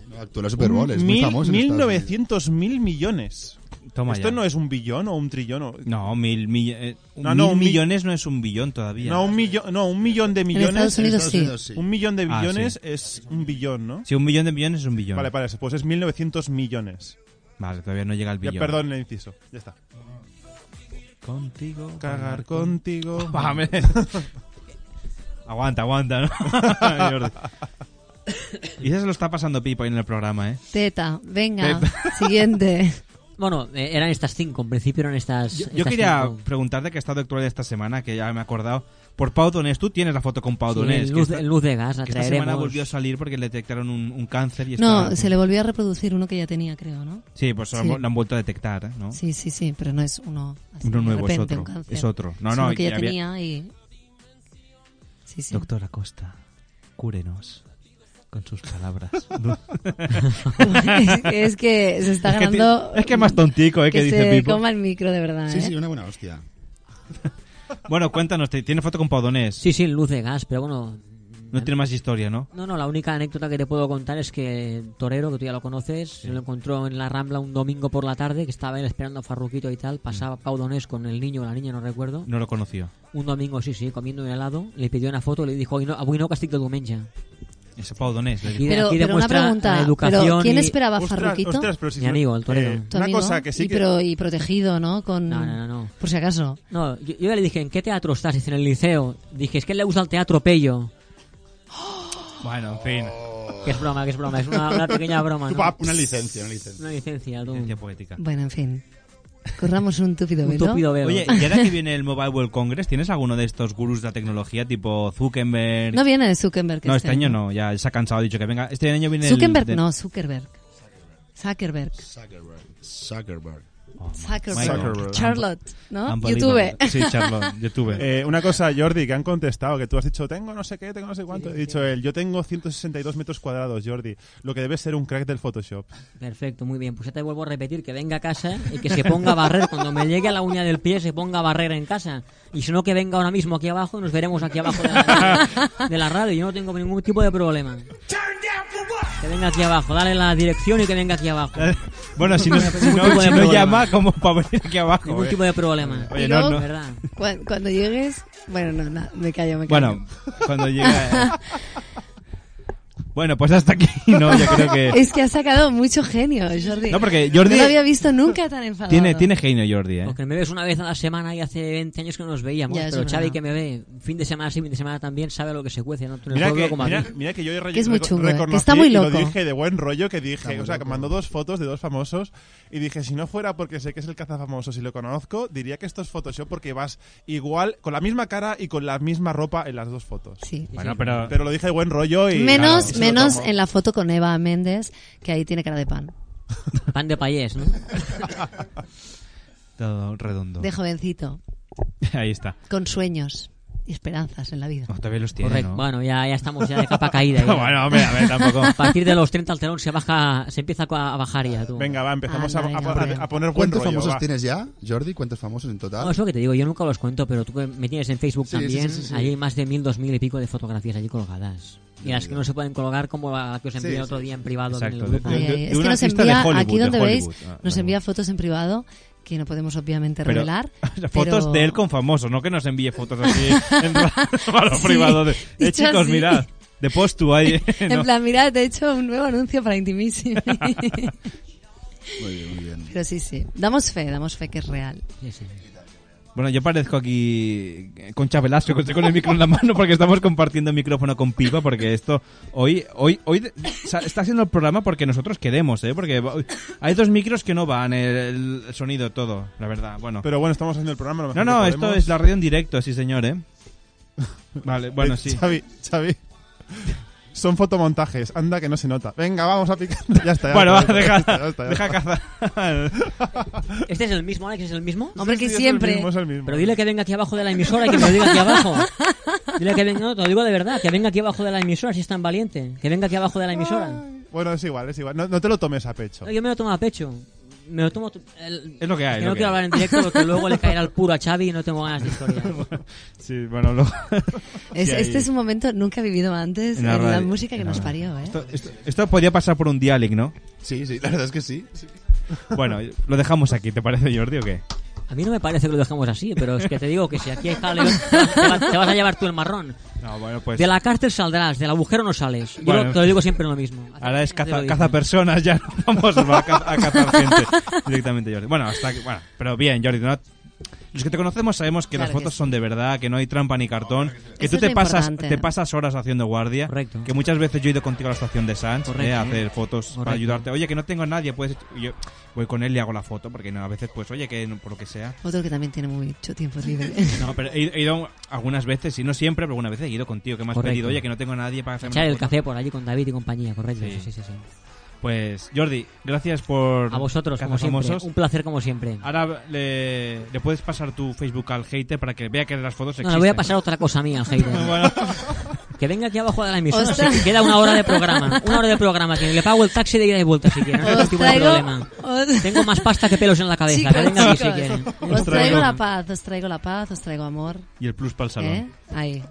Speaker 8: No, actúa en la Super Bowl, es muy
Speaker 5: Mil-
Speaker 8: famoso. en Estados Unidos.
Speaker 5: 1900 mil millones.
Speaker 4: Toma
Speaker 5: esto
Speaker 4: ya.
Speaker 5: no es un billón o un trillón. o-
Speaker 4: No, mil, millo- eh,
Speaker 5: No, no,
Speaker 4: mil
Speaker 5: un mi-
Speaker 4: millones no es un billón todavía.
Speaker 5: No, un millón, no, un millón de millones.
Speaker 6: Estados Unidos sí.
Speaker 5: Un millón de
Speaker 4: Ah,
Speaker 5: billones
Speaker 4: sí.
Speaker 5: es un billón, ¿no?
Speaker 4: Si un millón de millones es un billón.
Speaker 5: Vale,
Speaker 4: Vale,
Speaker 5: vale, pues es 1900 millones.
Speaker 4: todavía no llega al
Speaker 5: Ya,
Speaker 4: billón.
Speaker 5: perdón el inciso. Ya está.
Speaker 4: Contigo.
Speaker 5: Cagar contigo.
Speaker 4: Vame. aguanta, aguanta, ¿no? Jordi. Y eso se lo está pasando Pipo ahí en el programa, ¿eh?
Speaker 6: Teta, venga,
Speaker 4: Pepe.
Speaker 6: siguiente.
Speaker 12: Bueno, eh, eran estas cinco, en principio eran estas.
Speaker 4: Yo, yo
Speaker 12: estas
Speaker 4: quería
Speaker 12: cinco.
Speaker 4: preguntarte que ha estado actual esta semana, que ya me he acordado. Por Pau Donés, tú tienes la foto con Pau
Speaker 12: Sí,
Speaker 4: Donés.
Speaker 12: en
Speaker 4: que
Speaker 12: Luz-
Speaker 4: esta-
Speaker 12: en Luz de Gas la
Speaker 4: que Esta
Speaker 12: traeremos.
Speaker 4: semana volvió a salir porque le detectaron un, un cáncer y
Speaker 6: No,
Speaker 4: está-
Speaker 6: se le volvió a reproducir uno que ya tenía, creo, ¿no?
Speaker 4: Sí, pues
Speaker 6: Sí.
Speaker 4: lo han vuelto a detectar, ¿eh? ¿no?
Speaker 6: Sí, sí, sí, pero no es uno. así,
Speaker 4: Uno
Speaker 6: de
Speaker 4: nuevo, es
Speaker 6: repente, un
Speaker 4: otro,
Speaker 6: cáncer.
Speaker 4: es otro. No,
Speaker 6: Es
Speaker 4: no,
Speaker 6: uno que
Speaker 4: y
Speaker 6: ya
Speaker 4: había-
Speaker 6: tenía y. Sí, sí.
Speaker 4: Doctor Acosta, cúrenos con sus palabras.
Speaker 6: es, que- es que se está
Speaker 4: Es que ti-
Speaker 6: ganando.
Speaker 4: es que más tontico, ¿eh? que dice
Speaker 6: se
Speaker 4: Pipo.
Speaker 6: coma el micro, de verdad.
Speaker 8: Sí,
Speaker 6: ¿eh?
Speaker 8: sí, una buena hostia.
Speaker 4: bueno, cuéntanos, te- ¿tiene foto con Pau Donés?
Speaker 12: Sí, sí, en Luz de Gas, pero bueno.
Speaker 4: No tiene más historia, ¿no?
Speaker 12: No, no, la única anécdota que te puedo contar es que el Torero, que tú ya lo conoces, se lo encontró en la Rambla un domingo por la tarde, que estaba él esperando a Farruquito y tal, pasaba Pau Donés con el niño o la niña, no recuerdo.
Speaker 4: Mm. No lo conoció.
Speaker 12: Un domingo, sí, sí, comiendo un helado, le pidió una foto, le dijo, "Avui no, avui no castigo diumenge.
Speaker 4: Ese Pau Donés. le
Speaker 12: Y
Speaker 4: digo.
Speaker 12: de-
Speaker 6: Pero,
Speaker 12: aquí
Speaker 6: pero una
Speaker 12: demuestra
Speaker 6: pregunta.
Speaker 12: la educación
Speaker 6: ¿pero ¿Quién
Speaker 12: y-
Speaker 6: esperaba a
Speaker 12: Ostras,
Speaker 6: Farruquito?
Speaker 12: ostras, pero si Mi no- amigo, el torero.
Speaker 6: ¿Tu
Speaker 12: una
Speaker 6: amigo?
Speaker 12: cosa que sí
Speaker 6: y,
Speaker 12: que-
Speaker 6: pro- y protegido, ¿no? Con...
Speaker 12: No, no, no, no.
Speaker 6: Por si acaso.
Speaker 12: No, yo, yo ya le dije, ¿en qué teatro estás? Dice, en el liceo. Dije, es que a él le gusta el teatro pello.
Speaker 4: Bueno, en fin.
Speaker 12: Que es broma, que es broma, es una, una pequeña broma. ¿no?
Speaker 8: Una licencia, una licencia.
Speaker 12: Una licencia, tú.
Speaker 4: Licencia poética.
Speaker 6: Bueno, en fin. Corramos un túpido velo.
Speaker 4: Oye, y ahora que viene el Mobile World Congress, ¿tienes alguno de estos gurús de la tecnología tipo Zuckerberg?
Speaker 6: No viene Zuckerberg.
Speaker 4: No, este año no, ya se ha cansado, ha dicho que venga. Este año viene el
Speaker 6: Zuckerberg,
Speaker 4: de-
Speaker 6: no, Zuckerberg. Zuckerberg.
Speaker 8: Zuckerberg. Zuckerberg.
Speaker 6: Zuckerberg.
Speaker 5: Zuckerberg.
Speaker 6: Charlotte, ¿no?
Speaker 5: Unbelievable.
Speaker 6: YouTube.
Speaker 5: Eh, una cosa, Jordi, que han contestado, que tú has dicho, tengo no sé qué, tengo no sé cuánto. He dicho él, yo tengo 162 metros cuadrados, Jordi, lo que debe ser un crack del Photoshop.
Speaker 12: Perfecto, muy bien. Pues ya te vuelvo a repetir que venga a casa y que se ponga a barrer. Cuando me llegue a la uña del pie, se ponga a barrer en casa. Y si no, que venga ahora mismo aquí abajo y nos veremos aquí abajo de la, de la radio. Yo no tengo ningún tipo de problema. Que venga aquí abajo, dale la dirección y que venga aquí abajo.
Speaker 4: Eh, Bueno, si no, si
Speaker 12: Ningún
Speaker 4: no-
Speaker 12: tipo de
Speaker 4: si no
Speaker 12: problema.
Speaker 4: llama, como para venir aquí abajo.
Speaker 12: Ningún
Speaker 4: eh.
Speaker 12: tipo de problema.
Speaker 4: Oye,
Speaker 6: Y
Speaker 4: no,
Speaker 6: luego,
Speaker 4: no.
Speaker 6: cuan- Cuando, llegues. Bueno, no, no, me callo, me callo.
Speaker 4: Bueno, cuando llega. eh. Bueno, pues hasta aquí, ¿no? Yo creo que.
Speaker 6: Es que ha sacado mucho genio, Jordi.
Speaker 4: No, porque Jordi-
Speaker 6: No lo había visto nunca tan enfadado.
Speaker 4: Tiene, tiene genio, Jordi, ¿eh?
Speaker 12: Porque me ves una vez a la semana y hace 20 años que no nos veíamos.
Speaker 6: Ya, eso
Speaker 12: pero
Speaker 6: es
Speaker 12: Xavi
Speaker 6: verdad.
Speaker 12: que me ve fin de semana sí, fin de semana también, sabe lo que se cuece. ¿no? Tú en el
Speaker 5: Mira
Speaker 12: pueblo
Speaker 5: que,
Speaker 12: como
Speaker 5: mira,
Speaker 12: aquí.
Speaker 5: mira que yo he
Speaker 6: Que es muy
Speaker 5: reco-
Speaker 6: chungo, ¿eh?
Speaker 5: reconocí
Speaker 6: Que está muy
Speaker 5: y lo
Speaker 6: loco.
Speaker 5: dije de buen rollo, que dije,
Speaker 12: muy
Speaker 5: o sea, que mandó dos fotos de dos famosos y dije, si no fuera porque sé que es el cazafamosos y lo conozco, diría que esto es Photoshop porque vas igual, con la misma cara y con la misma ropa en las dos fotos.
Speaker 6: Sí.
Speaker 4: Bueno, pero-
Speaker 5: lo dije de buen rollo y...
Speaker 6: Menos,
Speaker 5: claro, se lo
Speaker 6: menos
Speaker 5: tomo.
Speaker 6: en la foto con Eva Méndez, que ahí tiene cara de pan.
Speaker 12: Pan de payés, ¿no?
Speaker 4: Todo redondo.
Speaker 6: De jovencito.
Speaker 4: Ahí está.
Speaker 6: Con sueños y esperanzas en la vida.
Speaker 4: No, todavía los tiene,
Speaker 12: Correcto.
Speaker 4: ¿no?
Speaker 12: Bueno, ya, ya estamos ya de capa caída. ya.
Speaker 4: Bueno, hombre, a ver, tampoco.
Speaker 12: A partir de los 30 el telón se baja, se empieza a bajar ya. Tú.
Speaker 5: Venga, va, empezamos a,
Speaker 6: Anda,
Speaker 5: a-
Speaker 6: venga,
Speaker 5: a- a poner buen
Speaker 8: ¿Cuántos
Speaker 5: rollo.
Speaker 8: famosos
Speaker 5: va.
Speaker 8: tienes ya, Jordi? ¿Cuántos famosos en total?
Speaker 12: No, es lo que te digo, yo nunca los cuento, pero tú que me tienes en Facebook
Speaker 8: Sí, sí,
Speaker 12: también.
Speaker 8: sí, sí, sí.
Speaker 12: Allí hay más de mil, dos mil y pico de fotografías allí colgadas. Y las que no se pueden colgar como la que os envié
Speaker 8: Sí,
Speaker 12: el otro
Speaker 8: sí,
Speaker 12: día en privado.
Speaker 4: Exacto,
Speaker 12: en el grupo.
Speaker 4: de-
Speaker 6: Ay,
Speaker 4: de-
Speaker 6: ay,
Speaker 4: de
Speaker 6: es que
Speaker 4: una
Speaker 6: nos
Speaker 4: artista de
Speaker 6: envía,
Speaker 4: Hollywood,
Speaker 6: aquí
Speaker 4: de
Speaker 6: donde veis,
Speaker 4: Hollywood. Ah,
Speaker 6: nos
Speaker 4: vale.
Speaker 6: envía fotos en privado que no podemos obviamente
Speaker 4: Pero-
Speaker 6: revelar.
Speaker 4: O sea, Fotos
Speaker 6: pero-
Speaker 4: de él con famosos, no que nos envíe fotos así en para
Speaker 6: Sí,
Speaker 4: privado. De, eh,
Speaker 6: dicho
Speaker 4: chicos,
Speaker 6: así.
Speaker 4: mirad, de post tú ahí. ¿no?
Speaker 6: En plan, mirad, he hecho un nuevo anuncio para Intimissimi.
Speaker 8: Muy bien, muy bien.
Speaker 6: pero sí, sí. Damos fe, damos fe que es real.
Speaker 12: Sí, sí.
Speaker 4: Bueno, yo parezco aquí eh, con Velasco, que estoy con el micro en la mano porque estamos compartiendo micrófono con Pipa, porque esto hoy hoy hoy de- sa- está haciendo el programa porque nosotros queremos, ¿eh? Porque va- hay dos micros que no van, el, el sonido, todo, la verdad. Bueno.
Speaker 5: Pero bueno, estamos haciendo el programa. lo
Speaker 4: no,
Speaker 5: mejor
Speaker 4: no,
Speaker 5: que
Speaker 4: esto
Speaker 5: podemos.
Speaker 4: es la radio en directo, sí señor, ¿eh? Vale, bueno,
Speaker 5: Eh,
Speaker 4: sí.
Speaker 5: Xavi, Xavi. Son fotomontajes, anda que no se nota. Venga, vamos a picar. Ya está. ya
Speaker 4: Bueno, va,
Speaker 5: está, ya
Speaker 4: deja,
Speaker 5: está, ya está, ya
Speaker 4: deja
Speaker 5: está.
Speaker 4: cazar.
Speaker 12: ¿Este es el mismo, Alex? ¿Es el mismo?
Speaker 6: Hombre,
Speaker 5: Sí,
Speaker 6: que
Speaker 5: sí, es el
Speaker 6: siempre.
Speaker 5: mismo, es el mismo.
Speaker 12: Pero dile que venga aquí abajo de la emisora y que me lo diga aquí abajo. Dile que venga, no, te lo digo de verdad, que venga aquí abajo de la emisora si es tan valiente. Que venga aquí abajo de la emisora.
Speaker 5: Bueno, es igual, es igual. No, no te lo tomes a pecho.
Speaker 12: No, yo me lo tomo a pecho. Me lo tomo. el-
Speaker 4: Es lo que hay,
Speaker 12: que
Speaker 4: es
Speaker 12: no
Speaker 4: lo que
Speaker 12: quiero
Speaker 4: hay.
Speaker 12: hablar en directo porque luego le caerá el puro a Xavi y no tengo ganas de historia.
Speaker 4: Sí, bueno, luego...
Speaker 6: Es-
Speaker 4: Sí, ahí.
Speaker 6: este es un momento nunca vivido antes
Speaker 4: En
Speaker 6: en
Speaker 4: la
Speaker 6: la,
Speaker 4: radio-
Speaker 6: música que
Speaker 4: en la
Speaker 6: nos
Speaker 4: radio.
Speaker 6: parió, ¿eh?
Speaker 4: Esto, esto- esto podría pasar por un dialing, ¿no?
Speaker 8: Sí, sí, la verdad es que sí. sí.
Speaker 4: Bueno, lo dejamos aquí, ¿te parece, Jordi, o qué?
Speaker 12: A mí no me parece que lo dejemos así, pero es que te digo que si aquí hay jaleo, te vas- te vas a llevar tú el marrón.
Speaker 4: No, bueno, pues...
Speaker 12: De la cárcel saldrás, del agujero no sales. Yo
Speaker 4: Bueno.
Speaker 12: lo- te lo digo siempre lo mismo.
Speaker 4: Ahora es
Speaker 12: Te lo
Speaker 4: caza,
Speaker 12: digo.
Speaker 4: caza personas, ya no vamos a, ca- a cazar gente directamente, Jordi. Bueno, hasta aquí- bueno, pero bien, Jordi, no, los que te conocemos sabemos que
Speaker 12: Claro
Speaker 4: las
Speaker 12: que
Speaker 4: fotos son de verdad, que no hay trampa ni cartón, que
Speaker 12: Eso
Speaker 4: tú
Speaker 12: es
Speaker 4: te
Speaker 12: lo
Speaker 4: pasas,
Speaker 12: importante.
Speaker 4: te pasas horas haciendo guardia, que muchas veces yo he ido contigo a la estación de Sanz
Speaker 12: Correcto.
Speaker 4: eh, a hacer fotos para
Speaker 12: Correcto.
Speaker 4: ayudarte. Oye, que no tengo a nadie, pues yo voy con él y hago la foto, porque no, a veces, pues oye, que no- por lo que sea.
Speaker 6: Otro que también tiene mucho tiempo libre.
Speaker 4: No, pero he, he ido algunas veces, y no siempre, pero algunas veces he ido contigo, que me has
Speaker 12: Correcto.
Speaker 4: pedido, oye, que no tengo a nadie para hacer
Speaker 12: Echar el café por allí con David y compañía, correcto. Sí, sí, sí. sí.
Speaker 4: Pues Jordi, gracias por...
Speaker 12: A vosotros, como siempre.
Speaker 4: Cazafamosos.
Speaker 12: Un placer, como siempre.
Speaker 4: Ahora le, le puedes pasar tu Facebook al hater para que vea que las fotos
Speaker 12: No,
Speaker 4: existen.
Speaker 12: le voy a pasar otra cosa mía al hater.
Speaker 4: Bueno.
Speaker 12: Que venga aquí abajo de la emisora,
Speaker 6: Ostras.
Speaker 12: se queda una hora de programa. Una hora de programa, que le pago el taxi de ida y vuelta si quiere. No hay ningún tipo de
Speaker 6: traigo-
Speaker 12: problema.
Speaker 6: os-
Speaker 12: Tengo más pasta que pelos en la cabeza, que
Speaker 6: Chicos,
Speaker 12: venga aquí si
Speaker 6: chicos,
Speaker 12: quiere.
Speaker 6: pues. Os traigo la paz, os traigo la paz, os traigo amor.
Speaker 4: Y el plus para el salón.
Speaker 6: ¿Eh? Ahí.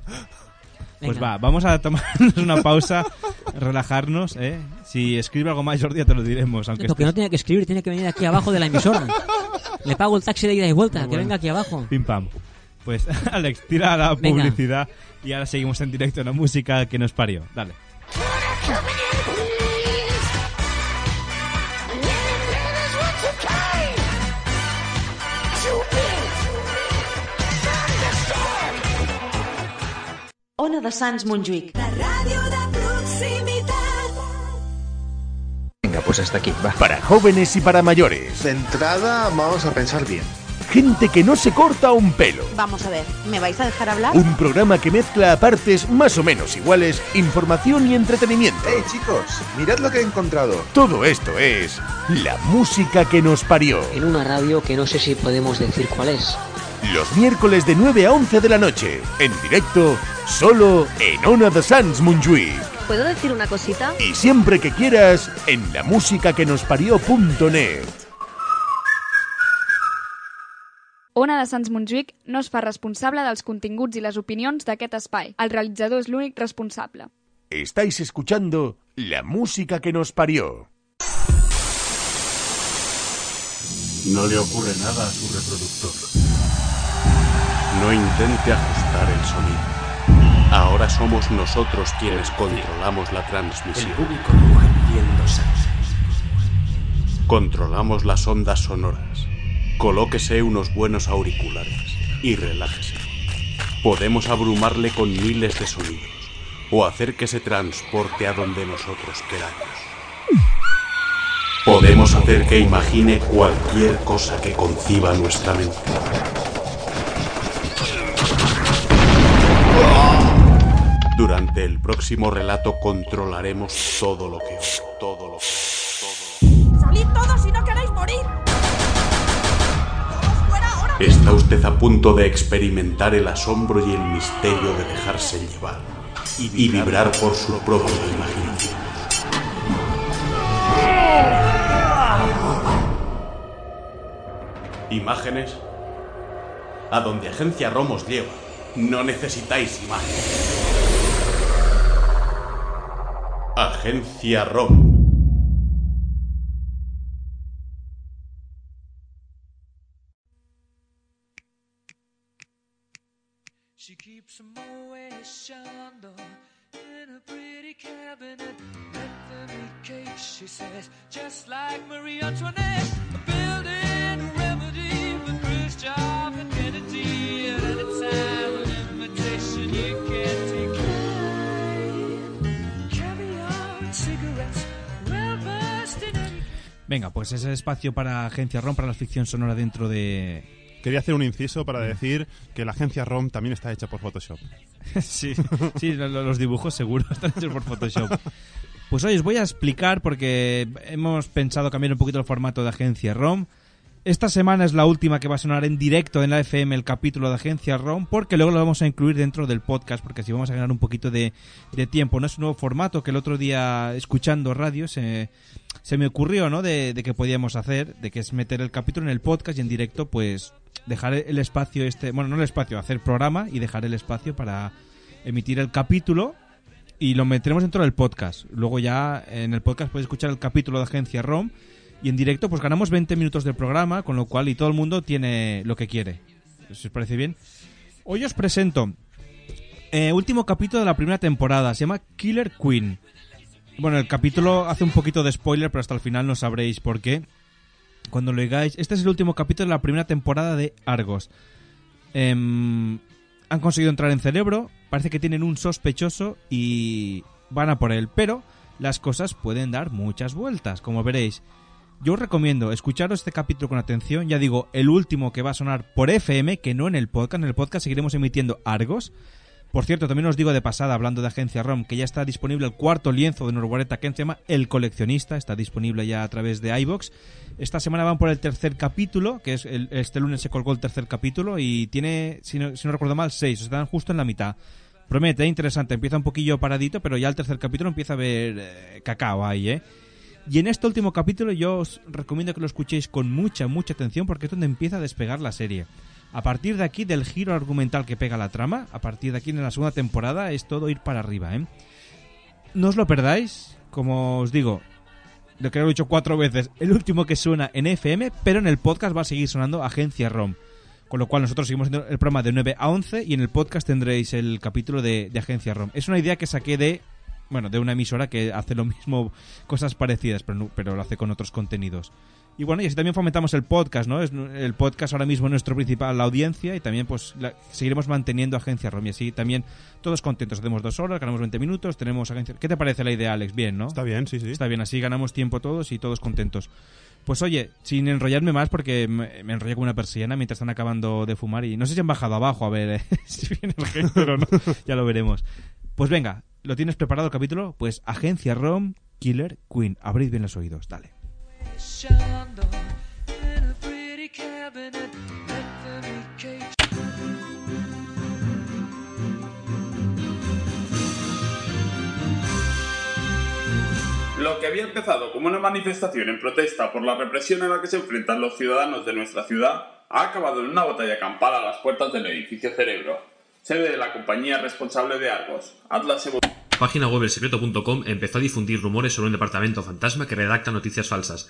Speaker 4: Pues va, vamos a tomarnos una pausa, relajarnos. ¿eh? Si escribe algo más, Jordi, ya te lo diremos. Aunque
Speaker 12: Lo que no tiene que escribir, tiene que venir aquí abajo de la emisora. Le pago el taxi de ida y vuelta,
Speaker 4: Muy
Speaker 12: que
Speaker 4: bueno.
Speaker 12: venga aquí abajo.
Speaker 4: Pim pam. Pues Alex, tira a la
Speaker 12: Venga.
Speaker 4: publicidad y ahora seguimos en directo en la música que nos parió. Dale.
Speaker 9: Ona de Sants Montjuïc.
Speaker 11: Ràdio de proximitat.
Speaker 7: Venga, pues hasta aquí, va.
Speaker 1: Para jóvenes y para mayores.
Speaker 7: De entrada, vamos a pensar bien.
Speaker 1: Gente que no se corta un pelo.
Speaker 9: Vamos a ver, ¿me vais a dejar hablar?
Speaker 1: Un programa que mezcla a partes más o menos iguales información y entretenimiento.
Speaker 7: Hey, chicos, mirad lo que he encontrado.
Speaker 1: Todo esto es la música que nos parió.
Speaker 10: En una radio que no sé si podemos decir cuál es.
Speaker 1: Los miércoles de 9 a 11 de la noche. En directo, solo en Ona de Sans Montjuïc.
Speaker 6: Pues,
Speaker 9: ¿Puedo decir una cosita?
Speaker 1: Y siempre que quieras, en la música que nos parió.net.
Speaker 2: Ona de Sants Montjuïc no es fa responsable dels continguts i les opinions d'aquest espai. El realitzador és l'únic responsable.
Speaker 1: Estáis escuchando la música que nos parió.
Speaker 15: No le ocurre nada a su reproductor. No intente ajustar el sonido. Ahora somos nosotros quienes controlamos la transmisión. Controlamos las ondas sonoras. Colóquese unos buenos auriculares y relájese. Podemos abrumarle con miles de sonidos o hacer que se transporte a donde nosotros queramos. Podemos hacer que imagine cualquier cosa que conciba nuestra mente. Durante el próximo relato controlaremos todo lo que todo lo que
Speaker 11: Salid todos si no queréis morir.
Speaker 15: Está usted a punto de experimentar el asombro y el misterio de dejarse llevar y vibrar por su propia imaginación. Imágenes. A donde Agencia Romos lleva, no necesitáis imágenes. Agencia Rom.
Speaker 11: She keeps them always shined on in a pretty cabinet. Let them eat cake, she says, just like Marie Antoinette. A building remedy for Khrushchev and Kennedy. At any time, an invitation you can take. Wine, Caviar, and cigarettes, well versed in any
Speaker 4: Venga, pues ese espacio para Agencia Ron, para la ficción sonora dentro de...
Speaker 5: Quería hacer un inciso para decir que la agencia ROM también está hecha por Photoshop.
Speaker 4: sí, sí, lo- lo- los dibujos seguro están hechos por Photoshop. Pues hoy os voy a explicar porque hemos pensado cambiar un poquito el formato de Agencia ROM. Esta semana es la última que va a sonar en directo en la FM el capítulo de Agencia ROM porque luego lo vamos a incluir dentro del podcast porque así vamos a ganar un poquito de, de tiempo. No es un nuevo formato que el otro día escuchando radio se, se me ocurrió, ¿no? De, de que podíamos hacer, de que es meter el capítulo en el podcast y en directo pues dejar el espacio este, bueno, no el espacio, hacer programa y dejar el espacio para emitir el capítulo y lo meteremos dentro del podcast. Luego ya en el podcast podéis escuchar el capítulo de Agencia ROM y en directo pues ganamos 20 minutos del programa, con lo cual y todo el mundo tiene lo que quiere. Si os parece bien. Hoy os presento eh, último capítulo de la primera temporada, se llama Killer Queen. Bueno, el capítulo hace un poquito de spoiler, pero hasta el final no sabréis por qué. Cuando lo oigáis, este es el último capítulo de la primera temporada de Argos. Em, han conseguido entrar en cerebro, parece que tienen un sospechoso y van a por él, pero las cosas pueden dar muchas vueltas, como veréis. Yo os recomiendo escucharos este capítulo con atención, ya digo, el último que va a sonar por FM, que no en el podcast, en el podcast seguiremos emitiendo Argos. Por cierto, también os digo de pasada, hablando de Agencia ROM, que ya está disponible el cuarto lienzo de Norboreta que se llama El Coleccionista, está disponible ya a través de iBox. Esta semana van por el tercer capítulo, que es el- este lunes se colgó el tercer capítulo y tiene, si no, si no recuerdo mal, seis, están justo en la mitad. Promete, ¿eh? interesante, empieza un poquillo paradito, pero ya el tercer capítulo empieza a ver eh, cacao ahí, ¿eh? Y en este último capítulo yo os recomiendo que lo escuchéis con mucha, mucha atención porque es donde empieza a despegar la serie. A partir de aquí, del giro argumental que pega la trama, a partir de aquí en la segunda temporada es todo ir para arriba, ¿eh? No os lo perdáis, como os digo, lo que lo he dicho cuatro veces, el último que suena en FM, pero en el podcast va a seguir sonando Agencia ROM. Con lo cual nosotros seguimos haciendo el programa de 9 a 11 y en el podcast tendréis el capítulo de, de Agencia ROM. Es una idea que saqué de, bueno, de una emisora que hace lo mismo, cosas parecidas, pero, no- pero lo hace con otros contenidos. Y bueno, y así también fomentamos el podcast, ¿no? Es nu- el podcast ahora mismo es nuestra principal audiencia y también pues la- seguiremos manteniendo Agencia ROM y así también todos contentos. Hacemos dos horas, ganamos 20 minutos, tenemos Agencia... ¿Qué te parece la idea, Alex? Bien, ¿no? Está
Speaker 3: bien, sí, sí.
Speaker 4: Está bien, así ganamos tiempo todos y todos contentos. Pues oye, sin enrollarme más porque me, me enrollé como una persiana mientras están acabando de fumar y no sé si han bajado abajo a ver eh, si viene el gente o no. Ya lo veremos. Pues venga, ¿lo tienes preparado el capítulo? Pues Agencia ROM, Killer Queen. Abrid bien los oídos, dale.
Speaker 11: Shondo in a pretty cabinet. Let them eat cake.
Speaker 16: Lo que había empezado como una manifestación en protesta por la represión a la que se enfrentan los ciudadanos de nuestra ciudad ha acabado en una batalla campal a las puertas del edificio Cerebro, sede de la compañía responsable de Argos, Atlas Evolution.
Speaker 17: La página web elsecreto.com empezó a difundir rumores sobre un departamento fantasma que redacta noticias falsas.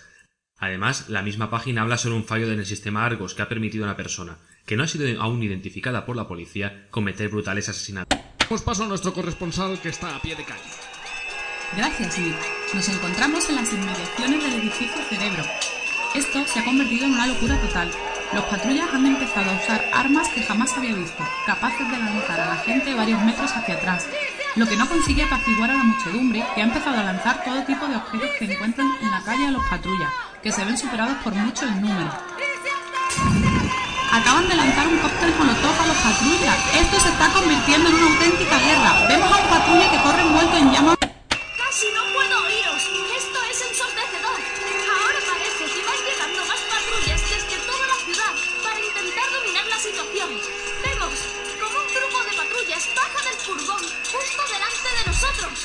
Speaker 17: Además, la misma página habla sobre un fallo en el sistema Argos que ha permitido a una persona, que no ha sido aún identificada por la policía, cometer brutales asesinatos.
Speaker 18: Damos paso a nuestro corresponsal que está a pie de calle.
Speaker 19: Gracias, Nick. Nos encontramos en las inmediaciones del edificio Cerebro. Esto se ha convertido en una locura total. Los patrullas han empezado a usar armas que jamás había visto, capaces de lanzar a la gente varios metros hacia atrás, lo que no consigue apaciguar a la muchedumbre que ha empezado a lanzar todo tipo de objetos que encuentran en la calle a los patrullas, que se ven superados por mucho en número. Acaban de lanzar un cóctel molotov a los patrullas. Esto se está convirtiendo en una auténtica guerra. Vemos a un patrulla que corre envuelto en llamas.
Speaker 14: Casi no puedo oíros. Esto es ensordecedor. Ahora parece que van llegando más patrullas desde toda la ciudad para intentar dominar la situación. Vemos como un grupo de patrullas baja del furgón justo delante de nosotros.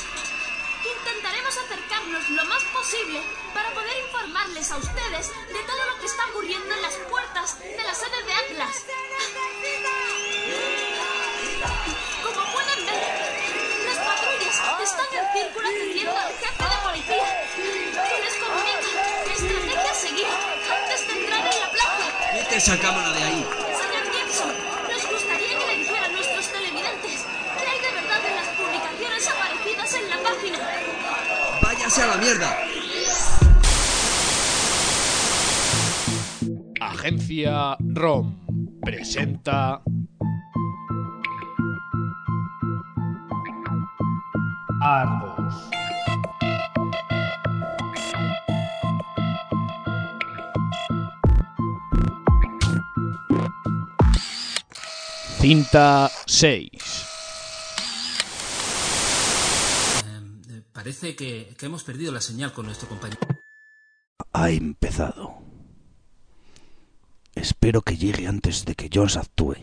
Speaker 14: Intentaremos acercarnos lo más posible para poder informarles a ustedes de todo lo que está ocurriendo en las puertas de la sede de Atlas. Como pueden ver, las patrullas están en círculo atendiendo al jefe de policía, que les comunica la estrategia a seguir antes de entrar en la plaza.
Speaker 18: Quita esa cámara de ahí.
Speaker 14: Señor Jackson, nos gustaría que le dijera a nuestros televidentes que hay de verdad en las publicaciones aparecidas en la página.
Speaker 18: Váyase a la mierda.
Speaker 3: Agencia ROM presenta Argos. Cinta 6.
Speaker 20: Parece que, que hemos perdido la señal con nuestro compañero.
Speaker 21: ha empezado. Espero que llegue antes de que Jones actúe.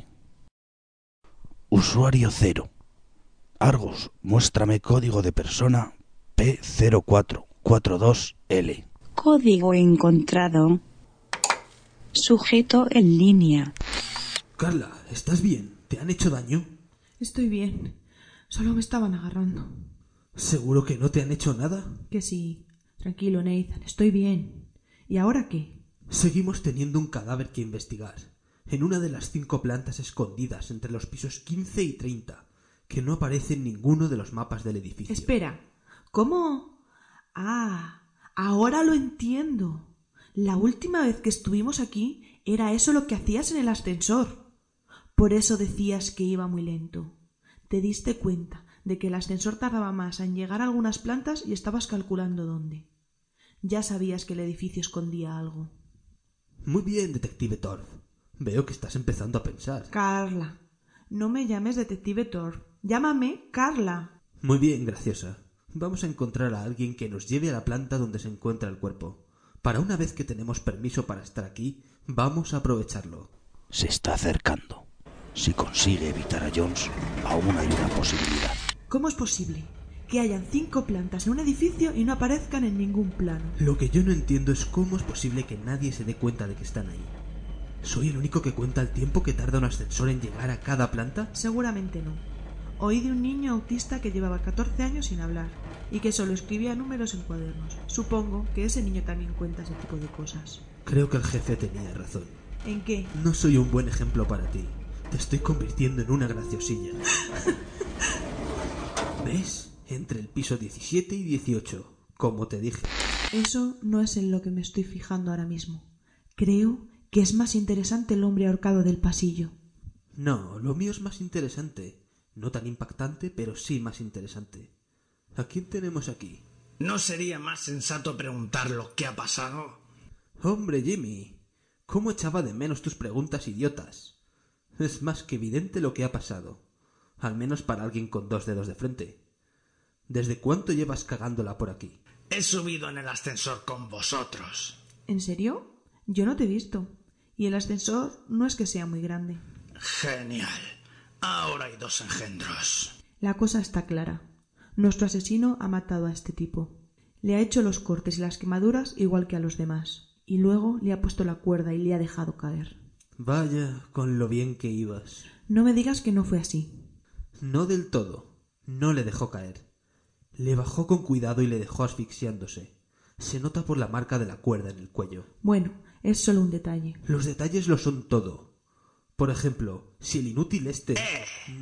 Speaker 21: Usuario 0. Argos, muéstrame código de persona P0442L.
Speaker 22: Código encontrado. Sujeto en línea.
Speaker 20: Carla, ¿estás bien? ¿Te han hecho daño?
Speaker 23: Estoy bien. Solo me estaban agarrando.
Speaker 20: ¿Seguro que no te han hecho nada?
Speaker 23: Que sí. Tranquilo, Nathan. Estoy bien. ¿Y ahora qué?
Speaker 20: Seguimos teniendo un cadáver que investigar, en una de las cinco plantas escondidas entre los pisos 15 y 30, que no aparece en ninguno de los mapas del edificio.
Speaker 23: Espera. ¿Cómo? Ah, ahora lo entiendo. La última vez que estuvimos aquí era eso lo que hacías en el ascensor. Por eso decías que iba muy lento. Te diste cuenta de que el ascensor tardaba más en llegar a algunas plantas y estabas calculando dónde. Ya sabías que el edificio escondía algo.
Speaker 20: Muy bien, detective Torf. Veo que estás empezando a pensar.
Speaker 23: Carla, no me llames detective Thor. Llámame Carla.
Speaker 20: Muy bien, graciosa. Vamos a encontrar a alguien que nos lleve a la planta donde se encuentra el cuerpo. Para una vez que tenemos permiso para estar aquí, vamos a aprovecharlo.
Speaker 21: Se está acercando. Si consigue evitar a Jones, aún hay una posibilidad.
Speaker 23: ¿Cómo es posible que hayan cinco plantas en un edificio y no aparezcan en ningún plano?
Speaker 20: Lo que yo no entiendo es cómo es posible que nadie se dé cuenta de que están ahí. ¿Soy el único que cuenta el tiempo que tarda un ascensor en llegar a cada planta?
Speaker 23: Seguramente no. Oí de un niño autista que llevaba 14 años sin hablar y que solo escribía números en cuadernos. Supongo que ese niño también cuenta ese tipo de cosas.
Speaker 20: Creo que el jefe tenía razón.
Speaker 23: ¿En qué?
Speaker 20: No soy un buen ejemplo para ti. Te estoy convirtiendo en una graciosilla. ¿Ves? Entre el piso 17 y 18, como te dije.
Speaker 23: Eso no es en lo que me estoy fijando ahora mismo. Creo que es más interesante el hombre ahorcado del pasillo.
Speaker 20: No, lo mío es más interesante. No tan impactante, pero sí más interesante. ¿A quién tenemos aquí?
Speaker 24: ¿No sería más sensato preguntar lo que ha pasado?
Speaker 20: Hombre, Jimmy. ¿Cómo echaba de menos tus preguntas idiotas? Es más que evidente lo que ha pasado. Al menos para alguien con dos dedos de frente. ¿Desde cuánto llevas cagándola por aquí?
Speaker 24: He subido en el ascensor con vosotros.
Speaker 23: ¿En serio? Yo no te he visto. Y el ascensor no es que sea muy grande.
Speaker 24: Genial. Ahora hay dos engendros.
Speaker 23: La cosa está clara. Nuestro asesino ha matado a este tipo. Le ha hecho los cortes y las quemaduras igual que a los demás. Y luego le ha puesto la cuerda y le ha dejado caer.
Speaker 20: Vaya, con lo bien que ibas.
Speaker 23: No me digas que no fue así.
Speaker 20: No del todo. No le dejó caer. Le bajó con cuidado y le dejó asfixiándose. Se nota por la marca de la cuerda en el cuello.
Speaker 23: Bueno, es solo un detalle.
Speaker 20: Los detalles lo son todo. Por ejemplo, si el inútil este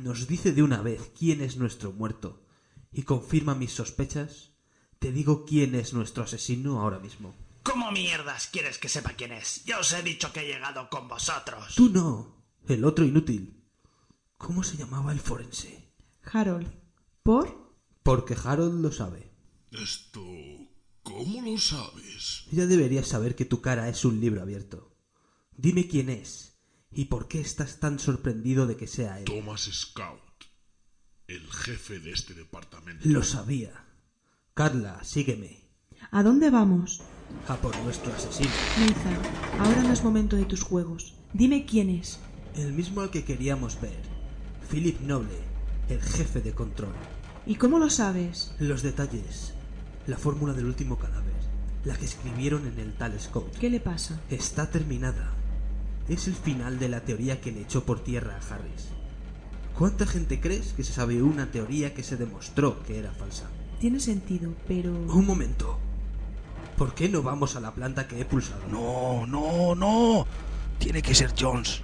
Speaker 20: nos dice de una vez quién es nuestro muerto y confirma mis sospechas, te digo quién es nuestro asesino ahora mismo.
Speaker 24: ¿Cómo mierdas quieres que sepa quién es? Ya os he dicho que he llegado con vosotros.
Speaker 20: Tú no, el otro inútil. ¿Cómo se llamaba el forense?
Speaker 23: Harold. ¿Por?
Speaker 20: Porque Harold lo sabe.
Speaker 25: Esto... ¿Cómo lo sabes?
Speaker 20: Ya deberías saber que tu cara es un libro abierto. Dime quién es y por qué estás tan sorprendido de que sea él.
Speaker 25: Thomas Scout, el jefe de este departamento.
Speaker 20: Lo sabía. Carla, sígueme.
Speaker 23: ¿A dónde vamos?
Speaker 20: A por nuestro asesino.
Speaker 23: Nathan, ahora no es momento de tus juegos. Dime quién es.
Speaker 20: El mismo al que queríamos ver. Philip Noble, el jefe de control.
Speaker 23: ¿Y cómo lo sabes?
Speaker 20: Los detalles, la fórmula del último cadáver, la que escribieron en el tal Scott.
Speaker 23: ¿Qué le pasa?
Speaker 20: Está terminada. Es el final de la teoría que le echó por tierra a Harris. ¿Cuánta gente crees que se sabe una teoría que se demostró que era falsa?
Speaker 23: Tiene sentido, pero...
Speaker 20: Un momento. ¿Por qué no vamos a la planta que he pulsado?
Speaker 21: No, no, no. Tiene que ser Jones.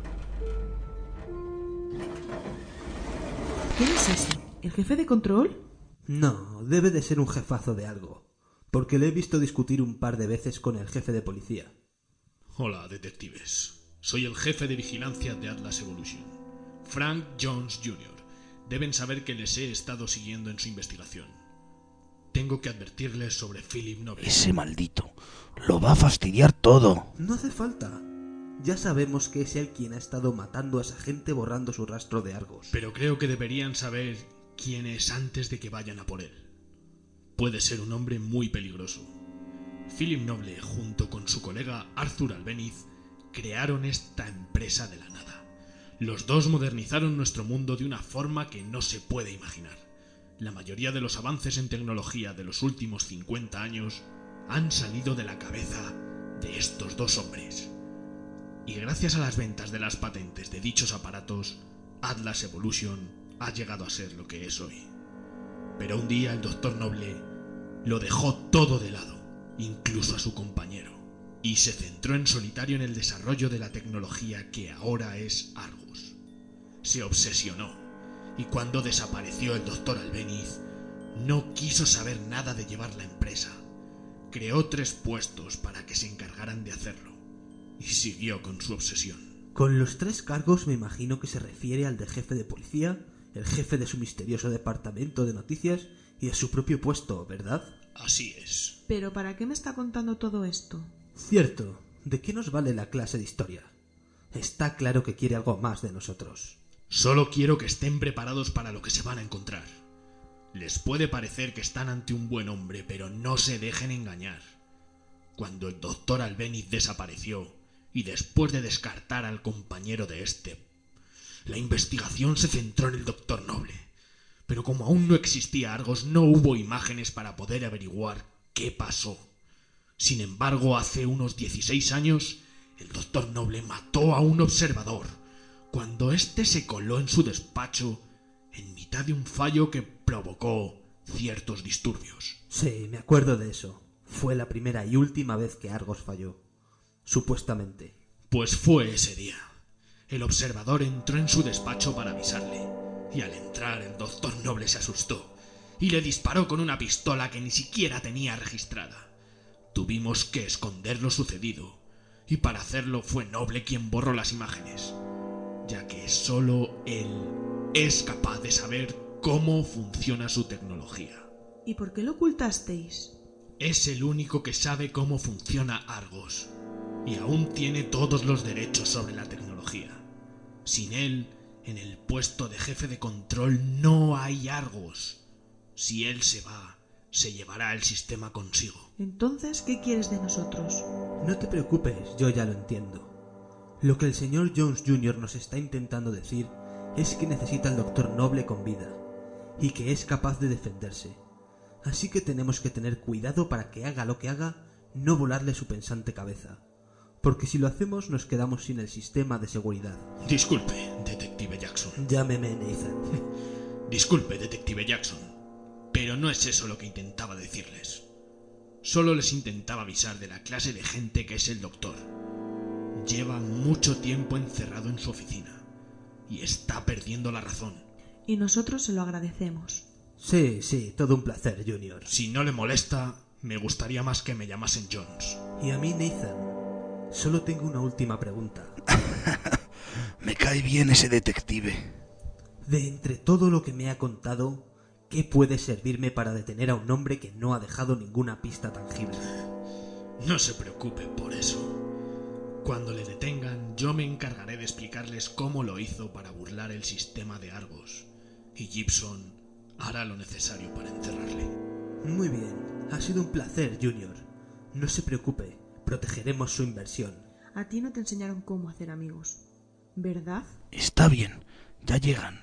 Speaker 23: ¿Quién es ese? ¿El jefe de control?
Speaker 20: No, debe de ser un jefazo de algo, porque le he visto discutir un par de veces con el jefe de policía.
Speaker 25: Hola, detectives. Soy el jefe de vigilancia de Atlas Evolution, Frank Jones Jr. Deben saber que les he estado siguiendo en su investigación. Tengo que advertirles sobre Philip Noble.
Speaker 21: Ese maldito. Lo va a fastidiar todo.
Speaker 20: No hace falta. Ya sabemos que es él quien ha estado matando a esa gente borrando su rastro de Argos.
Speaker 25: Pero creo que deberían saber quién es antes de que vayan a por él. Puede ser un hombre muy peligroso. Philip Noble, junto con su colega Arthur Albeniz, crearon esta empresa de la nada. Los dos modernizaron nuestro mundo de una forma que no se puede imaginar. La mayoría de los avances en tecnología de los últimos 50 años han salido de la cabeza de estos dos hombres. Y gracias a las ventas de las patentes de dichos aparatos, Atlas Evolution ha llegado a ser lo que es hoy. Pero un día el doctor Noble lo dejó todo de lado, incluso a su compañero, y se centró en solitario en el desarrollo de la tecnología que ahora es Argus. Se obsesionó, y cuando desapareció el doctor Albeniz, no quiso saber nada de llevar la empresa. Creó tres puestos para que se encargaran de hacerlo, y siguió con su obsesión.
Speaker 20: Con los tres cargos me imagino que se refiere al de jefe de policía, el jefe de su misterioso departamento de noticias y a su propio puesto, ¿verdad?
Speaker 3: Así es.
Speaker 23: Pero ¿para qué me está contando todo esto?
Speaker 20: Cierto, ¿de qué nos vale la clase de historia? Está claro que quiere algo más de nosotros.
Speaker 25: Solo quiero que estén preparados para lo que se van a encontrar. Les puede parecer que están ante un buen hombre, pero no se dejen engañar. Cuando el doctor Albéniz desapareció, y después de descartar al compañero de este, la investigación se centró en el doctor Noble. Pero como aún no existía Argos, no hubo imágenes para poder averiguar qué pasó. Sin embargo, hace unos 16 años, el doctor Noble mató a un observador, cuando éste se coló en su despacho en mitad de un fallo que provocó ciertos disturbios.
Speaker 20: Sí, me acuerdo de eso. Fue la primera y última vez que Argos falló. Supuestamente.
Speaker 25: Pues fue ese día. El observador entró en su despacho para avisarle, y al entrar el doctor Noble se asustó y le disparó con una pistola que ni siquiera tenía registrada. Tuvimos que esconder lo sucedido, y para hacerlo fue Noble quien borró las imágenes, ya que solo él es capaz de saber cómo funciona su tecnología.
Speaker 23: ¿Y por qué lo ocultasteis?
Speaker 25: Es el único que sabe cómo funciona Argos, y aún tiene todos los derechos sobre la tecnología. Sin él, en el puesto de jefe de control no hay Argos. Si él se va, se llevará el sistema consigo.
Speaker 23: Entonces, ¿qué quieres de nosotros?
Speaker 20: No te preocupes, yo ya lo entiendo. Lo que el señor Jones Jr. nos está intentando decir es que necesita al doctor Noble con vida y que es capaz de defenderse. Así que tenemos que tener cuidado para que haga lo que haga, no volarle su pensante cabeza. Porque si lo hacemos nos quedamos sin el sistema de seguridad.
Speaker 25: Disculpe, detective Jackson.
Speaker 20: Llámeme Nathan.
Speaker 25: Disculpe, detective Jackson. Pero no es eso lo que intentaba decirles. Solo les intentaba avisar de la clase de gente que es el doctor. Lleva mucho tiempo encerrado en su oficina y está perdiendo la razón.
Speaker 23: Y nosotros se lo agradecemos.
Speaker 20: Sí, sí, todo un placer, Junior.
Speaker 25: Si no le molesta, me gustaría más que me llamasen Jones.
Speaker 20: Y a mí, Nathan, solo tengo una última pregunta.
Speaker 21: Me cae bien ese detective.
Speaker 20: De entre todo lo que me ha contado, ¿qué puede servirme para detener a un hombre que no ha dejado ninguna pista tangible?
Speaker 25: No se preocupe por eso. Cuando le detengan, yo me encargaré de explicarles cómo lo hizo para burlar el sistema de Argos. Y Gibson hará lo necesario para encerrarle.
Speaker 20: Muy bien, ha sido un placer, Junior. No se preocupe, protegeremos su inversión.
Speaker 23: A ti no te enseñaron cómo hacer amigos, ¿verdad?
Speaker 21: Está bien, ya llegan.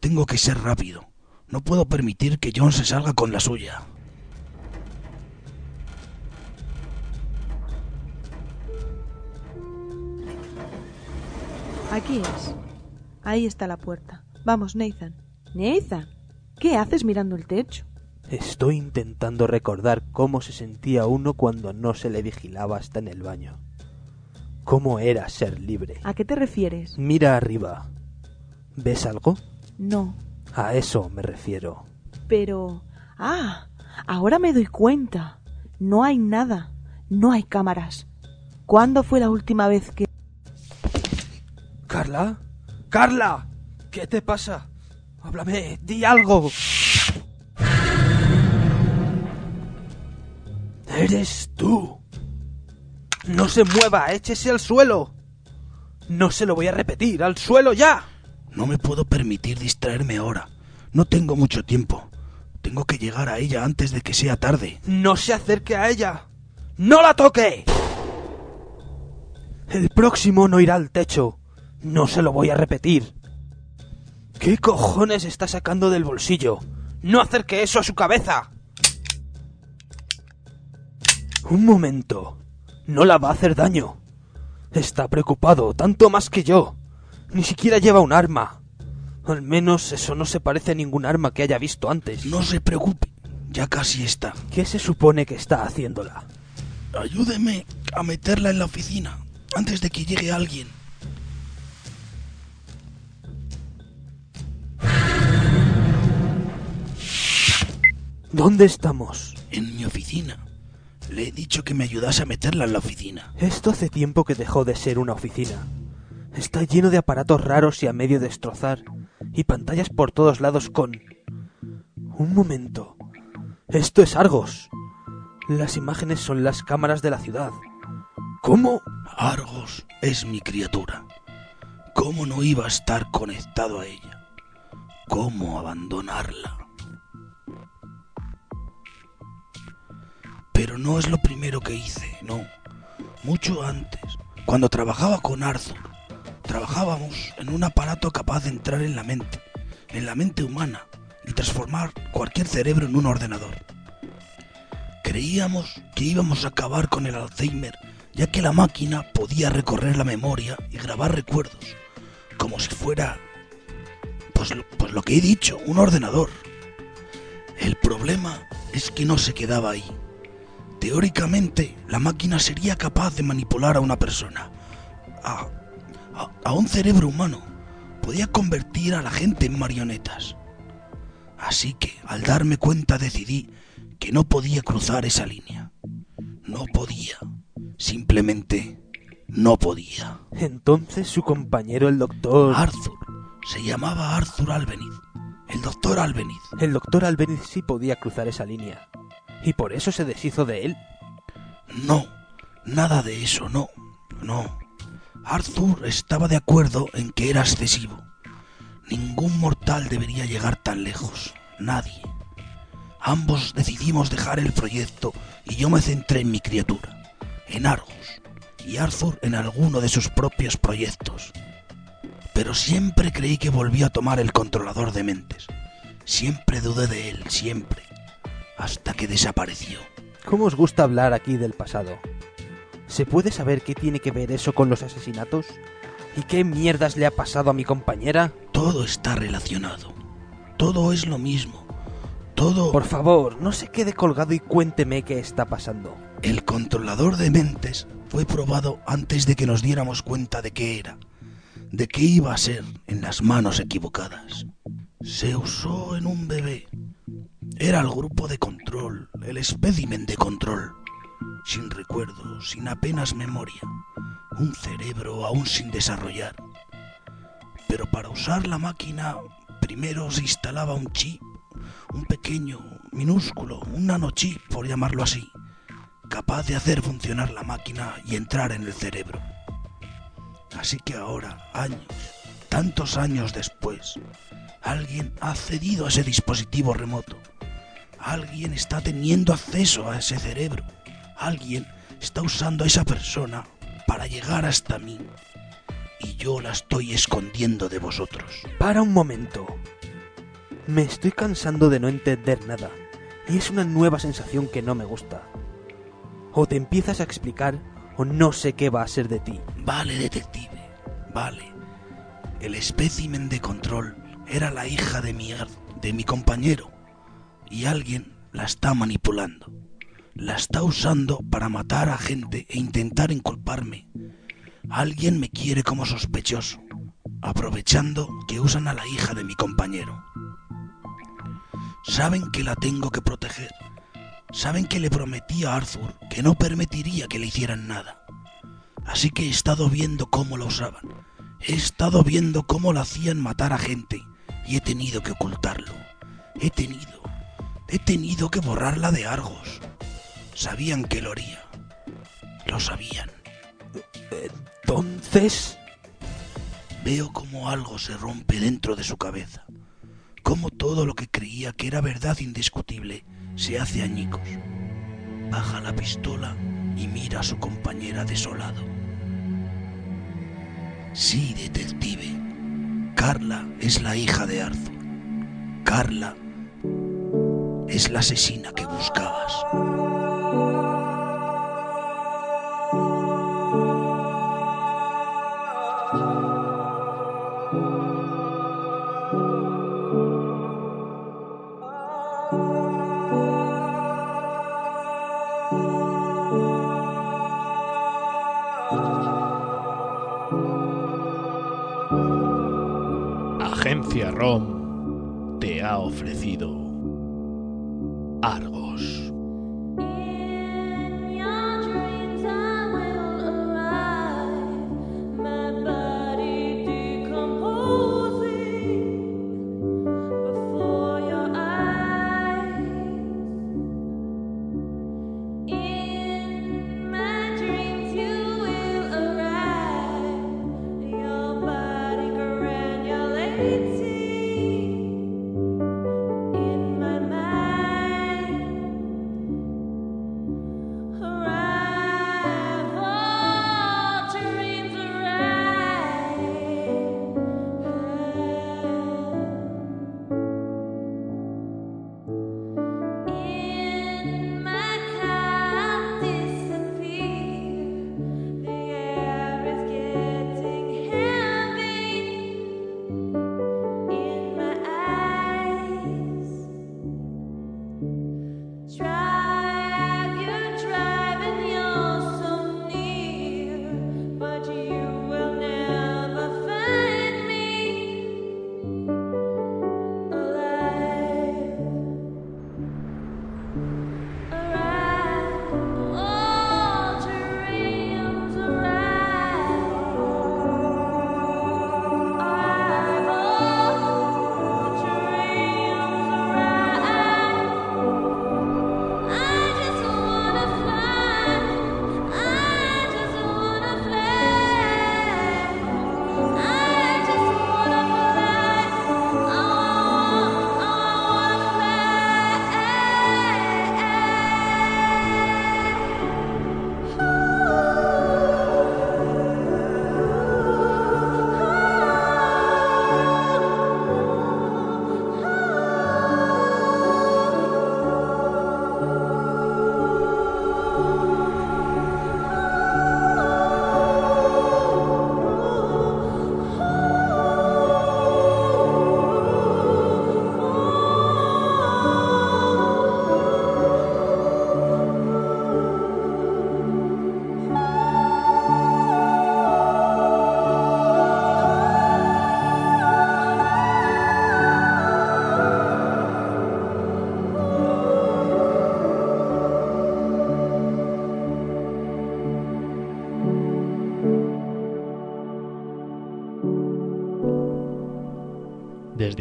Speaker 21: Tengo que ser rápido. No puedo permitir que John se salga con la suya.
Speaker 23: Aquí es. Ahí está la puerta. Vamos, Nathan. Nathan, ¿qué haces mirando el techo?
Speaker 20: Estoy intentando recordar cómo se sentía uno cuando no se le vigilaba hasta en el baño. ¿Cómo era ser libre?
Speaker 23: ¿A qué te refieres?
Speaker 20: Mira arriba. ¿Ves algo?
Speaker 23: No,
Speaker 20: A eso me refiero.
Speaker 23: pero... Ah, ahora me doy cuenta. No hay nada. No hay cámaras. ¿Cuándo fue la última vez que...
Speaker 20: ¿Carla? ¡Carla! ¿Qué te pasa? Háblame, di algo. Eres tú. No se mueva, échese al suelo. No se lo voy a repetir, al suelo ya.
Speaker 21: No me puedo permitir distraerme ahora. No tengo mucho tiempo. Tengo que llegar a ella antes de que sea tarde.
Speaker 20: No se acerque a ella. ¡No la toque! El próximo no irá al techo. No se lo voy a repetir. ¿Qué cojones está sacando del bolsillo? No acerque eso a su cabeza. Un momento. No la va a hacer daño. Está preocupado, tanto más que yo. Ni siquiera lleva un arma. Al menos eso no se parece a ningún arma que haya visto antes.
Speaker 21: No se preocupe, ya casi está.
Speaker 20: ¿Qué se supone que está haciéndola?
Speaker 21: Ayúdeme a meterla en la oficina antes de que llegue alguien.
Speaker 20: ¿Dónde estamos?
Speaker 21: En mi oficina. Le he dicho que me ayudase a meterla en la oficina.
Speaker 20: Esto hace tiempo que dejó de ser una oficina. Está lleno de aparatos raros y a medio destrozar, y pantallas por todos lados con... Un momento. Esto es Argos. Las imágenes son las cámaras de la ciudad. ¿Cómo?
Speaker 21: Argos es mi criatura. ¿Cómo no iba a estar conectado a ella? ¿Cómo abandonarla? Pero no es lo primero que hice, no. Mucho antes, cuando trabajaba con Arthur, trabajábamos en un aparato capaz de entrar en la mente, en la mente humana, y transformar cualquier cerebro en un ordenador. Creíamos que íbamos a acabar con el Alzheimer, ya que la máquina podía recorrer la memoria y grabar recuerdos, como si fuera, pues lo, pues lo que he dicho, un ordenador. El problema es que no se quedaba ahí. Teóricamente, la máquina sería capaz de manipular a una persona, a, a- a un cerebro humano. Podía convertir a la gente en marionetas. Así que, al darme cuenta, decidí que no podía cruzar esa línea. No podía. Simplemente no podía.
Speaker 20: Entonces su compañero, el doctor...
Speaker 21: Arthur. Se llamaba Arthur Albeniz. El doctor Albeniz.
Speaker 20: El doctor Albeniz sí podía cruzar esa línea. Y por eso se deshizo de él.
Speaker 21: No, nada de eso, no. No. Arthur estaba de acuerdo en que era excesivo. Ningún mortal debería llegar tan lejos. Nadie. Ambos decidimos dejar el proyecto y yo me centré en mi criatura, en Argos, y Arthur en alguno de sus propios proyectos. Pero siempre creí que volvía a tomar el controlador de mentes. Siempre dudé de él, siempre. Hasta que desapareció.
Speaker 20: ¿Cómo os gusta hablar aquí del pasado? ¿Se puede saber qué tiene que ver eso con los asesinatos? ¿Y qué mierdas le ha pasado a mi compañera?
Speaker 21: Todo está relacionado. Todo es lo mismo. Todo...
Speaker 20: Por favor, no se quede colgado y cuénteme qué está pasando.
Speaker 21: El controlador de mentes fue probado antes de que nos diéramos cuenta de qué era, de qué iba a ser en las manos equivocadas. Se usó en un bebé. Era el grupo de control, el espécimen de control. Sin recuerdos, sin apenas memoria. Un cerebro aún sin desarrollar. Pero para usar la máquina, primero se instalaba un chip, un pequeño, minúsculo, un nanochip, por llamarlo así capaz de hacer funcionar la máquina y entrar en el cerebro. Así que ahora, años, tantos años después, alguien ha accedido a ese dispositivo remoto. Alguien está teniendo acceso a ese cerebro. Alguien está usando a esa persona para llegar hasta mí. Y yo la estoy escondiendo de vosotros.
Speaker 20: Para un momento. Me estoy cansando de no entender nada. Y es una nueva sensación que no me gusta. O te empiezas a explicar o no sé qué va a ser de ti.
Speaker 21: Vale, detective, vale. El espécimen de control era la hija de mi, ar- de mi compañero y alguien la está manipulando. La está usando para matar a gente e intentar inculparme. Alguien me quiere como sospechoso, aprovechando que usan a la hija de mi compañero. Saben que la tengo que proteger. Saben que le prometí a Arthur que no permitiría que le hicieran nada. Así que he estado viendo cómo la usaban. He estado viendo cómo la hacían matar a gente y he tenido que ocultarlo. He tenido, he tenido que borrarla de Argos. Sabían que lo haría. Lo sabían.
Speaker 20: Entonces...
Speaker 21: Veo como algo se rompe dentro de su cabeza. Como todo lo que creía que era verdad indiscutible se hace añicos. Baja la pistola y mira a su compañera desolado. Sí, detective. Carla es la hija de Arthur. Carla es la asesina que buscabas.
Speaker 26: Agencia ROM te ha ofrecido Argos.
Speaker 14: My body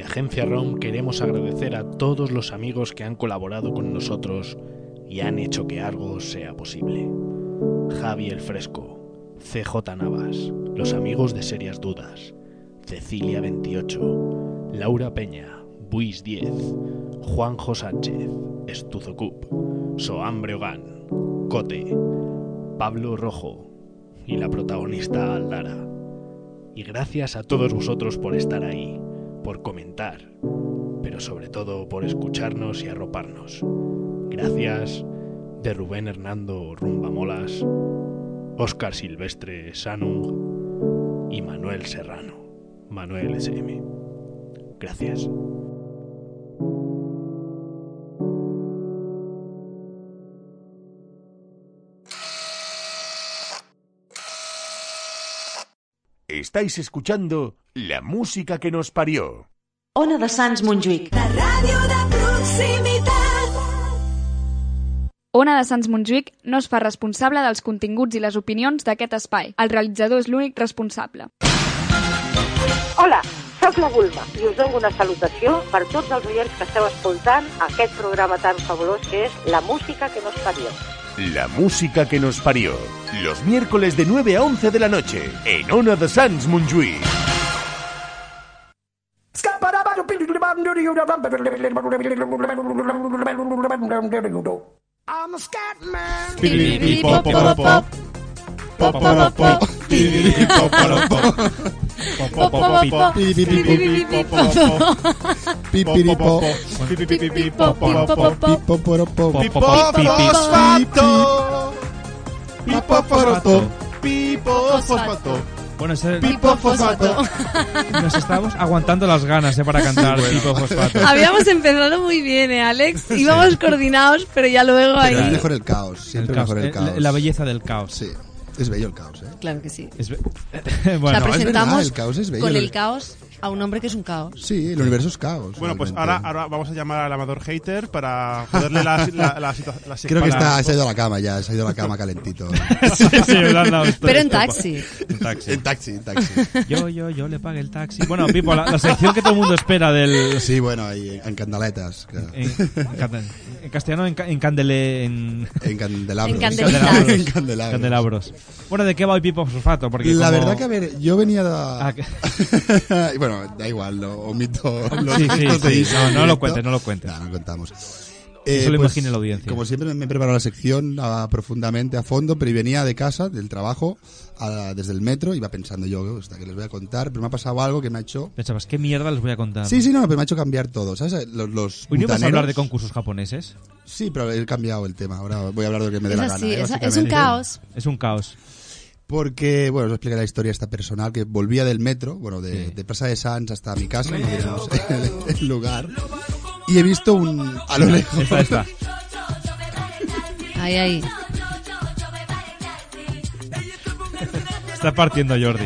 Speaker 25: Agencia ROM queremos agradecer a todos los amigos que han colaborado con nosotros y han hecho que algo sea posible. Javi el Fresco, CJ Navas, los amigos de Serias Dudas, Cecilia 28, Laura Peña, Buis 10, Juanjo Sánchez, Estuzo Cup, Soam Breogán, Cote, Pablo Rojo y la protagonista Aldara. Y gracias a todos vosotros por estar ahí, por comentar, pero sobre todo por escucharnos y arroparnos. Gracias de Rubén Hernando Rumbamolas, Óscar Silvestre Sanung y Manuel Serrano, Manuel SM. Gracias.
Speaker 1: Estáis escuchando la música que nos parió.
Speaker 9: Ona de Sants Montjuïc.
Speaker 18: La ràdio de proximitat.
Speaker 2: Ona de Sants Montjuïc no es fa responsable dels continguts i les opinions d'aquest espai. El realitzador és l'únic responsable.
Speaker 19: Hola, sóc la Bulma i us dono una salutació per tots els oients que esteu escoltant aquest programa tan fabulós que és La música que nos parió.
Speaker 1: La música que nos parió. Los miércoles de 9 a 11 de la noche en Ona de Sans Montjuïc.
Speaker 18: I'm a scat man.
Speaker 7: Pipofosfato. Pipofosfato. Pipofosfato.
Speaker 4: Bueno, ese-
Speaker 7: Pipofosfato.
Speaker 4: nos estábamos aguantando las ganas eh, para cantar tipo fosfato.
Speaker 6: Habíamos empezado muy bien, ¿eh, Alex? Íbamos coordinados, pero ya luego
Speaker 7: Pero es
Speaker 6: ahí.
Speaker 7: mejor el caos. Siempre
Speaker 4: El caos,
Speaker 7: mejor el
Speaker 4: eh,
Speaker 7: caos.
Speaker 4: la- la belleza del caos.
Speaker 7: Sí. Es bello el caos, ¿eh?
Speaker 6: Claro que sí.
Speaker 4: Es be-
Speaker 6: La
Speaker 7: Bueno, es
Speaker 6: presentamos
Speaker 7: verdad, el caos es bello.
Speaker 6: con el caos a un hombre que es un caos.
Speaker 7: Sí, el universo es caos.
Speaker 5: Bueno, pues
Speaker 7: realmente.
Speaker 5: ahora, ahora vamos a llamar al amador hater para joderle la, la, la, situa- la
Speaker 7: Creo que
Speaker 5: para-
Speaker 7: está, se ha ido a la cama ya, se ha ido a la cama calentito.
Speaker 4: Sí, sí, me lo han dado esto.
Speaker 6: Pero en taxi.
Speaker 4: En taxi.
Speaker 7: En taxi, en taxi.
Speaker 4: Yo, yo, yo le pagué el taxi. Bueno, Pipo, la, la sección que todo el mundo espera del...
Speaker 7: Sí, bueno, y en candeletas. claro.
Speaker 4: En, en candel- en castellano, en, ca- en candele... En,
Speaker 7: candelabros. En
Speaker 4: candelabros.
Speaker 7: candelabros. En candelabros.
Speaker 4: Candelabros. Bueno, ¿de qué va hoy Pipo Fosfato? Porque
Speaker 7: la
Speaker 4: como- Ah,
Speaker 7: verdad que, a ver, yo venía de... Y bueno, da igual, lo omito. los
Speaker 4: Sí, sí,
Speaker 7: gestos de
Speaker 4: sí.
Speaker 7: Isa
Speaker 4: No, no
Speaker 7: en directo.
Speaker 4: lo cuentes, no lo cuentes.
Speaker 7: No, no contamos. Eh,
Speaker 4: lo imagine la audiencia.
Speaker 7: pues, Como siempre me he preparado la sección ah, profundamente a fondo, pero venía de casa, del trabajo, a- desde el metro, iba pensando yo, hasta que les voy a contar, pero me ha pasado algo que me ha hecho...
Speaker 4: Pensabas, ¿qué mierda les voy a contar?
Speaker 7: Sí, sí, no, pero me ha hecho cambiar todo, ¿sabes? Los, los
Speaker 4: Hoy no vas a hablar
Speaker 7: butaneros-
Speaker 4: de concursos japoneses.
Speaker 7: Sí, pero he cambiado el tema, ahora voy a hablar de lo que me dé
Speaker 6: Es
Speaker 7: la gana.
Speaker 6: así,
Speaker 7: ¿eh?
Speaker 6: es- es un
Speaker 7: Básicamente.
Speaker 6: caos.
Speaker 4: Es un caos.
Speaker 7: Porque, bueno, os explicaré la historia esta personal que volvía del metro, bueno, de, de Plaza de Sanz hasta mi casa, no diremos el, el lugar, y he visto un. a lo lejos.
Speaker 4: Esta, esta.
Speaker 6: Ahí, ahí.
Speaker 4: Está partiendo Jordi.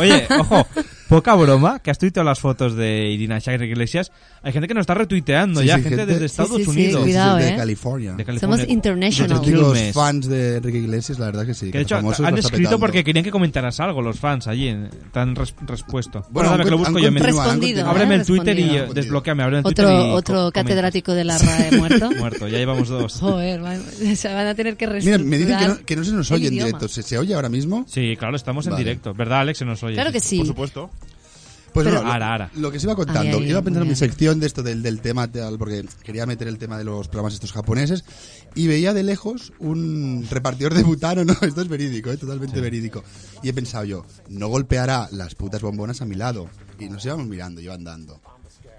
Speaker 4: Oye, ojo, poca broma, que has tuiteado las fotos de Irina Shayre Iglesias. Hay gente que nos está retuiteando
Speaker 7: Sí,
Speaker 4: ya,
Speaker 7: sí,
Speaker 4: gente,
Speaker 7: gente-
Speaker 4: desde
Speaker 7: Sí,
Speaker 4: Estados
Speaker 6: sí, sí,
Speaker 4: Unidos.
Speaker 6: cuidado,
Speaker 7: de
Speaker 6: ¿eh?
Speaker 7: California.
Speaker 4: De California.
Speaker 6: Somos international.
Speaker 7: Los chicos
Speaker 4: Quilmes.
Speaker 7: fans de Enrique Iglesias, la verdad que sí.
Speaker 4: Pues Que de hecho
Speaker 7: famosos
Speaker 4: han
Speaker 7: lo está
Speaker 4: escrito
Speaker 7: petando.
Speaker 4: porque querían que comentaras algo los fans allí. eh, Te han res- respuesto.
Speaker 7: Bueno,
Speaker 4: Ahora
Speaker 7: han
Speaker 4: que lo
Speaker 7: con-
Speaker 4: busco
Speaker 7: han
Speaker 4: yo me-
Speaker 7: continuado, han Respondido, continuado.
Speaker 4: Ábreme
Speaker 7: ¿eh?
Speaker 4: el Twitter y
Speaker 7: Respondido.
Speaker 4: eh, desbloqueame. Ábreme el Twitter y
Speaker 6: Otro,
Speaker 4: co-
Speaker 6: otro
Speaker 4: comenta.
Speaker 6: catedrático de la RAE muerto.
Speaker 4: Muerto, ya llevamos dos.
Speaker 6: Joder, van, o sea, van a tener que
Speaker 7: Mira,
Speaker 6: reestructurar
Speaker 7: me dicen que no, que no se nos
Speaker 6: el
Speaker 7: oye en
Speaker 6: idioma.
Speaker 7: directo. ¿Se, se oye ahora mismo?
Speaker 4: Sí, claro, estamos en
Speaker 7: Vale.
Speaker 4: directo. ¿Verdad, Alex? Se nos oye.
Speaker 6: Claro que sí. Por
Speaker 5: supuesto.
Speaker 7: Pues
Speaker 4: Pero-
Speaker 7: bueno, lo,
Speaker 4: Ara, ara.
Speaker 7: lo que se iba contando,
Speaker 4: Ay, ay,
Speaker 7: iba a pensar en mi
Speaker 4: ay.
Speaker 7: sección de esto del, del tema, tal, porque quería meter el tema de los programas estos japoneses, y veía de lejos un repartidor de butano, no, esto es verídico, ¿eh? totalmente verídico. Y he pensado yo, no golpeará las putas bombonas a mi lado. Y nos íbamos mirando, iba andando.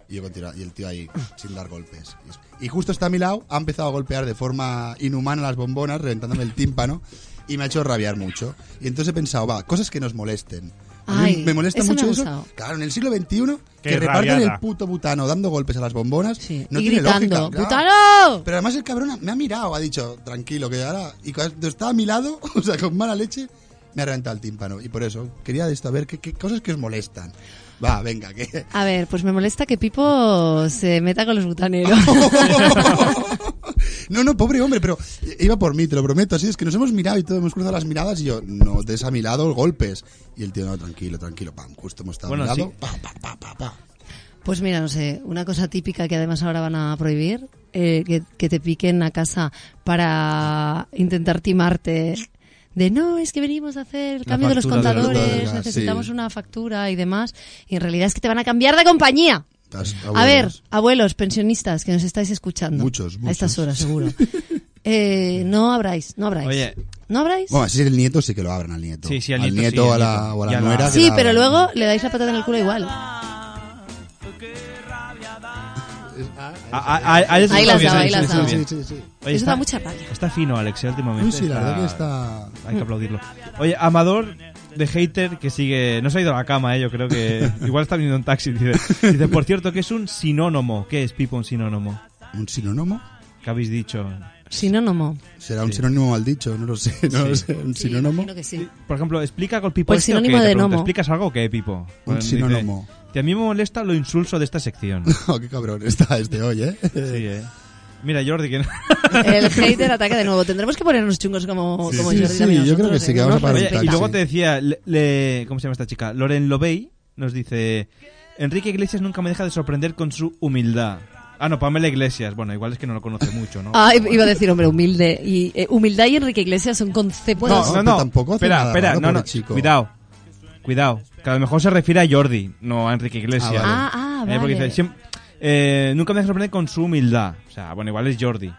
Speaker 7: Y, yo continuaba- y el tío ahí, sin dar golpes. Y es- Y justo está a mi lado, ha empezado a golpear de forma inhumana las bombonas, reventándome el tímpano, y me ha hecho rabiar mucho. Y entonces he pensado, va, cosas que nos molesten. A mí
Speaker 6: Ay,
Speaker 7: me molesta
Speaker 6: eso me
Speaker 7: mucho
Speaker 6: ha
Speaker 7: eso.
Speaker 6: gustado.
Speaker 7: Claro, en el siglo XXI,
Speaker 5: Qué
Speaker 7: que reparten
Speaker 5: rabiada.
Speaker 7: el puto butano dando golpes a las bombonas, no
Speaker 6: y
Speaker 7: tiene
Speaker 6: gritando,
Speaker 7: lógica. claro.
Speaker 6: ¡Butano!
Speaker 7: Pero además el cabrón me ha mirado, ha dicho, tranquilo, que ahora... Y cuando estaba a mi lado, o sea, con mala leche, me ha reventado el tímpano. Y por eso, quería de esto, a ver, qué, qué cosas que os molestan. Va, venga, que...
Speaker 6: A ver, pues me molesta que Pipo se meta con los butaneros.
Speaker 7: No, no, pobre hombre, pero iba por mí, te lo prometo. Así es que nos hemos mirado y todos hemos cruzado las miradas y yo, no, des a mi lado golpes. Y el tío, no, tranquilo, tranquilo, pam, justo hemos estado
Speaker 4: Bueno,
Speaker 7: a mi lado,
Speaker 4: sí.
Speaker 7: pam, pam, pam, pam, pam.
Speaker 6: Pues mira, no sé, una cosa típica que además ahora van a prohibir, eh, que, que te piquen a casa para intentar timarte de no, es que venimos a hacer el
Speaker 14: La
Speaker 6: cambio de los
Speaker 14: factura de la luz,
Speaker 6: contadores,
Speaker 14: claro,
Speaker 6: necesitamos
Speaker 14: sí.
Speaker 6: una factura y demás, y en realidad es que te van a cambiar de compañía. A ver, abuelos, pensionistas que nos estáis escuchando.
Speaker 7: Muchos,
Speaker 6: A
Speaker 7: muchos.
Speaker 6: estas horas, seguro. Eh, no habráis, no habráis.
Speaker 7: Oye.
Speaker 6: ¿No habráis?
Speaker 7: Bueno, si es el nieto, sí que lo abran al nieto.
Speaker 4: Sí, sí, al nieto,
Speaker 7: nieto,
Speaker 4: sí,
Speaker 7: a
Speaker 4: al
Speaker 7: la,
Speaker 4: nieto.
Speaker 7: o a
Speaker 4: Ya
Speaker 7: la
Speaker 4: la-
Speaker 7: nuera. que
Speaker 6: Sí,
Speaker 7: la
Speaker 6: pero
Speaker 7: abran.
Speaker 6: luego le dais la patada en el culo igual.
Speaker 4: Ah, Ahí
Speaker 6: Ahí las daba, ahí las daba.
Speaker 7: Sí, sí, sí.
Speaker 6: Eso da mucha rabia.
Speaker 4: Está fino, Alex, eh, últimamente.
Speaker 7: Uy, sí, la
Speaker 4: está-
Speaker 7: verdad que está-
Speaker 4: Hay que aplaudirlo. Oye, Amador de hater que sigue. No se ha ido a la cama, eh, yo creo que. Igual está viniendo en taxi. Dice, dice, por cierto, que es un sinónomo. ¿Qué es, Pipo, un sinónomo?
Speaker 7: ¿Un sinónomo?
Speaker 4: ¿Qué habéis dicho?
Speaker 6: Sinónomo.
Speaker 7: Será un sinónimo mal dicho, no lo sé. No lo sé. Un sinónimo.
Speaker 6: Imagino que sí.
Speaker 4: Por ejemplo, explica con Pipo.
Speaker 6: O el
Speaker 4: este o qué,
Speaker 6: Pues sinónimo
Speaker 4: te
Speaker 6: de
Speaker 4: pregunta.
Speaker 6: gnomo.
Speaker 4: ¿Explicas algo o qué, Pipo?
Speaker 7: Un
Speaker 4: Dice,
Speaker 7: sinónomo. Oh,
Speaker 4: Te a mí me molesta lo insulso de esta sección.
Speaker 7: qué cabrón está este hoy, ¿eh?
Speaker 4: Sí, eh. Mira, Jordi, que no-
Speaker 6: El hater ataca de nuevo. Tendremos que ponernos chungos como, como Jordi también
Speaker 7: yo creo que
Speaker 6: nosotros,
Speaker 7: sí,
Speaker 6: ¿eh?
Speaker 7: que vamos a parar
Speaker 4: Oye,
Speaker 7: un taxi.
Speaker 4: Y luego te decía, le- le- ¿cómo se llama esta chica? Loren Lobey nos dice: Enrique Iglesias nunca me deja de sorprender con su humildad. Ah, no, Pamela Iglesias. Bueno, igual es que no lo conoce mucho, ¿no?
Speaker 6: Ah, iba a decir, hombre, humilde. Y, eh, humildad y Enrique Iglesias son conceptos.
Speaker 4: no, no, no. espera,
Speaker 7: nada
Speaker 4: espera,
Speaker 7: raro,
Speaker 4: no, no.
Speaker 7: pobre chico.
Speaker 4: Cuidado, cuidado. Que a lo mejor se refiere a Jordi, no a Enrique Iglesias.
Speaker 6: Ah, vale. Ah, ah,
Speaker 4: Eh, porque
Speaker 6: vale.
Speaker 4: dice, "Siem- eh, nunca me deja de sorprender con su humildad. O sea, bueno, igual es Jordi.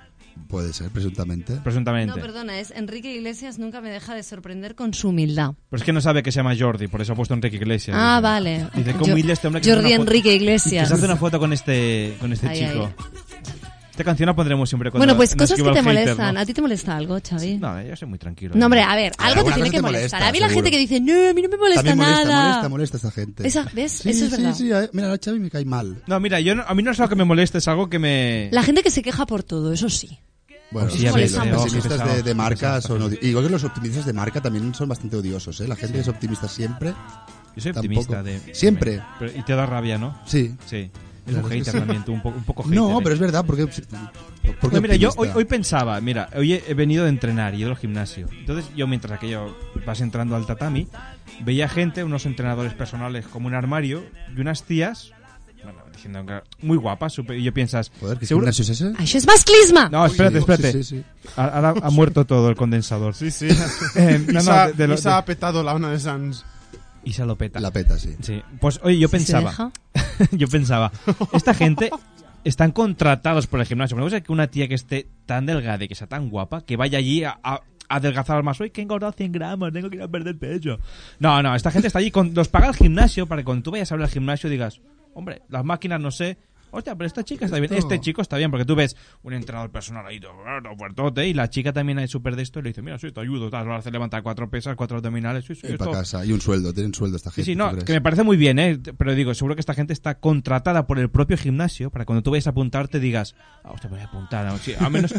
Speaker 7: Puede ser, presuntamente.
Speaker 6: No,
Speaker 4: Presuntamente.
Speaker 6: perdona, es Enrique Iglesias nunca me deja de sorprender con su humildad.
Speaker 4: Pero es que no sabe que se llama Jordi, por eso ha puesto Enrique Iglesias.
Speaker 6: Ah,
Speaker 4: Dice,
Speaker 6: vale.
Speaker 4: Dice, ¿cómo
Speaker 6: Yo-
Speaker 4: humilde este hombre que
Speaker 6: Jordi
Speaker 4: se hace una
Speaker 6: Enrique
Speaker 4: foto-
Speaker 6: Iglesias.
Speaker 4: que se hace una foto con este, con este
Speaker 6: Ay,
Speaker 4: chico.
Speaker 6: ay.
Speaker 4: Esta canción la pondremos siempre cuando
Speaker 6: Bueno, pues
Speaker 4: nos
Speaker 6: cosas que
Speaker 4: escriba
Speaker 6: te
Speaker 4: el hater,
Speaker 6: molestan.
Speaker 4: ¿no?
Speaker 6: ¿A ti te molesta algo, Xavi?
Speaker 4: No, yo soy muy tranquilo.
Speaker 6: No, hombre, a ver,
Speaker 4: A ver,
Speaker 6: algo te
Speaker 4: alguna
Speaker 6: tiene
Speaker 4: cosa
Speaker 6: que
Speaker 4: te
Speaker 6: molestar.
Speaker 4: molesta,
Speaker 6: a mí la gente
Speaker 4: seguro.
Speaker 6: que dice, no, a mí no me molesta
Speaker 7: También molesta,
Speaker 6: nada.
Speaker 7: molesta, molesta esta gente.
Speaker 6: Esa- ¿ves?
Speaker 7: Sí,
Speaker 6: Eso es
Speaker 7: sí,
Speaker 6: verdad.
Speaker 7: Sí, eh, mira, la Xavi me cae mal.
Speaker 4: No, mira, yo no- a mí no es algo que me moleste, es algo que me...
Speaker 6: La gente que se queja por todo, eso sí.
Speaker 7: Bueno,
Speaker 4: Sí,
Speaker 7: sí,
Speaker 4: ya
Speaker 7: los
Speaker 4: ves, eh, ojo,
Speaker 7: pesimistas
Speaker 4: pesado,
Speaker 7: de, de marca
Speaker 4: pesado,
Speaker 7: son odi- Igual que los optimistas de marca también son bastante odiosos, ¿eh? La gente que es optimista siempre.
Speaker 4: Yo soy
Speaker 7: tampoco-
Speaker 4: optimista de...
Speaker 7: Siempre.
Speaker 4: Pero- y te da rabia, ¿no?
Speaker 7: Sí.
Speaker 4: Sí. Es
Speaker 7: Claro
Speaker 4: un
Speaker 7: que
Speaker 4: hater
Speaker 7: sí.
Speaker 4: también, tú, un, po- un poco hater.
Speaker 7: No,
Speaker 4: ¿eh?
Speaker 7: pero es verdad, porque. porque
Speaker 4: Pues mira, yo hoy,
Speaker 7: optimista.
Speaker 4: hoy pensaba, mira, hoy he he venido de entrenar y he ido al gimnasio. Entonces, yo mientras aquello vas entrando al tatami, veía gente, unos entrenadores personales como un armario y unas tías, bueno, diciendo que muy guapas, súper- y yo piensas,
Speaker 7: Joder, ¿qué
Speaker 4: ¿seguro?
Speaker 7: gimnasio es ese?
Speaker 6: Això és masclisme!
Speaker 4: No, espérate,
Speaker 7: Sí,
Speaker 4: espérate.
Speaker 7: sí, sí, sí.
Speaker 4: Ha- Ahora ha muerto todo el condensador.
Speaker 5: Sí, sí.
Speaker 4: Eh, no, no,
Speaker 5: Isa,
Speaker 4: de- de lo-
Speaker 5: Isa
Speaker 4: de-
Speaker 5: ha petado la una de Sans.
Speaker 4: Isa lo peta.
Speaker 7: La peta, sí.
Speaker 4: Sí. Pues oye, yo
Speaker 7: Si se
Speaker 4: pensaba. yo pensaba. Esta gente están contratados por el gimnasio. Una cosa es que una tía que esté tan delgada y que sea tan guapa, que vaya allí a. a- a adelgazar más hoy que he engordado 100 gramos tengo que ir a perder peso no no esta gente está allí con, los paga el gimnasio para que cuando tú vayas a hablar al gimnasio digas hombre las máquinas no sé hostia pero esta chica está bien
Speaker 3: Esto.
Speaker 4: este chico está bien porque tú ves un entrenador personal ahí todo bueno, fuertote y la chica también es súper de esto y le dice mira sí te ayudo tal vas a hacer levantar cuatro pesas cuatro abdominales sí, sí,
Speaker 7: Y
Speaker 4: esto-
Speaker 7: para casa. Y un sueldo, tienen sueldo esta
Speaker 4: Sí,
Speaker 7: gente.
Speaker 4: sí,
Speaker 7: ¿tú
Speaker 4: no,
Speaker 7: crees?
Speaker 4: que me parece muy bien, ¿eh? Pero digo, seguro que esta gente está contratada por el propio gimnasio para cuando tú vayas a apuntarte digas, ah, hostia, me voy a apuntar, ah, sí, al menos...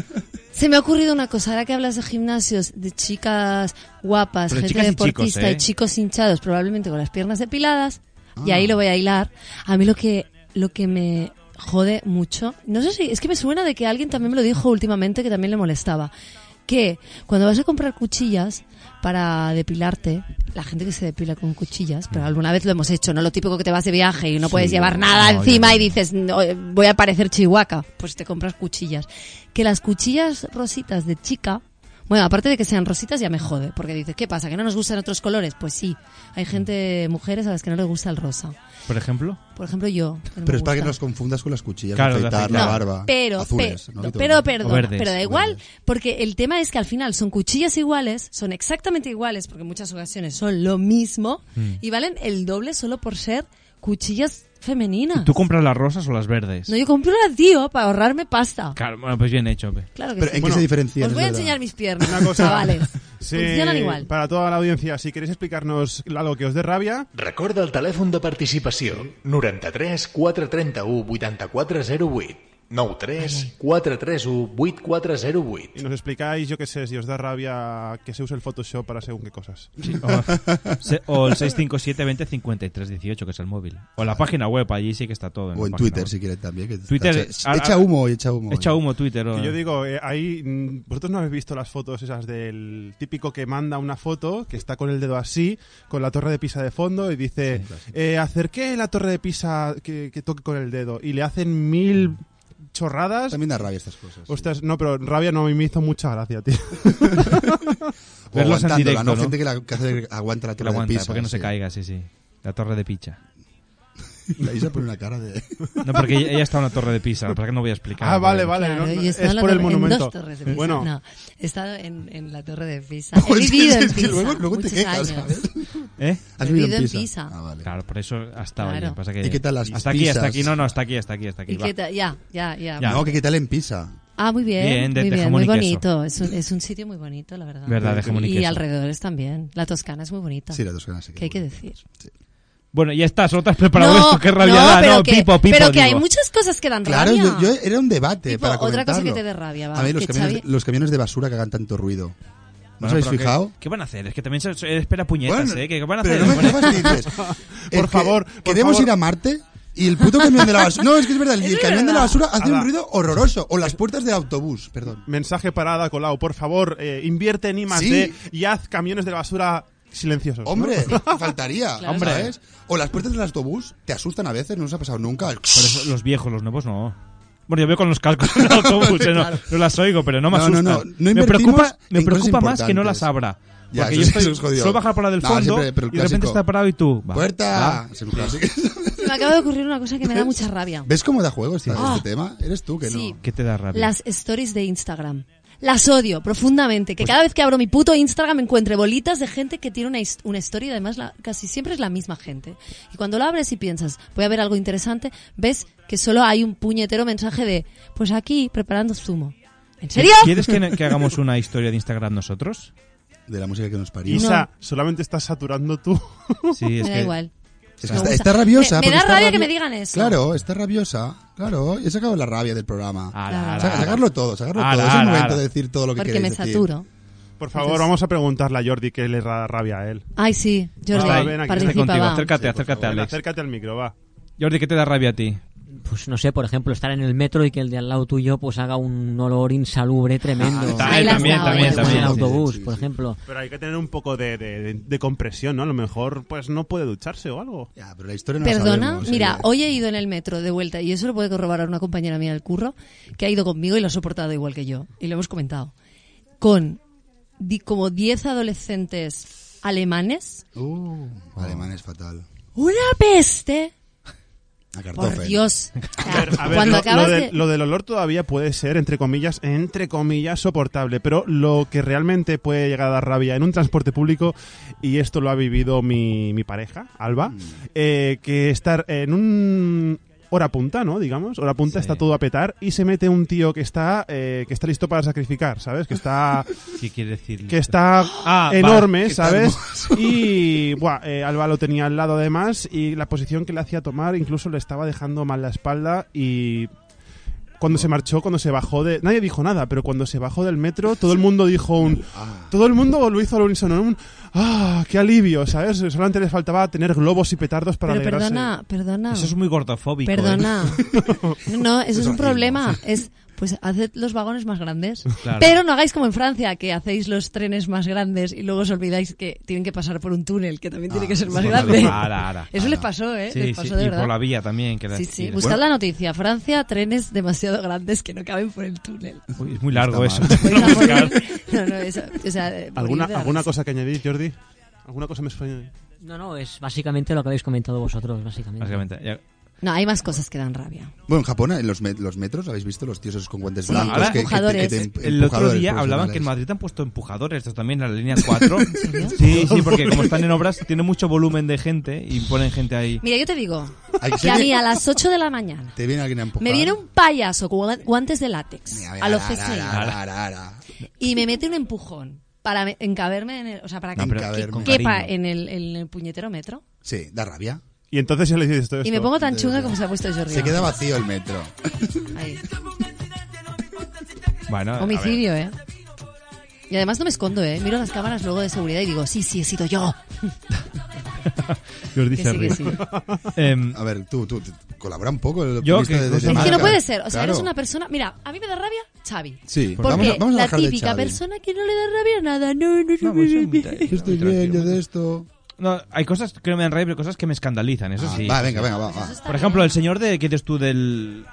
Speaker 6: Se me ha ocurrido una cosa, ahora que hablas de gimnasios, de chicas guapas,
Speaker 4: Pero
Speaker 6: gente
Speaker 4: chicas y chicos,
Speaker 6: deportista
Speaker 4: ¿eh?
Speaker 6: y chicos hinchados, probablemente con las piernas depiladas, y
Speaker 4: Ah.
Speaker 6: ahí lo voy a hilar. A mí lo que, lo que me jode mucho, no sé si, es que me suena de que alguien también me lo dijo últimamente que también le molestaba, que cuando vas a comprar cuchillas para depilarte, la gente que se depila con cuchillas, pero alguna vez lo hemos hecho, ¿no? Lo típico que te vas de viaje y no
Speaker 27: Sí,
Speaker 6: puedes llevar
Speaker 27: no,
Speaker 6: nada
Speaker 27: no,
Speaker 6: encima
Speaker 27: ya,
Speaker 6: y dices, "No, eh, voy a parecer chihuahua, pues te compras cuchillas. Que las cuchillas rositas de chica, bueno, aparte de que sean rositas ya me jode, porque dices, ¿qué pasa? ¿Que no nos gustan otros colores? Pues sí, hay gente, mujeres a las que no les gusta el rosa.
Speaker 4: Por ejemplo...
Speaker 6: Por ejemplo, yo. que no me
Speaker 7: Pero es para que
Speaker 6: gusta.
Speaker 7: no los confundas con las cuchillas
Speaker 4: Claro,
Speaker 7: de
Speaker 4: de
Speaker 7: afeitar la
Speaker 4: afeitar.
Speaker 7: barba.
Speaker 6: Pero,
Speaker 7: azules,
Speaker 6: pe-
Speaker 7: ¿no?
Speaker 6: no,
Speaker 7: Y todo.
Speaker 6: pero perdona,
Speaker 7: O verdes.
Speaker 6: pero da igual, porque el tema es que al final son cuchillas iguales, son exactamente iguales, porque en muchas ocasiones son lo mismo,
Speaker 4: Mm.
Speaker 6: y valen el doble solo por ser cuchillas femeninas.
Speaker 4: ¿Tú compras las rosas o las verdes?
Speaker 6: No, yo compro las tío para ahorrarme pasta.
Speaker 4: Claro, bueno, pues bien hecho. pe.
Speaker 6: Claro que
Speaker 5: Pero,
Speaker 6: sí.
Speaker 5: ¿en qué se
Speaker 6: Bueno,
Speaker 5: diferencian?
Speaker 6: Os
Speaker 5: Es
Speaker 6: voy a
Speaker 5: verdad.
Speaker 6: enseñar mis piernas,
Speaker 5: Una cosa.
Speaker 6: chavales.
Speaker 5: Sí,
Speaker 6: Ah, Funcionan igual.
Speaker 5: Para toda la audiencia, si queréis explicarnos algo que os dé rabia...
Speaker 1: Recorda el telèfon de participació 93 431 8408
Speaker 5: Y nos explicáis, yo qué sé, si os da rabia que se use el Photoshop para según qué cosas.
Speaker 4: O, se- o el 657 20 53 18, que es el móvil. O la página web, allí sí que está todo.
Speaker 7: Ah. O en Twitter, si quieres también. que
Speaker 4: Twitter
Speaker 7: está- echa humo, echa humo.
Speaker 4: Echa humo Twitter. o-
Speaker 5: Que yo digo, eh, ahí, mm, vosotros no habéis visto las fotos esas del típico que manda una foto, que está con el dedo así, con la torre de Pisa de fondo, y dice, eh, acerqué la torre de Pisa que, que toque con el dedo, y le hacen mil
Speaker 4: Mm.
Speaker 5: chorradas.
Speaker 7: También da rabia estas cosas.
Speaker 5: Ostras, no, pero rabia no, a mí me hizo mucha gracia, tío.
Speaker 7: O aguantándola, ¿no? Gente que, la, que hace- aguanta la
Speaker 4: Que
Speaker 7: torre
Speaker 4: la aguanta,
Speaker 7: de pizza.
Speaker 4: para que no se
Speaker 7: sí.
Speaker 4: caiga, sí, sí. La torre de picha.
Speaker 7: La Isa pone una cara de...
Speaker 4: No, porque ella, ella está en una torre de Pisa, para que no voy a explicar.
Speaker 5: Ah, vale, vale.
Speaker 6: Claro,
Speaker 5: no, no,
Speaker 6: yo he
Speaker 5: es
Speaker 6: estado en la
Speaker 5: por el
Speaker 6: torre- en
Speaker 5: monumento.
Speaker 6: dos torres de Pisa.
Speaker 5: Bueno,
Speaker 6: No, he estado en, en la torre de Pisa. He
Speaker 7: Joder,
Speaker 6: vivido
Speaker 7: es
Speaker 6: en
Speaker 7: que
Speaker 6: Pisa.
Speaker 7: luego- luego te
Speaker 6: muchos
Speaker 7: quejas,
Speaker 6: años.
Speaker 7: ¿sabes?
Speaker 4: ¿Eh?
Speaker 7: Has
Speaker 6: He
Speaker 7: vivido
Speaker 6: vivido
Speaker 7: en
Speaker 6: en
Speaker 7: Pisa. Ah,
Speaker 6: Pisa.
Speaker 4: Claro, por eso ha estado
Speaker 6: Claro.
Speaker 4: allí. Pasa que-
Speaker 7: ¿Y qué tal las
Speaker 4: Hasta aquí, hasta
Speaker 7: pizzas?
Speaker 4: aquí. No, no, hasta aquí, hasta aquí, hasta aquí.
Speaker 6: ¿Y
Speaker 4: va.
Speaker 6: qué tal? Ya, ya, ya.
Speaker 4: Ya.
Speaker 7: No, que qué tal en Pisa.
Speaker 6: Ah, muy bien.
Speaker 4: Bien, de-
Speaker 6: muy,
Speaker 4: de
Speaker 6: bien
Speaker 4: jamón
Speaker 6: muy
Speaker 4: y queso.
Speaker 6: bonito. Es un, es un sitio muy bonito, la verdad.
Speaker 4: Verdad, de jamón y queso.
Speaker 6: alrededores también. La Toscana es muy bonita.
Speaker 7: Sí, la Toscana sí que
Speaker 6: ¿Qué hay que decir?
Speaker 4: Bueno, ya estás, otra preparado esto, qué rabia
Speaker 6: no,
Speaker 4: da.
Speaker 6: pero
Speaker 4: no,
Speaker 6: que,
Speaker 4: pipo, pipo.
Speaker 6: Pero que hay
Speaker 4: digo.
Speaker 6: muchas cosas que dan
Speaker 7: Claro,
Speaker 6: rabia.
Speaker 7: yo, yo- era un debate
Speaker 6: Tipo,
Speaker 7: para
Speaker 6: otra
Speaker 7: comentarlo.
Speaker 6: cosa que te dé rabia, va,
Speaker 7: A mí los
Speaker 6: que
Speaker 7: camiones,
Speaker 6: Xavi-
Speaker 7: los camiones de basura que hagan tanto ruido. ¿No os
Speaker 4: Bueno,
Speaker 7: habéis
Speaker 4: pero que-
Speaker 7: fijado?
Speaker 4: ¿Qué van a hacer? Es que también se se espera puñetas,
Speaker 7: Bueno,
Speaker 4: ¿eh? ¿Qué van a
Speaker 7: pero
Speaker 4: hacer?
Speaker 7: no me
Speaker 4: Bueno,
Speaker 7: fastidies.
Speaker 4: Por
Speaker 7: Es que
Speaker 4: favor, por
Speaker 7: Queremos
Speaker 4: favor.
Speaker 7: ir a Marte y el puto camión de la basura... No, es que es verdad, el,
Speaker 5: Eso es
Speaker 7: camión de la
Speaker 5: verdad.
Speaker 7: basura hace
Speaker 5: Ala.
Speaker 7: un ruido horroroso. O las puertas del autobús, perdón.
Speaker 5: mensaje parada, Colau. Por favor, eh, invierte en I más
Speaker 7: Sí.
Speaker 5: D y haz camiones de la basura silenciosos.
Speaker 4: Pues
Speaker 5: ¿no?
Speaker 7: Hombre, faltaría, Hombre. ¿sabes? O las puertas del autobús te asustan a veces, no nos ha pasado nunca.
Speaker 4: por eso los viejos, los nuevos, no. Bueno, yo veo con los cascos en el autobús, eh, no,
Speaker 7: Claro.
Speaker 4: no las oigo, pero no me
Speaker 7: No,
Speaker 4: asustan.
Speaker 7: no, no, no
Speaker 4: me
Speaker 7: invertimos
Speaker 4: preocupa, me
Speaker 7: en cosas
Speaker 4: preocupa más que no las
Speaker 7: importantes.
Speaker 4: abra.
Speaker 7: Ya,
Speaker 4: porque
Speaker 7: eso
Speaker 4: yo
Speaker 7: es-
Speaker 4: estoy,
Speaker 7: eso es jodido.
Speaker 4: suelo bajar por la del
Speaker 7: No,
Speaker 4: fondo
Speaker 7: siempre- pero el
Speaker 4: y de repente
Speaker 7: clásico,
Speaker 4: está parado y tú... va, Ah.
Speaker 7: ¡Puerta! Ah,
Speaker 4: va.
Speaker 7: Es un clásico.
Speaker 6: Se me acaba de ocurrir una cosa que me da mucha rabia.
Speaker 7: ¿Ves cómo da juego este,
Speaker 6: Ah.
Speaker 7: este tema? Eres tú que
Speaker 6: Sí.
Speaker 7: no.
Speaker 4: ¿Qué te da rabia?
Speaker 6: Las stories de Instagram. Las odio profundamente.
Speaker 4: Pues
Speaker 6: Que cada vez que abro mi puto Instagram me encuentre bolitas de gente que tiene una, his- una historia y además la- casi siempre es la misma gente. Y cuando la abres y piensas, voy a ver algo interesante, ves que solo hay un puñetero mensaje de, pues aquí preparando zumo. ¿En serio?
Speaker 4: ¿Quieres que, que hagamos una historia de Instagram nosotros?
Speaker 7: De la música que nos parió.
Speaker 5: Isa, solamente estás saturando tú.
Speaker 4: Sí,
Speaker 6: me da igual.
Speaker 7: Es que
Speaker 6: Me
Speaker 7: está,
Speaker 6: gusta.
Speaker 7: está rabiosa.
Speaker 6: Me- me
Speaker 7: porque
Speaker 6: da
Speaker 7: está
Speaker 6: rabia que me digan eso.
Speaker 7: Claro, está rabiosa. Claro, he sacado la rabia del programa.
Speaker 4: Ala, ala,
Speaker 7: Sa-
Speaker 4: ala.
Speaker 7: sacarlo todo, sacarlo
Speaker 4: Ala,
Speaker 7: todo. es el
Speaker 4: ala,
Speaker 7: momento
Speaker 4: ala.
Speaker 7: de decir todo lo que
Speaker 6: Porque me
Speaker 7: queréis decir.
Speaker 6: saturo.
Speaker 5: Por favor,
Speaker 6: Entonces-
Speaker 5: vamos a preguntarle a Jordi qué le da rabia a él.
Speaker 6: Ay, sí, Jordi,
Speaker 5: Va, ven aquí.
Speaker 6: participa,
Speaker 4: Estoy Este contigo,
Speaker 6: va.
Speaker 4: acércate, acércate,
Speaker 5: Ven,
Speaker 4: Alex.
Speaker 5: acércate al micro, va.
Speaker 4: Jordi, ¿qué te da rabia a ti?
Speaker 12: Pues no sé, por ejemplo, estar en el metro y que el de al lado tuyo pues haga un olor insalubre tremendo.
Speaker 4: Ah, Ahí la también, has dado,
Speaker 6: ¿eh?
Speaker 4: también, ahí la has
Speaker 12: En el
Speaker 4: dado. también.
Speaker 12: autobús,
Speaker 4: Sí, sí,
Speaker 12: por
Speaker 4: sí.
Speaker 12: ejemplo.
Speaker 5: Pero hay que tener un poco de, de- de compresión, ¿no? A lo mejor pues no puede ducharse o algo.
Speaker 7: Ya, pero la ¿eh? historia
Speaker 6: Perdona,
Speaker 5: ¿eh?
Speaker 6: mira, hoy he ido en el metro de vuelta y eso lo puede corroborar una compañera mía del curro que ha ido conmigo y lo ha soportado igual que yo. Y lo hemos comentado. Con di- como 10 adolescentes alemanes.
Speaker 7: Uh, alemán es fatal.
Speaker 6: ¡Una peste!
Speaker 7: A
Speaker 6: Por
Speaker 7: Kartoffel.
Speaker 6: Dios.
Speaker 5: A ver, a ver,
Speaker 6: Cuando
Speaker 5: lo,
Speaker 6: acabas
Speaker 5: lo de-
Speaker 6: de-
Speaker 5: lo del olor todavía puede ser, entre comillas, entre comillas, soportable, pero lo que realmente puede llegar a dar rabia en un transporte público, y esto lo ha vivido mi, mi pareja, Alba, eh, que estar en un hora punta, ¿no? Digamos, hora punta está todo a petar y se mete un tío que está eh, que está listo para sacrificar, ¿sabes? Que está
Speaker 4: ¿Qué quiere decir?
Speaker 5: que está
Speaker 4: Ah,
Speaker 5: enorme,
Speaker 4: vale.
Speaker 5: ¿sabes?
Speaker 4: Qué tal-
Speaker 5: Y buah, eh, Alba lo tenía al lado además y la posición que le hacía tomar incluso le estaba dejando mal la espalda y cuando se marchó, cuando se bajó de... Nadie dijo nada, pero cuando se bajó del metro todo el mundo dijo un... Todo el mundo lo hizo al unísono, un... ¡Ah, qué alivio! ¿Sabes? Solamente les faltaba tener globos y petardos para
Speaker 6: Pero
Speaker 5: alegrarse.
Speaker 6: perdona, perdona.
Speaker 4: Eso es muy
Speaker 5: ¿eh?
Speaker 4: gordofóbico.
Speaker 6: Perdona. No, eso
Speaker 4: ¿eh? Es
Speaker 6: es un
Speaker 4: racismo.
Speaker 6: problema. Es, pues haced los vagones más grandes.
Speaker 4: Claro.
Speaker 6: Pero no hagáis como en Francia, que hacéis los trenes más grandes y luego os olvidáis que tienen que pasar por un túnel, que también tiene
Speaker 4: Ah,
Speaker 6: que ser más grande.
Speaker 4: Ara, ara,
Speaker 6: Eso
Speaker 4: ara.
Speaker 6: les pasó, ¿eh?
Speaker 4: Sí,
Speaker 6: les
Speaker 4: sí,
Speaker 6: pasó de
Speaker 4: y
Speaker 6: verdad.
Speaker 4: por la vía también. Que
Speaker 6: Sí, sí. Buscad la noticia. Francia, trenes demasiado grandes que no caben por el túnel.
Speaker 4: Uy, es muy largo eso.
Speaker 6: Vais a morir. No, no, eso, o sea, eh, morir
Speaker 5: ¿Alguna,
Speaker 6: de la
Speaker 5: ¿alguna
Speaker 6: risa.
Speaker 5: cosa que añadir, Jordi? ¿Alguna cosa me extraña?
Speaker 12: No, no, es básicamente lo que habéis comentado vosotros, básicamente.
Speaker 4: Básicamente, ya-
Speaker 6: No, hay más cosas que dan rabia.
Speaker 7: Bueno, en Japón, en los, met- los metros, ¿habéis visto los tíos esos con guantes
Speaker 6: Sí,
Speaker 7: blancos?
Speaker 6: ahora-
Speaker 7: que- que, te- que te-
Speaker 4: el otro
Speaker 7: empujadores
Speaker 4: día hablaban que en
Speaker 7: profesionales?
Speaker 4: Madrid han puesto empujadores, estos también en la línea 4. sí, sí, porque como están en obras, tiene mucho volumen de gente y ponen gente ahí.
Speaker 6: Mira, yo te digo
Speaker 4: Ay, sí.
Speaker 6: que a mí a las 8 de la mañana
Speaker 7: Te viene alguien a empujar.
Speaker 6: Me viene un payaso con gua- guantes de látex
Speaker 7: Mira, mira,
Speaker 6: a los
Speaker 7: ara, ara,
Speaker 6: CSI
Speaker 7: ara, ara, ara.
Speaker 6: y me mete un empujón para me- encaberme en el, o sea, para que,
Speaker 7: No, pero
Speaker 6: que
Speaker 7: encaberme.
Speaker 6: quepa
Speaker 7: Con
Speaker 6: en el, en el puñetero metro.
Speaker 7: Sí, da rabia.
Speaker 5: Y entonces yo le dice esto,
Speaker 6: Y me
Speaker 5: esto.
Speaker 6: pongo tan chunga como se ha puesto Jordi.
Speaker 7: Se queda vacío el metro.
Speaker 6: Ahí.
Speaker 4: Bueno, a ver.
Speaker 6: Homicidio, ¿eh? Y además no me escondo, ¿eh? Miro las cámaras luego de seguridad y digo, sí, sí, he sido yo.
Speaker 4: Jordi
Speaker 6: Que sí, que
Speaker 4: Sarri.
Speaker 6: sí.
Speaker 4: Em,
Speaker 7: A ver, tú, tú, tú, colabora un poco. El
Speaker 4: Yo
Speaker 7: punto
Speaker 4: que-
Speaker 7: de- de-
Speaker 4: Es
Speaker 7: de
Speaker 4: que
Speaker 6: Es
Speaker 7: marca.
Speaker 6: que no puede ser. O sea,
Speaker 7: Claro.
Speaker 6: eres una persona. Mira, a mí me da rabia Xavi.
Speaker 7: Sí. pues
Speaker 6: Porque
Speaker 7: Vamos a- vamos a
Speaker 6: la
Speaker 7: bajar de
Speaker 6: típica
Speaker 7: Xavi.
Speaker 6: persona que no le da rabia nada. No, no, no.
Speaker 4: Vamos,
Speaker 6: no, no.
Speaker 4: Yo
Speaker 7: estoy bien, yo de esto.
Speaker 4: No, hay cosas que no me dan rabia, pero cosas que me escandalizan, eso
Speaker 7: Ah,
Speaker 4: sí.
Speaker 7: va,
Speaker 4: eso
Speaker 7: venga,
Speaker 4: sí.
Speaker 7: venga, va, va. Eso
Speaker 4: Por ejemplo, el señor de que dices tú del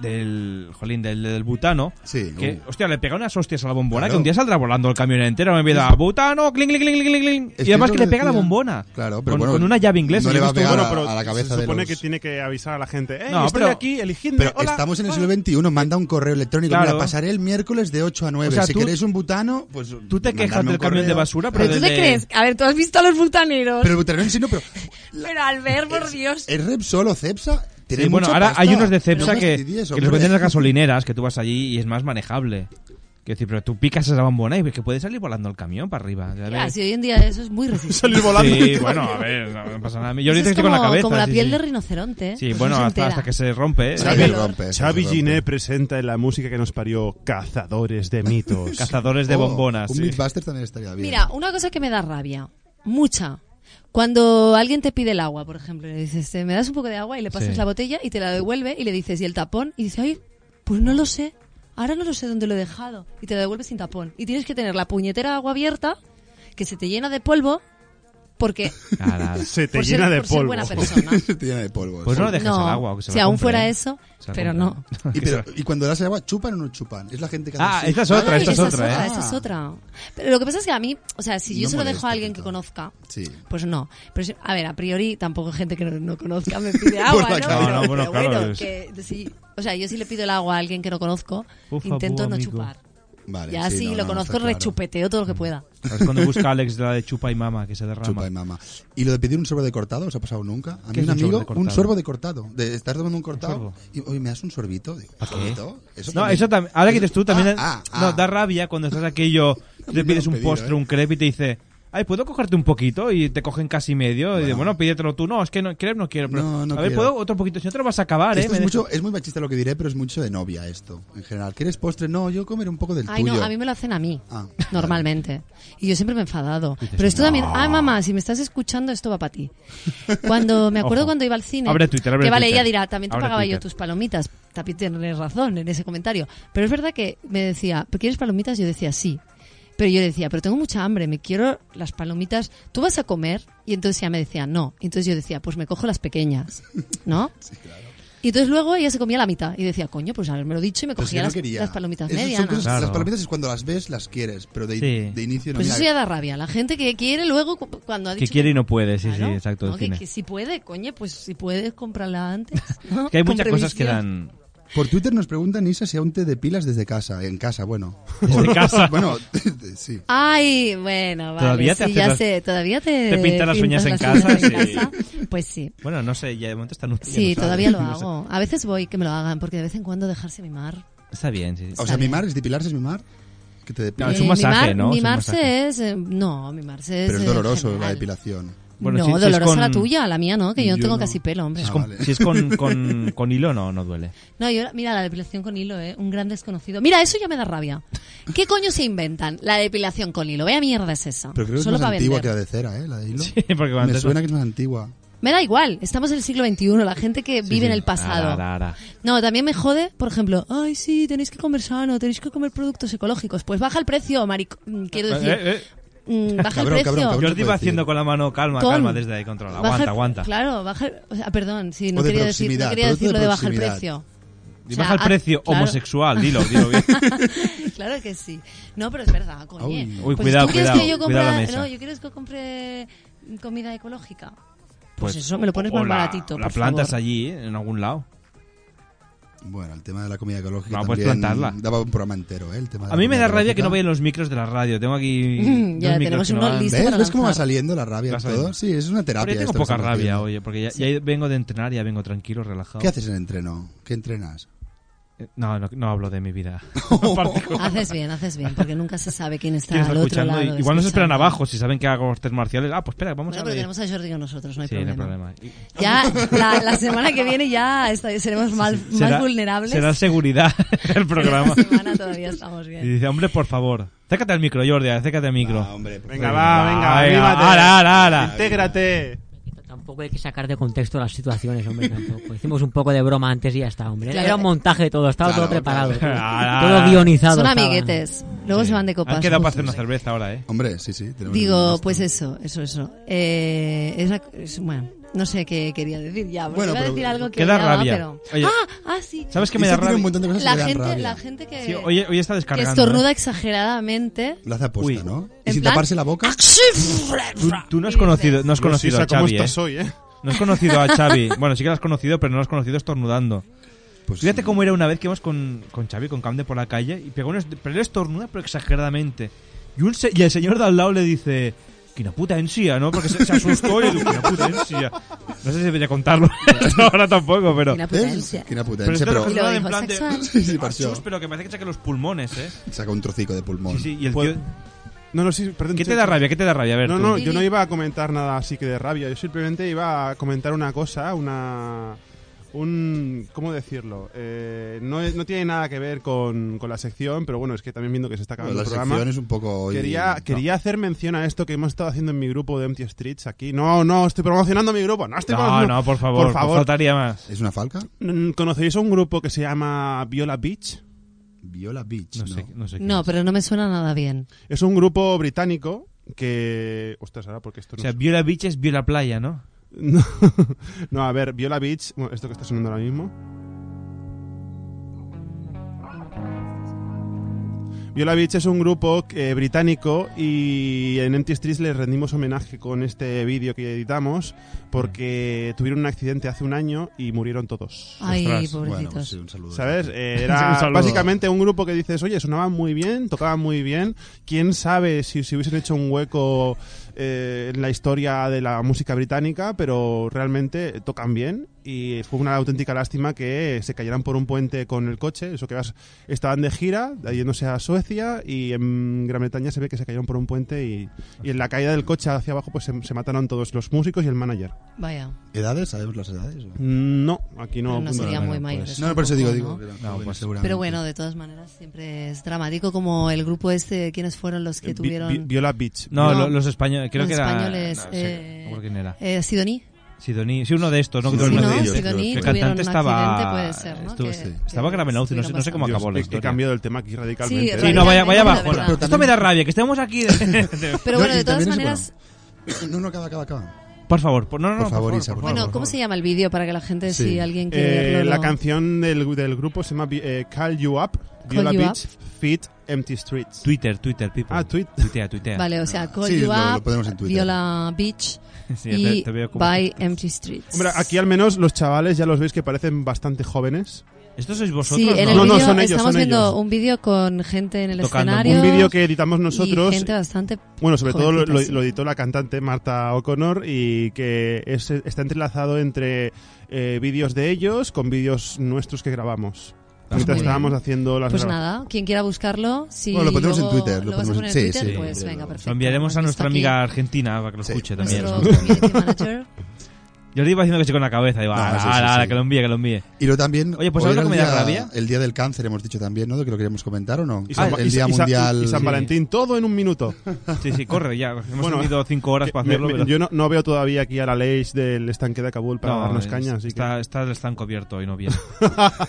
Speaker 4: del jolín del, del butano
Speaker 7: sí,
Speaker 4: que
Speaker 7: uh.
Speaker 4: hostia le pega unas hostias a la bombona
Speaker 7: Claro.
Speaker 4: que un día saldrá volando el camión entero me vida butano cling cling cling cling cling
Speaker 7: Es
Speaker 4: y además
Speaker 7: lo
Speaker 4: que le pega la
Speaker 7: decía.
Speaker 4: bombona
Speaker 7: Claro, pero
Speaker 4: con,
Speaker 7: bueno,
Speaker 4: con una llave inglesa
Speaker 7: No
Speaker 4: yo
Speaker 7: le
Speaker 4: he
Speaker 7: va a
Speaker 4: visto-
Speaker 7: pegar
Speaker 4: bueno,
Speaker 7: a,
Speaker 4: pero
Speaker 7: a la cabeza
Speaker 5: se
Speaker 7: de
Speaker 5: supone
Speaker 7: los...
Speaker 5: que tiene que avisar a la gente. Eh,
Speaker 4: No,
Speaker 5: estoy
Speaker 4: pero-
Speaker 5: aquí, eligidme.
Speaker 7: Pero
Speaker 5: hola".
Speaker 7: estamos en el siglo XXI, manda un correo electrónico.
Speaker 4: Claro.
Speaker 7: Mira, pasaré el miércoles de 8 a 9.
Speaker 4: O sea,
Speaker 7: si
Speaker 4: tú-
Speaker 7: queréis un butano, pues.
Speaker 4: tú te
Speaker 7: mandarme
Speaker 4: quejas
Speaker 7: un
Speaker 4: del camión
Speaker 7: correo.
Speaker 4: de basura pero,
Speaker 6: Pero tú te
Speaker 4: del de-
Speaker 6: crees. A ver, tú has visto a los butaneros.
Speaker 7: Pero el butano en sí no, pero.
Speaker 6: Pero al ver, por Dios.
Speaker 7: ¿Es Repsol o Cepsa?
Speaker 4: Sí,
Speaker 7: Tienen
Speaker 4: bueno,
Speaker 7: mucha
Speaker 4: ahora
Speaker 7: pasta.
Speaker 4: hay unos de
Speaker 7: No
Speaker 4: Cepsa que,
Speaker 7: fastidies,
Speaker 4: que los
Speaker 7: hombre.
Speaker 4: venden en las gasolineras, que tú vas allí y es más manejable. Quiero decir, pero tú picas esa bombona y ves que puede salir volando el camión para arriba. Ya
Speaker 6: Mira,
Speaker 4: ves.
Speaker 6: si hoy en día eso es muy resistente.
Speaker 4: Sí, bueno, a ver, no, no pasa nada. Yo
Speaker 6: Eso
Speaker 4: ahorita
Speaker 6: es
Speaker 4: estoy con la
Speaker 6: como-
Speaker 4: cabeza.
Speaker 6: como la
Speaker 4: sí,
Speaker 6: piel
Speaker 4: sí.
Speaker 6: de rinoceronte,
Speaker 4: Sí,
Speaker 6: pues
Speaker 4: bueno,
Speaker 6: no se
Speaker 4: hasta,
Speaker 6: entera.
Speaker 4: hasta que se rompe. ¿eh?
Speaker 6: Xavi
Speaker 4: Sí.
Speaker 6: Lo rompe,
Speaker 5: ¿eh? Xavi Giné presenta la música que nos parió Cazadores de mitos.
Speaker 4: Cazadores
Speaker 7: Oh, Un Mythbuster también estaría bien.
Speaker 6: Mira, una cosa que me da rabia, mucha. Cuando alguien te pide el agua, por ejemplo, y le dices, "Eh, ¿me das un poco de agua? Y le pasas
Speaker 4: Sí.
Speaker 6: la botella y te la devuelve y le dices, ¿y el tapón? Y dice, ay, pues no lo sé, ahora no lo sé dónde lo he dejado. Y te la devuelve sin tapón. Y tienes que tener la puñetera agua abierta, que se te llena de polvo, porque...
Speaker 5: Se te
Speaker 6: por ser-
Speaker 5: llena de
Speaker 6: por ser
Speaker 5: polvo.
Speaker 6: buena persona.
Speaker 7: Se te llena de polvo.
Speaker 4: Pues no lo dejes
Speaker 6: No,
Speaker 4: el agua. que se
Speaker 6: si
Speaker 4: la
Speaker 6: aún
Speaker 4: compre,
Speaker 6: fuera
Speaker 4: ¿eh?
Speaker 6: eso,
Speaker 4: Se la
Speaker 6: pero
Speaker 4: compre.
Speaker 6: no.
Speaker 7: Y, pero- y cuando das el agua, ¿chupan o no chupan? Es la gente que.
Speaker 4: Ah,
Speaker 7: hace así.
Speaker 4: esta es otra,
Speaker 7: Ah,
Speaker 4: esta es
Speaker 6: Esa es
Speaker 4: otra,
Speaker 6: otra,
Speaker 4: ¿eh?
Speaker 6: esa es otra. Pero lo que pasa es que a mí, o sea, si yo
Speaker 7: No
Speaker 6: se lo dejo
Speaker 7: molesta,
Speaker 6: a alguien que conozca,
Speaker 7: Sí.
Speaker 6: Pues no. Pero, si- a ver, a priori tampoco gente que no, no conozca me pide agua,
Speaker 4: Por la
Speaker 6: ¿no?
Speaker 4: cara.
Speaker 6: Pero-
Speaker 4: No, no, bueno,
Speaker 6: pero
Speaker 4: claro,
Speaker 6: bueno,
Speaker 4: es-
Speaker 6: que sí. O sea, yo si le pido el agua a alguien que no conozco,
Speaker 4: Ufa,
Speaker 6: intento
Speaker 4: bu,
Speaker 6: no
Speaker 4: amigo.
Speaker 6: chupar.
Speaker 7: Vale,
Speaker 6: ya
Speaker 7: sí,
Speaker 6: si
Speaker 7: no,
Speaker 6: lo
Speaker 7: no,
Speaker 6: conozco,
Speaker 7: está claro.
Speaker 6: rechupeteo todo lo que pueda.
Speaker 4: ¿Sabes cuando busca Alex la de chupa y mama que se derrama?
Speaker 7: Chupa y mama. ¿Y lo de pedir un sorbo de cortado? ¿Os ha pasado nunca? A
Speaker 4: ¿Qué
Speaker 7: mí
Speaker 4: es
Speaker 7: un
Speaker 4: un
Speaker 7: amigo,
Speaker 4: sorbo de cortado?
Speaker 7: un sorbo de cortado. De, estás tomando un cortado
Speaker 4: sorbo?
Speaker 7: y, oye, ¿me das un sorbito? Digo,
Speaker 4: ¿Para qué?
Speaker 7: ¿sorbito?
Speaker 4: no,
Speaker 7: también-
Speaker 4: eso también. Ahora que dices tú, también.
Speaker 7: Ah, ah,
Speaker 4: no,
Speaker 7: ah.
Speaker 4: da rabia cuando estás aquello. Tú te pides
Speaker 7: lo han
Speaker 4: un
Speaker 7: pedido,
Speaker 4: postre,
Speaker 7: ¿eh?
Speaker 4: un crepe y te dice. Ay, ¿puedo cogerte un poquito? Y te cogen casi medio. Y dice, bueno, pídetelo tú. No, es que no, crepe no quiero. Pero,
Speaker 7: No, no
Speaker 4: a ver,
Speaker 7: quiero.
Speaker 4: ¿puedo otro poquito? Si no te lo vas a acabar, ¿eh?
Speaker 7: Esto es,
Speaker 4: Me
Speaker 7: mucho,
Speaker 4: dejas-
Speaker 7: es muy machista lo que diré, pero es mucho de novia esto, en general. ¿Quieres postre? No, yo comer un poco del
Speaker 6: Ay,
Speaker 7: tuyo.
Speaker 6: no, a mí me lo hacen a mí,
Speaker 7: Ah,
Speaker 6: normalmente. Y yo siempre me he enfadado. Pero esto también, ay, mamá, si me estás escuchando, esto va para ti. Cuando me acuerdo
Speaker 4: Ojo.
Speaker 6: cuando iba al cine,
Speaker 4: Abre Twitter, abre
Speaker 6: que vale,
Speaker 4: Twitter.
Speaker 6: ella dirá, también te
Speaker 4: Abre
Speaker 6: pagaba yo
Speaker 4: Twitter.
Speaker 6: tus palomitas. También tienes razón en ese comentario. Pero es verdad que me decía, "¿Pero ¿quieres palomitas? Yo decía, sí. Pero yo decía, pero tengo mucha hambre, me quiero las palomitas. ¿Tú vas a comer? Y entonces ella me decía, no. Y entonces yo decía, pues me cojo las pequeñas, ¿no? Y entonces luego ella se comía la mitad y decía, coño, pues haberme lo dicho y me
Speaker 7: Pero si
Speaker 6: cogía
Speaker 7: yo no
Speaker 6: las,
Speaker 7: quería.
Speaker 6: las palomitas
Speaker 7: Esas son
Speaker 6: medianas.
Speaker 7: cosas-
Speaker 4: Claro.
Speaker 7: Las palomitas es cuando las ves, las quieres, pero de,
Speaker 4: Sí.
Speaker 7: de inicio no.
Speaker 6: Pues
Speaker 7: mira,
Speaker 6: eso ya da rabia. La gente que quiere luego cu- cuando ha
Speaker 4: Que
Speaker 6: dicho
Speaker 4: quiere y no puede, sí,
Speaker 6: Claro.
Speaker 4: sí, exacto.
Speaker 6: No,
Speaker 4: el
Speaker 6: que,
Speaker 4: cine.
Speaker 6: que si puede, coño, pues si puedes comprarla antes. ¿no?
Speaker 4: Que hay
Speaker 6: Con
Speaker 4: muchas cosas que
Speaker 6: previsión.
Speaker 4: dan.
Speaker 7: Por Twitter nos preguntan, Isa, si aún te depilas desde casa. En casa, bueno.
Speaker 4: Desde casa.
Speaker 7: bueno, sí.
Speaker 6: Ay, bueno, vale.
Speaker 4: Todavía te
Speaker 6: sí,
Speaker 4: haces
Speaker 6: ya
Speaker 4: las-
Speaker 6: sé, todavía te.
Speaker 4: te pintas las uñas en
Speaker 6: las
Speaker 4: casa,
Speaker 6: uñas en
Speaker 4: sí.
Speaker 6: casa. Pues sí.
Speaker 4: Bueno, no sé, ya de momento está en un-
Speaker 6: Sí,
Speaker 4: ya no
Speaker 6: todavía
Speaker 4: sabe,
Speaker 6: lo
Speaker 4: no sé.
Speaker 6: hago. A veces voy que me lo hagan, porque de vez en cuando dejarse mimar.
Speaker 4: Está bien, sí. sí.
Speaker 7: O
Speaker 6: Está
Speaker 7: sea,
Speaker 6: bien.
Speaker 7: mimar, es depilarse, es mimar. Que te depilas.
Speaker 4: No, es un masaje,
Speaker 6: Eh, mimar-
Speaker 4: ¿no? Es un
Speaker 6: Mimarse
Speaker 4: masaje.
Speaker 6: es. eh, no, mimarse es.
Speaker 7: Pero es
Speaker 6: eh,
Speaker 7: doloroso
Speaker 6: general.
Speaker 7: la depilación.
Speaker 4: Bueno,
Speaker 6: no,
Speaker 4: si- si es
Speaker 6: dolorosa la
Speaker 4: con-
Speaker 6: tuya, la mía, ¿no? Que yo no
Speaker 7: Yo
Speaker 6: tengo
Speaker 7: no.
Speaker 6: casi pelo, hombre.
Speaker 4: Si es
Speaker 7: Ah,
Speaker 4: con,
Speaker 7: vale.
Speaker 4: si es con, con- con hilo, no, no duele.
Speaker 6: No, yo, mira, la depilación con hilo, ¿eh? Un gran desconocido. Mira, eso ya me da rabia. ¿Qué coño se inventan? La depilación con hilo. Vea mierda es esa.
Speaker 7: Pero creo que
Speaker 6: Solo
Speaker 7: es más
Speaker 6: para
Speaker 7: antigua
Speaker 6: vender.
Speaker 7: que la de cera, ¿eh? La de hilo.
Speaker 4: porque cuando
Speaker 7: Me
Speaker 4: te-
Speaker 7: suena que es más antigua.
Speaker 6: Me da igual. Estamos en el siglo XXI. La gente que vive en el pasado.
Speaker 4: Ara, ara, ara.
Speaker 6: No, también me jode, por ejemplo, ay, sí, tenéis que comer sano, tenéis que comer productos ecológicos. Pues baja el precio, marico. mm, Quiero decir,
Speaker 4: Eh, eh,
Speaker 6: mm, baja
Speaker 7: Cabrón,
Speaker 6: el precio.
Speaker 7: cabrón, cabrón.
Speaker 4: Jordi va haciendo con la mano calma,
Speaker 6: Con-
Speaker 4: calma desde ahí control.
Speaker 6: Baja
Speaker 4: Aguanta,
Speaker 6: el-
Speaker 4: aguanta.
Speaker 6: Claro, baja el- o sea, perdón, sí, no
Speaker 7: O de
Speaker 6: quería decir, no
Speaker 7: proximidad,
Speaker 6: quería
Speaker 7: producto
Speaker 6: decir lo
Speaker 7: de
Speaker 6: de baja el
Speaker 7: proximidad.
Speaker 6: precio.
Speaker 4: Y
Speaker 6: O sea,
Speaker 4: baja el
Speaker 6: haz-
Speaker 4: precio
Speaker 6: claro.
Speaker 4: homosexual, dilo, dilo bien.
Speaker 6: Claro que sí. No, pero es verdad, coño.
Speaker 4: Uy,
Speaker 6: Pues
Speaker 4: uy,
Speaker 6: si
Speaker 4: cuidado,
Speaker 6: tú quieres
Speaker 4: cuidado,
Speaker 6: que yo
Speaker 4: cuidado la
Speaker 6: compra-
Speaker 4: mesa.
Speaker 6: No, yo quiero que compre comida ecológica. Pues, eso, me lo pones
Speaker 4: o
Speaker 6: más
Speaker 4: la-
Speaker 6: baratito,
Speaker 4: La
Speaker 6: por
Speaker 4: plantas
Speaker 6: favor.
Speaker 4: allí, ¿eh? en algún lado.
Speaker 7: Bueno, el tema de la comida ecológica
Speaker 4: No, puedes
Speaker 7: también
Speaker 4: plantarla.
Speaker 7: daba un programa entero, ¿eh? El tema de
Speaker 4: A
Speaker 7: la
Speaker 4: mí me
Speaker 7: comida
Speaker 4: da rabia que
Speaker 7: ecológica.
Speaker 4: no vayan los micros de la radio. Tengo aquí.
Speaker 6: Mm,
Speaker 4: dos
Speaker 6: ya,
Speaker 4: micros
Speaker 6: tenemos
Speaker 4: que no
Speaker 6: uno
Speaker 4: van.
Speaker 6: listo.
Speaker 7: ¿Ves?
Speaker 6: para
Speaker 7: ¿Eh? ¿Ves cómo va
Speaker 6: lanzar.
Speaker 7: saliendo la rabia
Speaker 4: Vas
Speaker 7: y todo?
Speaker 4: saliendo.
Speaker 7: Sí, es una terapia.
Speaker 4: Pero yo tengo
Speaker 7: esto que
Speaker 4: poca
Speaker 7: estamos
Speaker 4: rabia,
Speaker 7: haciendo.
Speaker 4: oye, porque ya, ya vengo de entrenar, ya vengo tranquilo, relajado. Eh,
Speaker 7: ¿Qué haces en entreno? ¿Qué entrenas?
Speaker 4: No, no, no hablo de mi vida.
Speaker 6: Haces bien, haces bien, porque nunca se sabe quién está,
Speaker 4: Pues, ¿Quién está
Speaker 6: al otro
Speaker 4: escuchando?
Speaker 6: lado.
Speaker 4: Igual nos esperan
Speaker 6: escuchando.
Speaker 4: abajo si saben que hago artes marciales. Ah, pues espera, vamos
Speaker 6: Bueno,
Speaker 4: a
Speaker 6: pero
Speaker 4: ver.
Speaker 6: tenemos a Jordi con nosotros, no hay
Speaker 4: Sí, no hay
Speaker 6: problema.
Speaker 4: problema.
Speaker 6: Ya la, la semana que viene ya esta- seremos mal-
Speaker 4: Será-
Speaker 6: más vulnerables.
Speaker 4: Será seguridad el programa.
Speaker 6: Esta semana todavía estamos
Speaker 4: Y
Speaker 6: bien.
Speaker 4: dice, hombre, por favor, acércate al micro, Jordi, acércate al micro.
Speaker 7: Ah,
Speaker 5: Venga, va, venga, avívate.
Speaker 4: Ahora, ahora, ahora.
Speaker 5: Intégrate.
Speaker 12: Tampoco hay que sacar de contexto las situaciones, hombre, tampoco. Hicimos un poco de broma antes y ya está, hombre.
Speaker 6: Claro.
Speaker 12: Era un montaje de todo, estaba
Speaker 4: Claro,
Speaker 12: todo preparado.
Speaker 4: claro.
Speaker 12: todo-
Speaker 4: Ah,
Speaker 12: Todo,
Speaker 4: ah,
Speaker 12: guionizado.
Speaker 6: Son
Speaker 12: estaba.
Speaker 6: amiguetes. Luego se van de copas.
Speaker 4: Han quedado para
Speaker 6: juntos.
Speaker 4: hacer una cerveza ahora, ¿eh?
Speaker 7: Hombre, sí, sí.
Speaker 6: Digo, pues eso, eso, eso. Eh, es una- es- bueno, no sé qué quería decir ya. porque
Speaker 4: Bueno,
Speaker 6: iba a
Speaker 4: pero-
Speaker 6: decir algo que
Speaker 4: Queda
Speaker 6: odiaba,
Speaker 4: rabia.
Speaker 6: pero-
Speaker 4: Oye,
Speaker 6: ah, ah, sí.
Speaker 4: ¿sabes qué me da Esa tiene un rabia? montón de cosas que
Speaker 6: la
Speaker 4: me dan
Speaker 6: gente,
Speaker 4: rabia.
Speaker 6: La gente que,
Speaker 4: Sí, hoy- hoy está
Speaker 6: que
Speaker 4: descargando, ¿eh?
Speaker 6: estornuda exageradamente.
Speaker 7: Lo hace aposta, ¿no? Y
Speaker 6: En
Speaker 7: sin
Speaker 6: plan-
Speaker 7: taparse la boca.
Speaker 4: Tú, tú no has conocido, no has conocido
Speaker 5: Lucisa,
Speaker 4: a
Speaker 5: ¿cómo
Speaker 4: Xavi,
Speaker 5: estás
Speaker 4: ¿eh?
Speaker 5: hoy, eh?
Speaker 4: No has conocido a Xavi. Bueno, sí que lo has conocido, pero no lo has conocido estornudando.
Speaker 7: Pues
Speaker 4: Fíjate cómo era una vez que íbamos con, con Xavi, con Camden por la calle, y pegó un est- pero él estornuda, pero exageradamente. Y, un se- y el señor de al lado le dice, quina puta ensia, ¿no? Porque se, se asustó y dijo, quina puta ensia. No sé si debería contarlo esto ahora tampoco, pero...
Speaker 6: Quina puta ensia.
Speaker 7: Quina puta
Speaker 4: Pero
Speaker 7: ensia,
Speaker 4: esto
Speaker 7: pero-
Speaker 4: es
Speaker 7: Y lo
Speaker 4: en
Speaker 7: dijo
Speaker 4: plan de-
Speaker 7: sexual. Sí, sí, pareció.
Speaker 4: "Achus", pero que parece que saca los pulmones, ¿eh?
Speaker 7: Saca un trocico de pulmón.
Speaker 4: Sí, sí, y el
Speaker 7: Pues-
Speaker 4: tío-
Speaker 5: No, no, sí, perdón.
Speaker 4: ¿Qué te
Speaker 5: sí,
Speaker 4: da
Speaker 5: sí.
Speaker 4: rabia? ¿Qué te da rabia? A ver,
Speaker 5: no,
Speaker 4: tú.
Speaker 5: no, yo no iba a comentar nada así que de rabia. Yo simplemente iba a comentar una cosa, una. Un. ¿Cómo decirlo? Eh, no, es- no tiene nada que ver con, con la sección, pero bueno, es que también viendo que se está acabando
Speaker 7: Bueno,
Speaker 5: el
Speaker 7: la
Speaker 5: programa.
Speaker 7: sección es un poco hoy-
Speaker 5: Quería,
Speaker 7: no.
Speaker 5: quería hacer mención a esto que hemos estado haciendo en mi grupo de Empty Streets aquí. No, no, estoy promocionando mi grupo. No, estoy
Speaker 4: No,
Speaker 5: promocionando-
Speaker 4: no, por favor,
Speaker 5: Por favor.
Speaker 4: faltaría más.
Speaker 7: ¿Es una falca?
Speaker 5: Mm, ¿Conocéis a un grupo que se llama Viola Beach?
Speaker 7: Viola Beach. No,
Speaker 4: sé, no sé
Speaker 6: No, pero no me suena nada bien.
Speaker 5: Es un grupo británico que. Ostras, ahora porque esto
Speaker 4: O
Speaker 5: no
Speaker 4: sea,
Speaker 5: sé.
Speaker 4: Viola Beach es Viola Playa, ¿no?
Speaker 5: No, no, a ver, Viola Beach. bueno, esto que está sonando ahora mismo. Viola Beach es un grupo eh, británico y en Empty Streets les rendimos homenaje con este vídeo que editamos porque tuvieron un accidente hace un año y murieron todos.
Speaker 6: Ay, Ostras. pobrecitos. Bueno, pues sí,
Speaker 7: un saludo.
Speaker 5: ¿Sabes? Eh,
Speaker 4: Un
Speaker 5: era
Speaker 4: saludo.
Speaker 5: básicamente un grupo que dices, oye, sonaban muy bien, tocaban muy bien. ¿Quién sabe si se hubiesen hecho un hueco eh, en la historia de la música británica? Pero realmente tocan bien y fue una auténtica lástima que se cayeran por un puente con el coche. Eso que vas, estaban de gira, yéndose a Suecia y en Gran Bretaña se ve que se cayeron por un puente y, y en la caída del coche hacia abajo pues se, se mataron todos los músicos y el manager.
Speaker 6: Vaya.
Speaker 7: ¿Edades? ¿Sabemos las edades? Pues
Speaker 5: No, aquí no.
Speaker 6: Pero no sería muy mayor
Speaker 7: No, no, por eso digo, digo. que eran
Speaker 4: No,
Speaker 7: jóvenes,
Speaker 4: pues-
Speaker 7: seguramente.
Speaker 6: Pero bueno, de todas maneras siempre es dramático como el grupo este, ¿quiénes fueron los que
Speaker 5: Vi-
Speaker 6: tuvieron?
Speaker 5: Vi- Viola Beach.
Speaker 4: No,
Speaker 6: No.
Speaker 4: lo- los españoles, creo
Speaker 6: Los
Speaker 4: que era...
Speaker 6: españoles,
Speaker 4: no,
Speaker 6: eh,
Speaker 4: sé, no recuerdo quién era.
Speaker 6: Eh, Sidoní.
Speaker 4: Sidoní, sí, uno de estos, ¿no?
Speaker 6: Sí,
Speaker 4: Creo que
Speaker 6: sí,
Speaker 4: uno
Speaker 6: ¿no?
Speaker 4: de ellos.
Speaker 6: Sidoní
Speaker 4: el
Speaker 6: tuvieron
Speaker 4: cantante
Speaker 6: un
Speaker 4: estaba.
Speaker 6: accidente, puede ser, ¿no?
Speaker 4: estuvo-
Speaker 6: Que-
Speaker 4: sí, eh, estaba Gravenauti, no, sé- no sé cómo
Speaker 5: Dios,
Speaker 4: acabó la
Speaker 5: he- he
Speaker 4: historia.
Speaker 5: cambiado el tema aquí radicalmente.
Speaker 6: Sí,
Speaker 4: Sí,
Speaker 6: radicalmente,
Speaker 4: no, vaya, vaya
Speaker 6: la
Speaker 4: bajona.
Speaker 6: verdad.
Speaker 4: Esto me da rabia, que estemos aquí. de- de-
Speaker 6: Pero bueno, de todas maneras,
Speaker 7: No, no, acaba, acaba, acaba.
Speaker 4: Por favor, por- no, no, no,
Speaker 7: Por favor, Isa, por
Speaker 6: bueno, ¿cómo se llama el vídeo para que la gente,
Speaker 5: Sí.
Speaker 6: si alguien
Speaker 5: Eh,
Speaker 6: quiere verlo?
Speaker 5: La
Speaker 6: lo-
Speaker 5: canción del, del grupo se llama eh, Call You Up, Viola
Speaker 6: You
Speaker 5: Beach, Fit Empty Streets.
Speaker 4: Twitter, Twitter, people.
Speaker 5: Ah, tweet.
Speaker 4: Tuitea, tuitea.
Speaker 6: Vale, o sea, Call
Speaker 5: Sí,
Speaker 6: You
Speaker 5: lo- lo
Speaker 6: Up,
Speaker 5: ponemos en Twitter.
Speaker 6: Viola Beach
Speaker 4: Sí,
Speaker 6: y
Speaker 4: te- te veo como-
Speaker 6: By Empty Streets.
Speaker 5: Hombre, aquí al menos los chavales ya los veis que parecen bastante jóvenes.
Speaker 4: ¿Estos sois
Speaker 6: Sí, en el
Speaker 5: no, no,
Speaker 6: vídeo
Speaker 5: son ellos.
Speaker 6: estamos
Speaker 5: son
Speaker 6: viendo
Speaker 5: ellos.
Speaker 6: un vídeo con gente en el
Speaker 5: Tocando.
Speaker 6: escenario.
Speaker 5: Un vídeo que editamos nosotros.
Speaker 6: Y gente bastante.
Speaker 5: Bueno, sobre todo lo,
Speaker 6: jovencita,
Speaker 5: lo-
Speaker 6: sí.
Speaker 5: lo editó la cantante Marta O'Connor y que es- está entrelazado entre eh, vídeos de ellos con vídeos nuestros que grabamos.
Speaker 7: Ah, muy
Speaker 5: Mientras
Speaker 7: bien.
Speaker 5: estábamos haciendo las
Speaker 6: Pues
Speaker 5: grabaciones.
Speaker 6: nada, quien quiera buscarlo, si
Speaker 7: Bueno, lo pondremos en
Speaker 6: luego
Speaker 7: Twitter, lo
Speaker 6: Lo, vas a
Speaker 7: pondremos en-
Speaker 6: poner en
Speaker 7: sí,
Speaker 6: Twitter,
Speaker 7: sí,
Speaker 6: pues
Speaker 7: sí,
Speaker 6: venga,
Speaker 4: Lo
Speaker 6: perfecto.
Speaker 4: enviaremos a
Speaker 6: Aquí
Speaker 4: nuestra
Speaker 6: está
Speaker 4: amiga argentina para que lo escuche también.
Speaker 6: Nuestro community manager.
Speaker 4: Yo le iba diciendo que sí con la cabeza. Digo, "Ah,
Speaker 7: No,
Speaker 4: "Ala,
Speaker 7: sí, sí,
Speaker 4: ala, ala,
Speaker 7: sí.
Speaker 4: que lo envíe, que lo envíe.
Speaker 7: Y luego también.
Speaker 4: Oye, pues
Speaker 7: hoy
Speaker 4: ¿sabes lo
Speaker 7: era
Speaker 4: que me
Speaker 7: el
Speaker 4: da
Speaker 7: día-
Speaker 4: rabia?
Speaker 7: El día del cáncer, hemos dicho también, ¿no? De que lo queríamos comentar o no. Ah,
Speaker 5: Y
Speaker 4: Ah,
Speaker 5: San-
Speaker 7: el
Speaker 5: y-
Speaker 7: día
Speaker 5: y San-
Speaker 7: mundial.
Speaker 5: y San Valentín, todo en un minuto.
Speaker 4: Sí, sí, corre, ya. Hemos
Speaker 5: Bueno,
Speaker 4: tenido cinco horas
Speaker 5: que
Speaker 4: para
Speaker 5: me-
Speaker 4: hacerlo.
Speaker 5: me-
Speaker 4: pero-
Speaker 5: yo no, no veo todavía aquí a la ley del estanque de Kabul para
Speaker 4: No,
Speaker 5: darnos
Speaker 4: es-
Speaker 5: caña, así que-
Speaker 4: está, está el stand cubierto hoy no viene.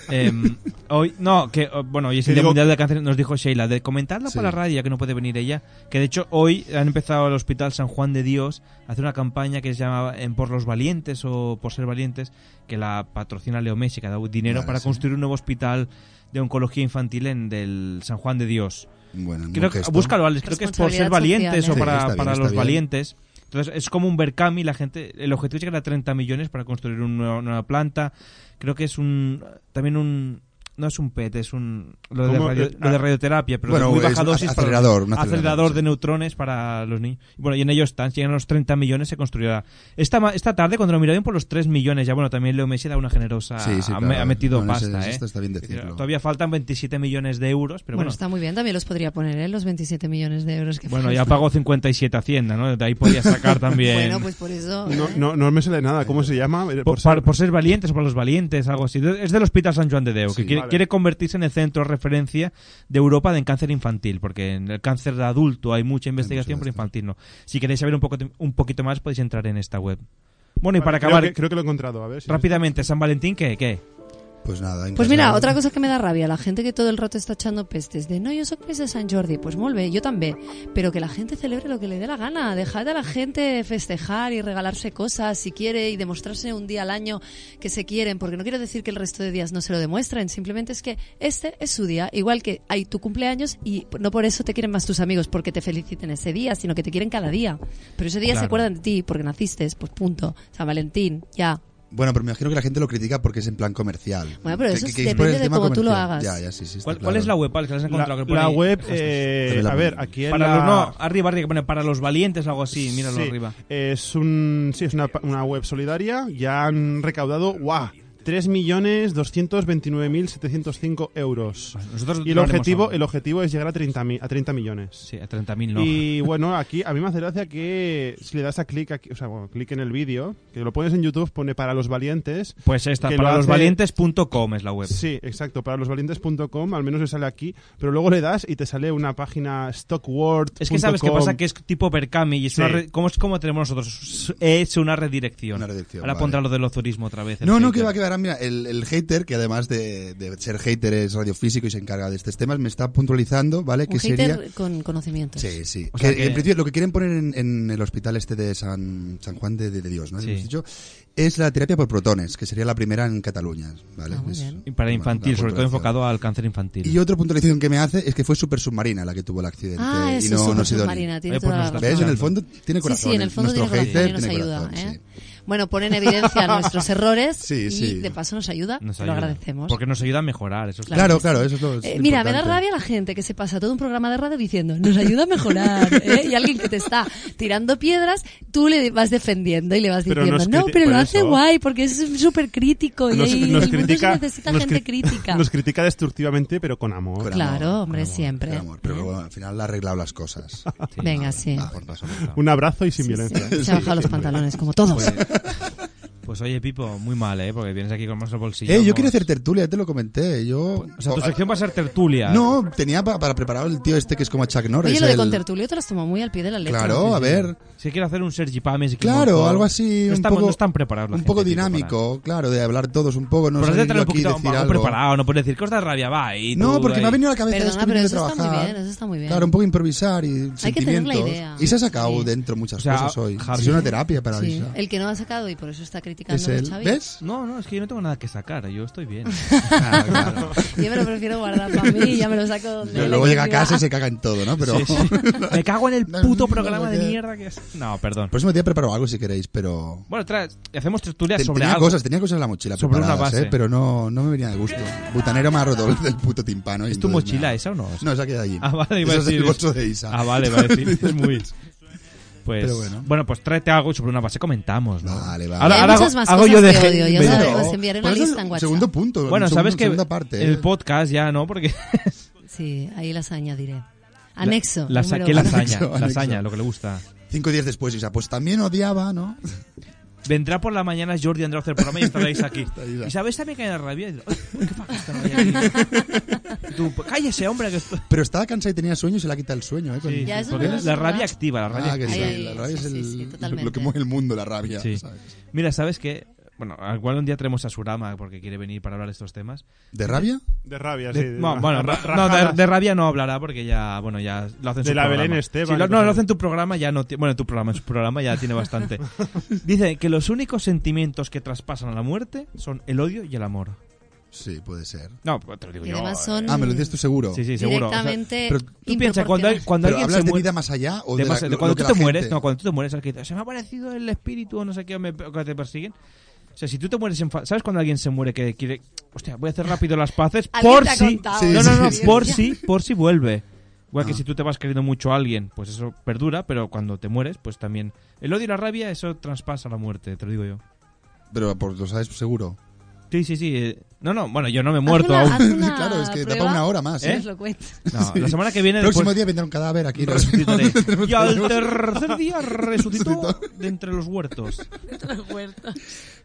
Speaker 4: Em, hoy, no, que oh, bueno, hoy es
Speaker 5: Que
Speaker 4: el Día
Speaker 5: digo-
Speaker 4: Mundial del Cáncer, nos dijo Sheila, de comentarla
Speaker 5: Sí.
Speaker 4: por la radio, ya que no puede venir ella, que de hecho hoy han empezado el Hospital San Juan de Dios a hacer una campaña que se llama en Por los Valientes o Por Ser Valientes, que la patrocina Leo Messi, que da dinero
Speaker 7: Vale,
Speaker 4: para
Speaker 7: sí.
Speaker 4: construir un nuevo hospital de oncología infantil en del San Juan de Dios.
Speaker 7: Bueno, un
Speaker 4: Creo que-
Speaker 7: gesto.
Speaker 4: búscalo, Alex, creo que es por ser
Speaker 7: Responsabilidad
Speaker 4: valientes
Speaker 7: social, ¿eh?
Speaker 4: o para,
Speaker 7: Sí, está bien,
Speaker 4: para
Speaker 7: está
Speaker 4: los
Speaker 7: bien.
Speaker 4: valientes. Entonces es como un Berkami, la gente, el objetivo es llegar a 30 millones para construir un nuevo- una nueva planta. Creo que es un también un, no es un PET, es un lo de,
Speaker 7: ¿Cómo?
Speaker 4: radio-
Speaker 7: Eh,
Speaker 4: lo de
Speaker 7: ah.
Speaker 4: radioterapia, pero
Speaker 7: Bueno,
Speaker 4: de muy
Speaker 7: es
Speaker 4: baja
Speaker 7: un
Speaker 4: dosis para-
Speaker 7: acelerador, un acelerador,
Speaker 4: acelerador de neutrones para los niños. Bueno, y en ello están, si llegan a los 30 millones se construirá. Esta, ma- esta tarde cuando lo miré bien por los 3 millones, ya bueno, también Leo Messi da una generosa
Speaker 7: Sí, sí,
Speaker 4: ha,
Speaker 7: claro.
Speaker 4: ha metido
Speaker 7: Bueno, eso-
Speaker 4: pasta,
Speaker 7: eso
Speaker 4: ¿eh?
Speaker 7: está bien
Speaker 4: Es decir,
Speaker 7: decirlo.
Speaker 4: Todavía faltan 27 millones de euros, pero
Speaker 6: Bueno,
Speaker 4: bueno.
Speaker 6: está muy bien, también los podría poner, ¿eh? Los 27 millones de euros que pues
Speaker 4: Bueno,
Speaker 6: faltan.
Speaker 4: ya pagó 57 Hacienda, ¿no? De ahí podía sacar también.
Speaker 6: Bueno, pues por eso.
Speaker 5: No, no, no me sale nada. ¿Cómo se llama? Eh,
Speaker 4: Por, par- por ser valientes o por los valientes, algo así. Es del Hospital San Juan de Deu, que quiere,
Speaker 5: vale.
Speaker 4: quiere convertirse en el centro de referencia de Europa en cáncer infantil, porque en el cáncer de adulto hay mucha investigación, pero infantil no. Si queréis saber un, poco, un poquito más, podéis entrar en esta web. Bueno, y
Speaker 5: Vale,
Speaker 4: para
Speaker 5: creo
Speaker 4: acabar.
Speaker 5: que- creo que lo he encontrado, a ver si-
Speaker 4: rápidamente, San Valentín, ¿qué? ¿Qué?
Speaker 7: Pues nada,
Speaker 6: Pues mira, otra cosa que me da rabia, la gente que todo el rato está echando pestes de no, yo soy mes de Sant Jordi, pues molt bé, yo también, pero que la gente celebre lo que le dé la gana, dejad a la gente festejar y regalarse cosas si quiere y demostrarse un día al año que se quieren, porque no quiero decir que el resto de días no se lo demuestren, simplemente es que este es su día, igual que hay tu cumpleaños y no por eso te quieren más tus amigos porque te feliciten ese día, sino que te quieren cada día, pero ese día se
Speaker 7: Claro.
Speaker 6: acuerdan de ti porque naciste, pues punto, San Valentín, ya.
Speaker 7: Bueno, pero me imagino que la gente lo critica porque es en plan comercial.
Speaker 6: Bueno, pero
Speaker 7: Que-
Speaker 6: eso
Speaker 7: que- que
Speaker 6: depende
Speaker 7: es por el
Speaker 6: de
Speaker 7: tema
Speaker 6: cómo tú lo
Speaker 7: comercial.
Speaker 6: hagas.
Speaker 7: Ya, ya, sí, sí. está
Speaker 4: ¿Cuál,
Speaker 7: claro.
Speaker 4: cuál es la web, Pal, que la has encontrado?
Speaker 5: La-
Speaker 4: que pone
Speaker 5: la
Speaker 4: ahí?
Speaker 5: web,
Speaker 4: Ostras,
Speaker 5: eh,
Speaker 4: te ve la
Speaker 5: a
Speaker 4: mano.
Speaker 5: ver, aquí en
Speaker 4: Para
Speaker 5: la-
Speaker 4: los- no, arriba, arriba, que pone para los valientes o algo así, míralo
Speaker 5: Sí,
Speaker 4: arriba.
Speaker 5: Es, un, sí, es una, pa- una web solidaria. Ya han recaudado, ¡guau! 3.229.705 euros.
Speaker 4: nosotros
Speaker 5: y el
Speaker 4: lo haremos
Speaker 5: objetivo,
Speaker 4: algo.
Speaker 5: el objetivo es llegar a 30, mi- a 30 millones.
Speaker 4: Sí, a 30.000 no.
Speaker 5: Y bueno, aquí a mí me hace gracia que si le das a clic, aquí- o sea, bueno, clic en el vídeo, que lo pones en YouTube, pone para los valientes.
Speaker 4: Pues esta,
Speaker 5: que lo
Speaker 4: para
Speaker 5: hace-
Speaker 4: los valientes.com es la web.
Speaker 5: Sí, exacto, para losvalientes.com, al menos le sale aquí, pero luego le das y te sale una página stockword.
Speaker 4: Es que sabes qué pasa, que es tipo Berkami y es
Speaker 5: Sí.
Speaker 4: una re- ¿cómo es como tenemos nosotros? Es una redirección. Ahora
Speaker 7: vale.
Speaker 4: pondrá lo del ozurismo otra vez. el
Speaker 7: No, no,
Speaker 4: hater.
Speaker 7: que va, que va. Mira, el, el hater, que además de, de ser hater es radiofísico y se encarga de estos temas, me está puntualizando, ¿vale?
Speaker 6: Un
Speaker 7: Que
Speaker 6: hater
Speaker 7: sería.
Speaker 6: con conocimientos.
Speaker 7: Sí, sí.
Speaker 6: O sea
Speaker 7: Que,
Speaker 6: que-
Speaker 7: En principio, lo que quieren poner en, en el hospital este de San, San Juan de, de- de Dios, ¿no?
Speaker 4: Sí.
Speaker 7: Hemos dicho, es la terapia por protones, que sería la primera en Cataluña, ¿vale?
Speaker 6: Ah,
Speaker 7: Es-
Speaker 4: Y para infantil, sobre todo enfocado al cáncer infantil.
Speaker 7: Y otra puntualización que me hace es que fue Super Submarina la que tuvo el accidente.
Speaker 6: Ah, eso,
Speaker 7: y no,
Speaker 6: Super
Speaker 7: no Sidonia.
Speaker 6: Submarina, tiene toda la razón.
Speaker 7: ¿Ves? En el fondo tiene corazón. ¿eh?
Speaker 6: Sí, sí, en el fondo
Speaker 7: Nuestro
Speaker 6: tiene corazón
Speaker 7: hater
Speaker 6: y nos
Speaker 7: tiene
Speaker 6: ayuda.
Speaker 7: corazón,
Speaker 6: ¿eh? Bueno, pone en evidencia nuestros errores
Speaker 7: Sí,
Speaker 6: y
Speaker 7: sí.
Speaker 6: de paso nos ayuda,
Speaker 4: Nos
Speaker 6: te
Speaker 4: ayuda.
Speaker 6: lo agradecemos.
Speaker 4: Porque nos ayuda a mejorar. Eso es
Speaker 7: Claro, claro, eso es lo- es
Speaker 6: Eh,
Speaker 7: lo
Speaker 6: mira, me da
Speaker 7: importante.
Speaker 6: rabia la gente que se pasa todo un programa de radio diciendo, nos ayuda a mejorar. ¿eh? Y alguien que te está tirando piedras, tú le vas defendiendo y le vas
Speaker 5: Pero
Speaker 6: diciendo,
Speaker 5: nos
Speaker 6: no,
Speaker 5: criti-
Speaker 6: pero
Speaker 5: por
Speaker 6: lo hace
Speaker 5: eso".
Speaker 6: guay porque es súper crítico y
Speaker 5: Nos,
Speaker 6: ahí
Speaker 5: nos
Speaker 6: el mundo se
Speaker 5: critica,
Speaker 6: necesita
Speaker 5: nos
Speaker 6: gente
Speaker 5: cri-
Speaker 6: crítica.
Speaker 5: nos critica destructivamente, pero con amor.
Speaker 6: claro, hombre, siempre.
Speaker 7: Pero luego al final le ha arreglado las cosas. Ah,
Speaker 6: Venga, sí.
Speaker 5: Un abrazo y sin violencia.
Speaker 6: sí. Se ha bajado los pantalones, como todos.
Speaker 4: Pues, pues oye, Pipo, muy mal, ¿eh? Porque vienes aquí con más bolsillos.
Speaker 7: Eh, yo quiero hacer tertulia, ya te lo comenté. Yo...
Speaker 6: Pues,
Speaker 4: O sea, tu sección va a ser tertulia.
Speaker 7: No, tenía pa- para preparar el tío este que es como Chuck Norris.
Speaker 6: Oye, lo de
Speaker 7: el-
Speaker 6: contertulio te lo has tomado muy al pie de la letra.
Speaker 7: Claro, a ver.
Speaker 4: Si quiero hacer un Sergi Pames. y Kim
Speaker 7: Claro,
Speaker 4: Montoro.
Speaker 7: algo así.
Speaker 4: No,
Speaker 7: un
Speaker 4: estamos,
Speaker 7: poco,
Speaker 4: no están preparados. la
Speaker 7: Un poco
Speaker 4: gente, Pipo,
Speaker 7: dinámico, claro, de hablar todos un poco. No
Speaker 4: Pero has
Speaker 7: salir
Speaker 4: de
Speaker 7: yo
Speaker 4: tener un
Speaker 7: aquí y
Speaker 4: poquito un
Speaker 7: decir
Speaker 4: poco
Speaker 7: algo.
Speaker 4: preparado, no puedes decir cosas de rabia, va. Y
Speaker 7: No,
Speaker 4: tú
Speaker 7: porque me
Speaker 4: ahí.
Speaker 7: ha venido a la cabeza
Speaker 6: Perdona,
Speaker 7: esto que
Speaker 6: pero
Speaker 7: viene de
Speaker 6: eso está muy
Speaker 7: trabajar.
Speaker 6: bien, eso está muy bien.
Speaker 7: Claro, un poco improvisar y
Speaker 6: Hay que tener la
Speaker 7: sentimientos.
Speaker 6: idea.
Speaker 7: Y se ha sacado
Speaker 6: Sí.
Speaker 7: dentro muchas
Speaker 4: O sea,
Speaker 7: cosas hoy.
Speaker 4: Javi-
Speaker 7: Es una terapia para
Speaker 6: Sí,
Speaker 7: Isa.
Speaker 6: el que no ha sacado y por eso está criticando
Speaker 7: Es él.
Speaker 6: a Xavi.
Speaker 7: ¿Ves?
Speaker 4: No, no, es que yo no tengo nada que sacar, yo estoy bien.
Speaker 6: Yo me lo prefiero guardar para mí, ya me lo saco donde
Speaker 7: Pero
Speaker 6: le
Speaker 7: luego llega a
Speaker 6: convenga.
Speaker 7: casa y se caga en todo, ¿no? Pero
Speaker 4: Sí, sí. Me cago en el puto programa de mierda que es. No, perdón.
Speaker 7: Próximo día preparo algo si queréis, pero.
Speaker 4: Bueno, tra- hacemos tertulia
Speaker 7: Te-
Speaker 4: sobre
Speaker 7: tenía
Speaker 4: algo.
Speaker 7: cosas, tenía cosas en la mochila
Speaker 4: Sobre una
Speaker 7: preparadas,
Speaker 4: base.
Speaker 7: ¿eh? pero no, no me venía de gusto. Butanero me ha roto el del puto timpano.
Speaker 4: ¿Es tu mochila esa o no?
Speaker 7: No, esa queda allí.
Speaker 4: Ah, vale, iba
Speaker 7: Eso
Speaker 4: a
Speaker 7: es
Speaker 4: decir.
Speaker 7: el bolso de Isa.
Speaker 4: Ah, vale, vale, sí, es muy. Pues,
Speaker 7: Pero bueno.
Speaker 4: bueno. pues tráete algo y sobre una base comentamos. ¿no? Vale,
Speaker 7: vale.
Speaker 6: Hay
Speaker 4: hago,
Speaker 6: muchas más
Speaker 4: hago
Speaker 6: cosas
Speaker 4: yo de
Speaker 6: que odio, ya
Speaker 4: hate-
Speaker 6: sabes,
Speaker 4: Pero-
Speaker 6: os enviaré una
Speaker 7: Por eso
Speaker 6: lista
Speaker 7: el
Speaker 6: en WhatsApp.
Speaker 7: segundo punto,
Speaker 4: Bueno,
Speaker 7: el
Speaker 4: sabes
Speaker 7: segundo-
Speaker 4: que
Speaker 7: segunda parte,
Speaker 4: el
Speaker 7: ¿eh?
Speaker 4: podcast ya, ¿no? Porque
Speaker 6: Sí, ahí las añadiré. Anexo.
Speaker 4: La-
Speaker 6: número
Speaker 4: que
Speaker 6: uno.
Speaker 4: lasaña,
Speaker 7: Anexo,
Speaker 4: lasaña,
Speaker 7: anexo.
Speaker 4: lo que le gusta.
Speaker 7: Cinco días después, Isa, pues también odiaba, ¿no?
Speaker 4: vendrá por la mañana Jordi Andreu a hacer el programa y estaréis aquí.
Speaker 7: Isa.
Speaker 4: y sabéis también que hay rabia. Y digo, "Ay, ¿Qué pasa que esta no hay aquí?". Y tú, cállese, hombre, que estoy...
Speaker 7: Pero estaba cansada y tenía sueño y se la quita el sueño, ¿eh? Con-
Speaker 4: Sí, Ya, eso porque no es la verdad. rabia activa, la rabia
Speaker 7: Ah, que
Speaker 4: activa.
Speaker 7: sí,
Speaker 4: Ahí, ahí,
Speaker 7: la rabia
Speaker 4: sí,
Speaker 7: es el-
Speaker 4: sí, sí,
Speaker 7: lo
Speaker 4: totalmente.
Speaker 7: que mueve el mundo, la rabia.
Speaker 4: Sí.
Speaker 7: ¿sabes?
Speaker 4: Mira, ¿sabes qué? Bueno, al cual un día traemos a Surama porque quiere venir para hablar de estos temas.
Speaker 7: ¿De rabia?
Speaker 5: De rabia,
Speaker 4: De-
Speaker 5: sí. de-
Speaker 4: no, bueno,
Speaker 5: ra-
Speaker 4: no, de,
Speaker 5: rajadas.
Speaker 4: de rabia no hablará porque ya, bueno, ya lo hacen
Speaker 5: De la Belén Esteban y
Speaker 4: Esteban. no,
Speaker 5: cosas
Speaker 4: lo hace en tu programa ya no, ti- bueno, en tu programa, en su programa ya tiene bastante. Dice que los únicos sentimientos que traspasan a la muerte son el odio y el amor.
Speaker 7: Sí, puede ser.
Speaker 4: No, pues te lo digo
Speaker 6: Y
Speaker 4: yo.
Speaker 6: además son-
Speaker 7: Ah, me lo dices tú seguro.
Speaker 4: Sí, sí, seguro.
Speaker 6: Directamente
Speaker 4: pero tú piensas cuando, hay- cuando
Speaker 7: Pero
Speaker 4: alguien
Speaker 7: hablas
Speaker 4: se
Speaker 7: de
Speaker 4: muere-
Speaker 7: vida más allá o de
Speaker 4: más-
Speaker 7: la-
Speaker 4: de
Speaker 7: lo-
Speaker 4: cuando
Speaker 7: lo que
Speaker 4: tú
Speaker 7: la
Speaker 4: te mueres,
Speaker 7: gente-
Speaker 4: no, cuando tú te mueres, alguien dice, se me ha parecido el espíritu o no sé qué o me- o que te persiguen. O sea, si tú te mueres enfadado, ¿sabes cuando alguien se muere que quiere, hostia, voy a hacer rápido las paces
Speaker 6: Alguien
Speaker 4: por
Speaker 6: te ha
Speaker 4: si
Speaker 6: contado.
Speaker 7: Sí,
Speaker 4: No, no, no,
Speaker 7: sí,
Speaker 4: por
Speaker 7: sí.
Speaker 4: si, por si vuelve. Igual que
Speaker 7: Ah.
Speaker 4: si tú te vas queriendo mucho a alguien, pues eso perdura, pero cuando te mueres, pues también el odio y la rabia eso traspasa la muerte, te lo digo yo.
Speaker 7: Pero pues, lo sabes seguro.
Speaker 4: Sí, sí, sí. eh, No, no, bueno, yo no me he muerto
Speaker 7: una-
Speaker 4: aún.
Speaker 7: haz una Claro, es que prueba tapa una hora más, y ¿eh? nos
Speaker 6: lo cuenta.
Speaker 4: No, la semana que viene
Speaker 7: El próximo
Speaker 4: después-
Speaker 7: día vendrá un cadáver aquí. ¿no?
Speaker 4: Resucitaré.
Speaker 7: Tenemos-
Speaker 4: y al
Speaker 7: tenemos-
Speaker 4: tercer día resucitó de entre los huertos.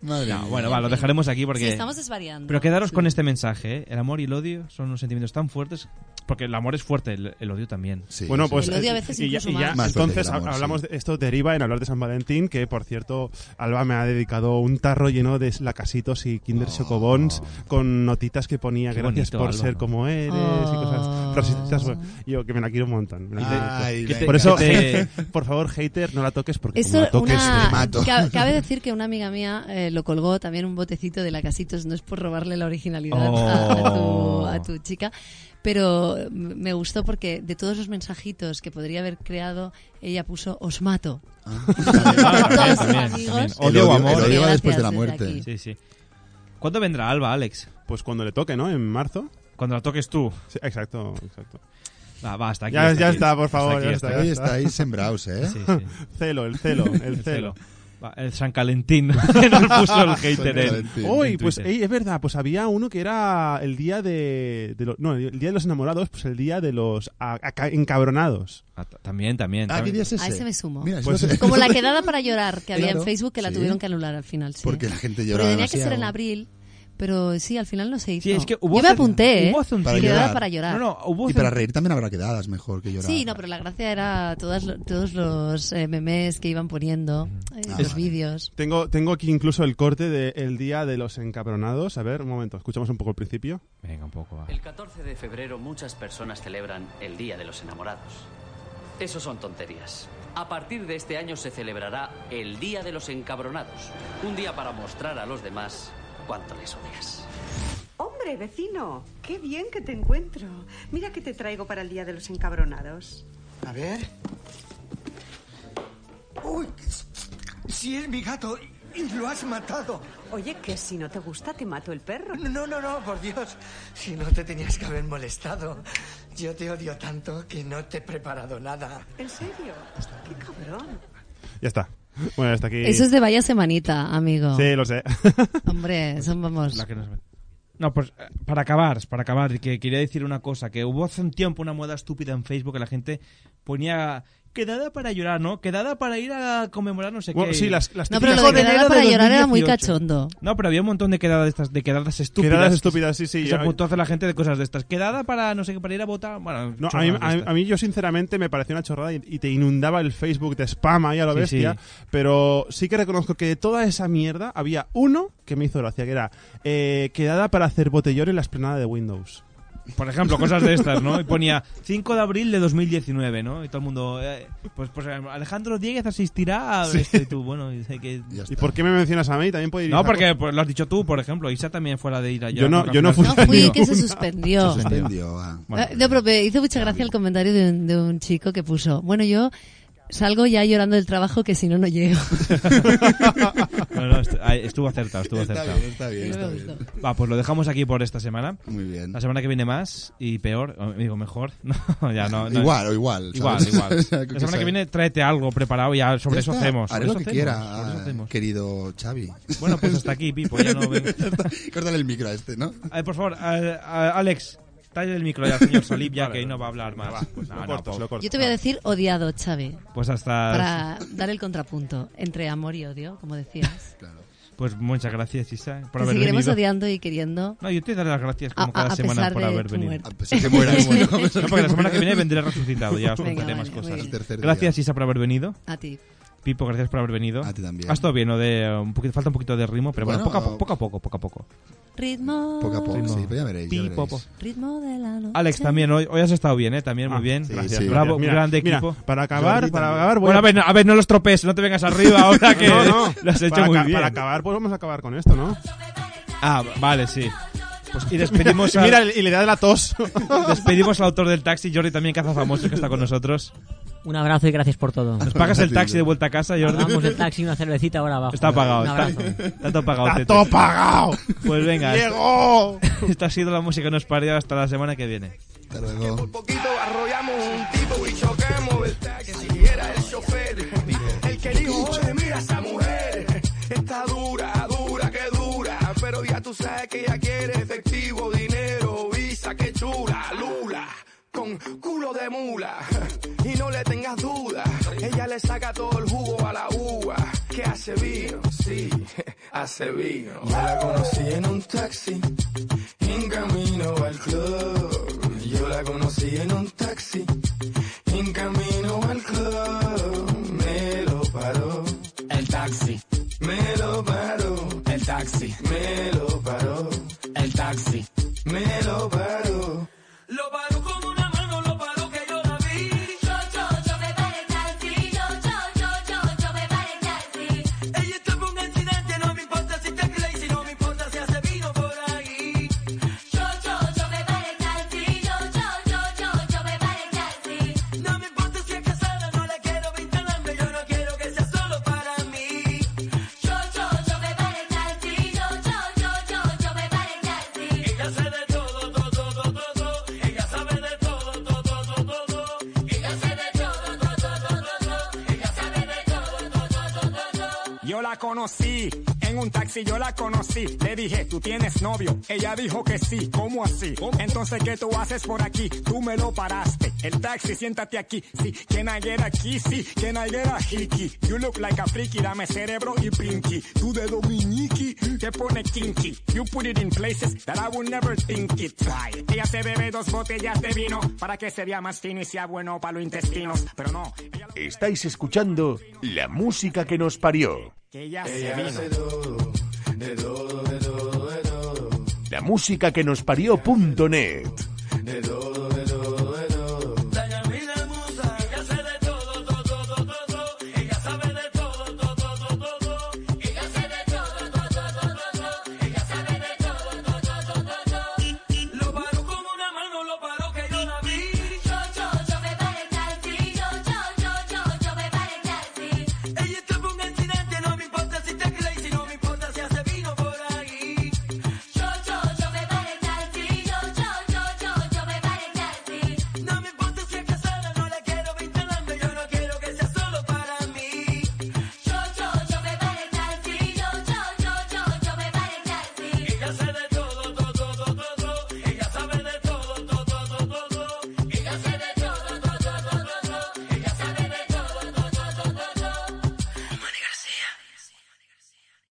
Speaker 7: Madre
Speaker 4: No,
Speaker 7: mía.
Speaker 4: bueno, va, lo dejaremos aquí porque.
Speaker 6: Sí, estamos desvariando.
Speaker 4: Pero quedaros
Speaker 6: Sí.
Speaker 4: con este mensaje, ¿eh? El amor y el odio son unos sentimientos tan fuertes. Porque el amor es fuerte, el, el odio también.
Speaker 5: bueno, pues eh, y ya, y ya,
Speaker 4: Más fuerte
Speaker 5: entonces
Speaker 4: que el amor,
Speaker 5: ha- hablamos
Speaker 4: sí.
Speaker 5: de- esto deriva en hablar de San Valentín, que por cierto Alba me ha dedicado un tarro lleno de lacasitos y Kinder
Speaker 4: Oh.
Speaker 5: Chocobons con notitas que ponía
Speaker 4: Qué
Speaker 5: gracias
Speaker 4: bonito,
Speaker 5: por
Speaker 4: Alba,
Speaker 5: ser
Speaker 4: ¿no?
Speaker 5: como eres y
Speaker 4: Ah.
Speaker 6: Oh.
Speaker 5: cosas frasecitas, bueno, yo que me la quiero un montón. me la
Speaker 4: Y
Speaker 5: quiero
Speaker 4: te-
Speaker 5: mucho.
Speaker 4: que te-
Speaker 5: por
Speaker 4: que
Speaker 5: eso,
Speaker 4: te-
Speaker 5: por favor, hater, no la toques porque
Speaker 6: Esto,
Speaker 5: como la toques
Speaker 6: una-
Speaker 5: te mato.
Speaker 6: ca- cabe decir que una amiga mía eh, lo colgó también un botecito de lacasitos, no es por robarle la originalidad
Speaker 4: Oh.
Speaker 6: a, a tu, a tu chica, pero m- me gustó porque de todos los mensajitos que podría haber creado, ella puso os mato.
Speaker 4: También,
Speaker 6: Todos sus
Speaker 4: también, también.
Speaker 6: amigos.
Speaker 4: Odio o amor.
Speaker 6: Ah. odio va después de la Gracias desde
Speaker 4: Sí,
Speaker 6: muerte.
Speaker 4: sí. ¿Cuándo vendrá Alba, Alex?
Speaker 5: Pues cuando le toque, ¿no? En marzo.
Speaker 4: Cuando la toques tú.
Speaker 5: Sí, exacto, exacto.
Speaker 4: Va, va, hasta aquí.
Speaker 5: Ya,
Speaker 4: hasta
Speaker 5: ya
Speaker 4: aquí.
Speaker 5: está, por
Speaker 4: Hasta
Speaker 5: favor.
Speaker 4: aquí,
Speaker 5: ya
Speaker 4: hasta
Speaker 5: está,
Speaker 4: aquí.
Speaker 5: ya está.
Speaker 7: estáis sembrados, ¿eh?
Speaker 4: Sí, sí.
Speaker 5: Celo, el celo, el
Speaker 4: El
Speaker 5: celo.
Speaker 4: celo. Va, el San Calentín. que nos puso el hater
Speaker 5: San
Speaker 4: él.
Speaker 5: Valentín. Uy, pues ey, es verdad, pues había uno que era el día de, de lo- no, el día de los enamorados, pues el día de los a- aca- encabronados.
Speaker 4: También, también.
Speaker 7: Ah, ¿qué día es ese?
Speaker 6: A ese me sumo.
Speaker 7: Mira,
Speaker 5: Pues-
Speaker 7: eso-
Speaker 6: Como la quedada para llorar que había
Speaker 7: Claro,
Speaker 6: en Facebook que la
Speaker 7: sí.
Speaker 6: tuvieron que anular al final. Sí.
Speaker 7: Porque la gente lloraba
Speaker 6: Porque tenía que ser en
Speaker 7: demasiado.
Speaker 6: abril, pero sí, al final no se hizo.
Speaker 4: Sí, es que hubo
Speaker 6: Yo me
Speaker 4: hace-
Speaker 6: apunté, ¿eh?
Speaker 4: hubo hace un
Speaker 6: Quedada para llorar.
Speaker 4: No, no, hubo
Speaker 7: y
Speaker 4: hace-
Speaker 7: para reír también habrá quedadas mejor que llorar.
Speaker 6: Sí, no, pero la gracia era todas lo- todos los eh, memes que iban poniendo, eh,
Speaker 7: Ah,
Speaker 6: los
Speaker 7: vale.
Speaker 6: vídeos.
Speaker 5: Tengo, tengo aquí incluso el corte del día de los encabronados. A ver, un momento, escuchamos un poco el principio.
Speaker 4: Venga, un poco.
Speaker 24: El 14 de febrero muchas personas celebran el Día de los Enamorados. Eso son tonterías. A partir de este año se celebrará el Día de los Encabronados. Un día para mostrar a los demás cuánto les odias.
Speaker 23: Hombre, vecino, qué bien que te encuentro. Mira que te traigo para el Día de los Encabronados.
Speaker 1: A ver. ¡Uy! Si es mi gato y lo has matado.
Speaker 23: Oye, que si no te gusta, te mato el perro.
Speaker 1: No, no, no, por Dios. Si no te tenías que haber molestado. Yo te odio tanto que no te he preparado nada.
Speaker 23: ¿En serio? ¡Qué cabrón!
Speaker 5: Ya está. Bueno, hasta aquí.
Speaker 6: Eso es de vaya semanita, amigo.
Speaker 5: Sí, lo sé.
Speaker 6: Hombre, son, vamos.
Speaker 4: La que nos- No, pues eh, para acabar, para acabar, que quería decir una cosa, que hubo hace un tiempo una moda estúpida en Facebook que la gente ponía quedada para llorar, ¿no? Quedada para ir a conmemorar no sé
Speaker 5: Bueno,
Speaker 4: qué.
Speaker 5: sí, las- las
Speaker 6: No, pero lo de quedada para llorar era muy cachondo.
Speaker 4: No, pero había un montón de quedadas de estas, de quedadas estúpidas.
Speaker 5: Quedadas estúpidas, sí, sí,
Speaker 4: que
Speaker 5: ya-
Speaker 4: se apuntó a hacer la gente de cosas de estas. Quedada para no sé qué, para ir a votar. Bueno,
Speaker 5: No, a
Speaker 4: chorradas
Speaker 5: mí,
Speaker 4: de
Speaker 5: a-
Speaker 4: estas.
Speaker 5: a mí yo sinceramente me pareció una chorrada y, y te inundaba el Facebook de spam ahí a lo
Speaker 4: Sí,
Speaker 5: bestia. Pero sí que reconozco que de toda esa mierda había uno que me hizo gracia, que era eh, quedada para hacer botellón en la esplanada de Windows.
Speaker 4: Por ejemplo, cosas de estas, ¿no? Y ponía 5 de abril de 2019, ¿no? Y todo el mundo, eh, pues, pues Alejandro Dieguez asistirá a esto y tú, bueno, y sé que...
Speaker 5: ¿Y por qué me mencionas a mí? También puede ir
Speaker 4: No, porque pues, lo has dicho tú, por ejemplo. Isa también fuera de ir allá.
Speaker 5: Yo no-
Speaker 4: porque
Speaker 5: yo
Speaker 4: al
Speaker 5: no
Speaker 4: final
Speaker 5: fui. No fui,
Speaker 6: que se suspendió.
Speaker 4: Se
Speaker 7: suspendió, ah.
Speaker 4: Bueno,
Speaker 6: Eh, no, pero me hizo mucha gracia el comentario de un, de un chico que puso, bueno, yo salgo ya llorando del trabajo que si no, no llego.
Speaker 4: no, no, est- ahí estuvo acertado, estuvo
Speaker 7: Está
Speaker 4: acertado.
Speaker 7: bien, está bien, está bien.
Speaker 4: Va, pues lo dejamos aquí por esta semana.
Speaker 7: Muy bien.
Speaker 4: La semana que viene más y peor, o, digo mejor. No, ya no, no.
Speaker 7: Igual, o igual,
Speaker 4: Igual,
Speaker 7: ¿sabes?
Speaker 4: igual.
Speaker 7: O sea,
Speaker 4: La
Speaker 7: que
Speaker 4: semana
Speaker 7: sabe.
Speaker 4: que viene tráete algo preparado y ya sobre
Speaker 7: Ya
Speaker 4: eso
Speaker 7: está,
Speaker 4: hacemos.
Speaker 7: Haré
Speaker 4: sobre
Speaker 7: lo
Speaker 4: eso
Speaker 7: que
Speaker 4: hacemos,
Speaker 7: quiera,
Speaker 4: sobre eso hacemos.
Speaker 7: querido Xavi.
Speaker 4: Bueno, pues hasta aquí, Pipo. Ya no vengo.
Speaker 7: Ya está. Córtale el micro a este, ¿no?
Speaker 4: A ver, por favor, a- a- Alex, trae el micro ya al señor Salib, ya que hoy no va a hablar más. Pues no, no, pues-
Speaker 6: Yo te voy a decir odiado, Chávez.
Speaker 4: Pues hasta.
Speaker 6: Para dar el contrapunto entre amor y odio, como decías.
Speaker 4: Pues muchas gracias, Isa, por
Speaker 6: Te
Speaker 4: haber
Speaker 6: seguiremos
Speaker 4: venido.
Speaker 6: odiando y queriendo.
Speaker 4: No, yo te daré las gracias como
Speaker 6: A-
Speaker 4: cada
Speaker 6: a
Speaker 4: semana
Speaker 6: pesar
Speaker 4: por
Speaker 6: de
Speaker 4: haber
Speaker 6: tu
Speaker 4: venido.
Speaker 6: muerte. A pesar que muera,
Speaker 4: No,
Speaker 6: bueno, a pesar que
Speaker 4: porque la semana
Speaker 6: muera.
Speaker 4: que viene vendré resucitado, ya os
Speaker 6: Venga,
Speaker 4: contaré más
Speaker 6: vale, muy
Speaker 4: cosas.
Speaker 6: bien. Al tercer día.
Speaker 4: Gracias, Isa, por haber venido.
Speaker 6: A ti.
Speaker 4: Pipo, gracias por haber venido. A
Speaker 7: ti también.
Speaker 4: Has estado bien, ¿no? De, eh, un poquito, falta un poquito de ritmo, pero bueno,
Speaker 7: Bueno,
Speaker 4: poco, a, po- poco a poco, poco a poco.
Speaker 6: Ritmo.
Speaker 7: Poco a poco,
Speaker 4: Ritmo.
Speaker 7: sí, pero ya veréis. ya
Speaker 4: Pi,
Speaker 7: veréis.
Speaker 4: popo.
Speaker 6: Ritmo de la noche.
Speaker 4: Alex, también hoy, hoy has estado bien, ¿eh? También muy bien.
Speaker 5: Ah, sí, gracias, sí.
Speaker 4: Bravo,
Speaker 5: Mira,
Speaker 4: grande
Speaker 5: mira,
Speaker 4: equipo.
Speaker 5: para acabar- Jordi para también. acabar, voy
Speaker 4: Bueno, a
Speaker 5: a-
Speaker 4: ver, no- a ver, no los tropees, no te vengas arriba ahora que
Speaker 5: No, no.
Speaker 4: lo has hecho
Speaker 5: Para
Speaker 4: muy
Speaker 5: aca-
Speaker 4: bien.
Speaker 5: Para acabar, pues vamos a acabar con esto, ¿no?
Speaker 4: Ah, vale, sí. Pues, y despedimos a-
Speaker 5: Mira, y le da la tos.
Speaker 4: Despedimos al autor del taxi, Jordi también caza famoso que está con nosotros.
Speaker 12: Un abrazo y gracias por todo.
Speaker 4: Nos pagas el taxi de vuelta a casa, Jordi.
Speaker 12: Pagamos el taxi y una cervecita ahora abajo.
Speaker 4: Está pagado,
Speaker 12: Un
Speaker 4: está,
Speaker 12: abrazo.
Speaker 4: está todo pagado.
Speaker 12: Está
Speaker 4: Tete.
Speaker 12: todo pagado.
Speaker 4: Pues venga.
Speaker 12: Diego.
Speaker 4: Esta ha sido la música que nos parió hasta la semana que viene. Hasta luego.
Speaker 28: poquito arrollamos un tipo y chocamos el taxi y era el chofer el que dijo joder mira esa mujer está dura dura que dura pero ya tú sabes que ella quiere efectivo dinero visa que chula lula con culo de mula y no le tengas duda ella le saca todo el jugo a la uva que hace vino sí hace vino yo la conocí en un taxi en camino al club. Yo la conocí en un taxi, en camino al club. Me lo paró el taxi. Me lo paró el taxi. Me lo paró el taxi. Me lo paró.
Speaker 11: Lo paró con una mano, lo paró que yo la vi. Yo, yo, yo me paré taxi. Yo, yo, yo, yo, yo me paré taxi. Ella escapó un accidente, no me importa si está crazy, no me importa si hace vino por ahí. Yo, yo, yo me paré taxi. Yo, yo, yo, yo, yo me paré taxi. No me importa si es casada, no la quiero vinculando, yo no quiero que sea solo para mí. Yo, yo, yo me paré taxi. Yo, yo, yo, yo, yo me paré taxi. Ella sabe de todo, todo, todo, todo. Ella sabe de todo, todo, todo, todo. Ella sabe de todo, todo, todo, todo. Ella sabe de todo, todo, todo, todo.
Speaker 18: Yo la conocí, en un taxi yo la conocí. Le dije, tú tienes novio. Ella dijo que sí, ¿cómo así? Entonces, ¿qué tú haces por aquí? Tú me lo paraste. El taxi, siéntate aquí. Sí, can I get a kissy? Can I get a hickey? You look like a freaky, dame cerebro y pinky. Tú de dominiki, te pone kinky. You put it in places that I would never think it. Try. Ella se bebe dos botellas de vino para que se vea más fino y sea bueno para los intestinos. Pero no,
Speaker 1: Estáis escuchando la música que nos parió.
Speaker 18: que ella,
Speaker 28: Ella
Speaker 18: se vino.
Speaker 28: hace todo, de todo, de todo, de todo.
Speaker 1: La música que nos parió.net.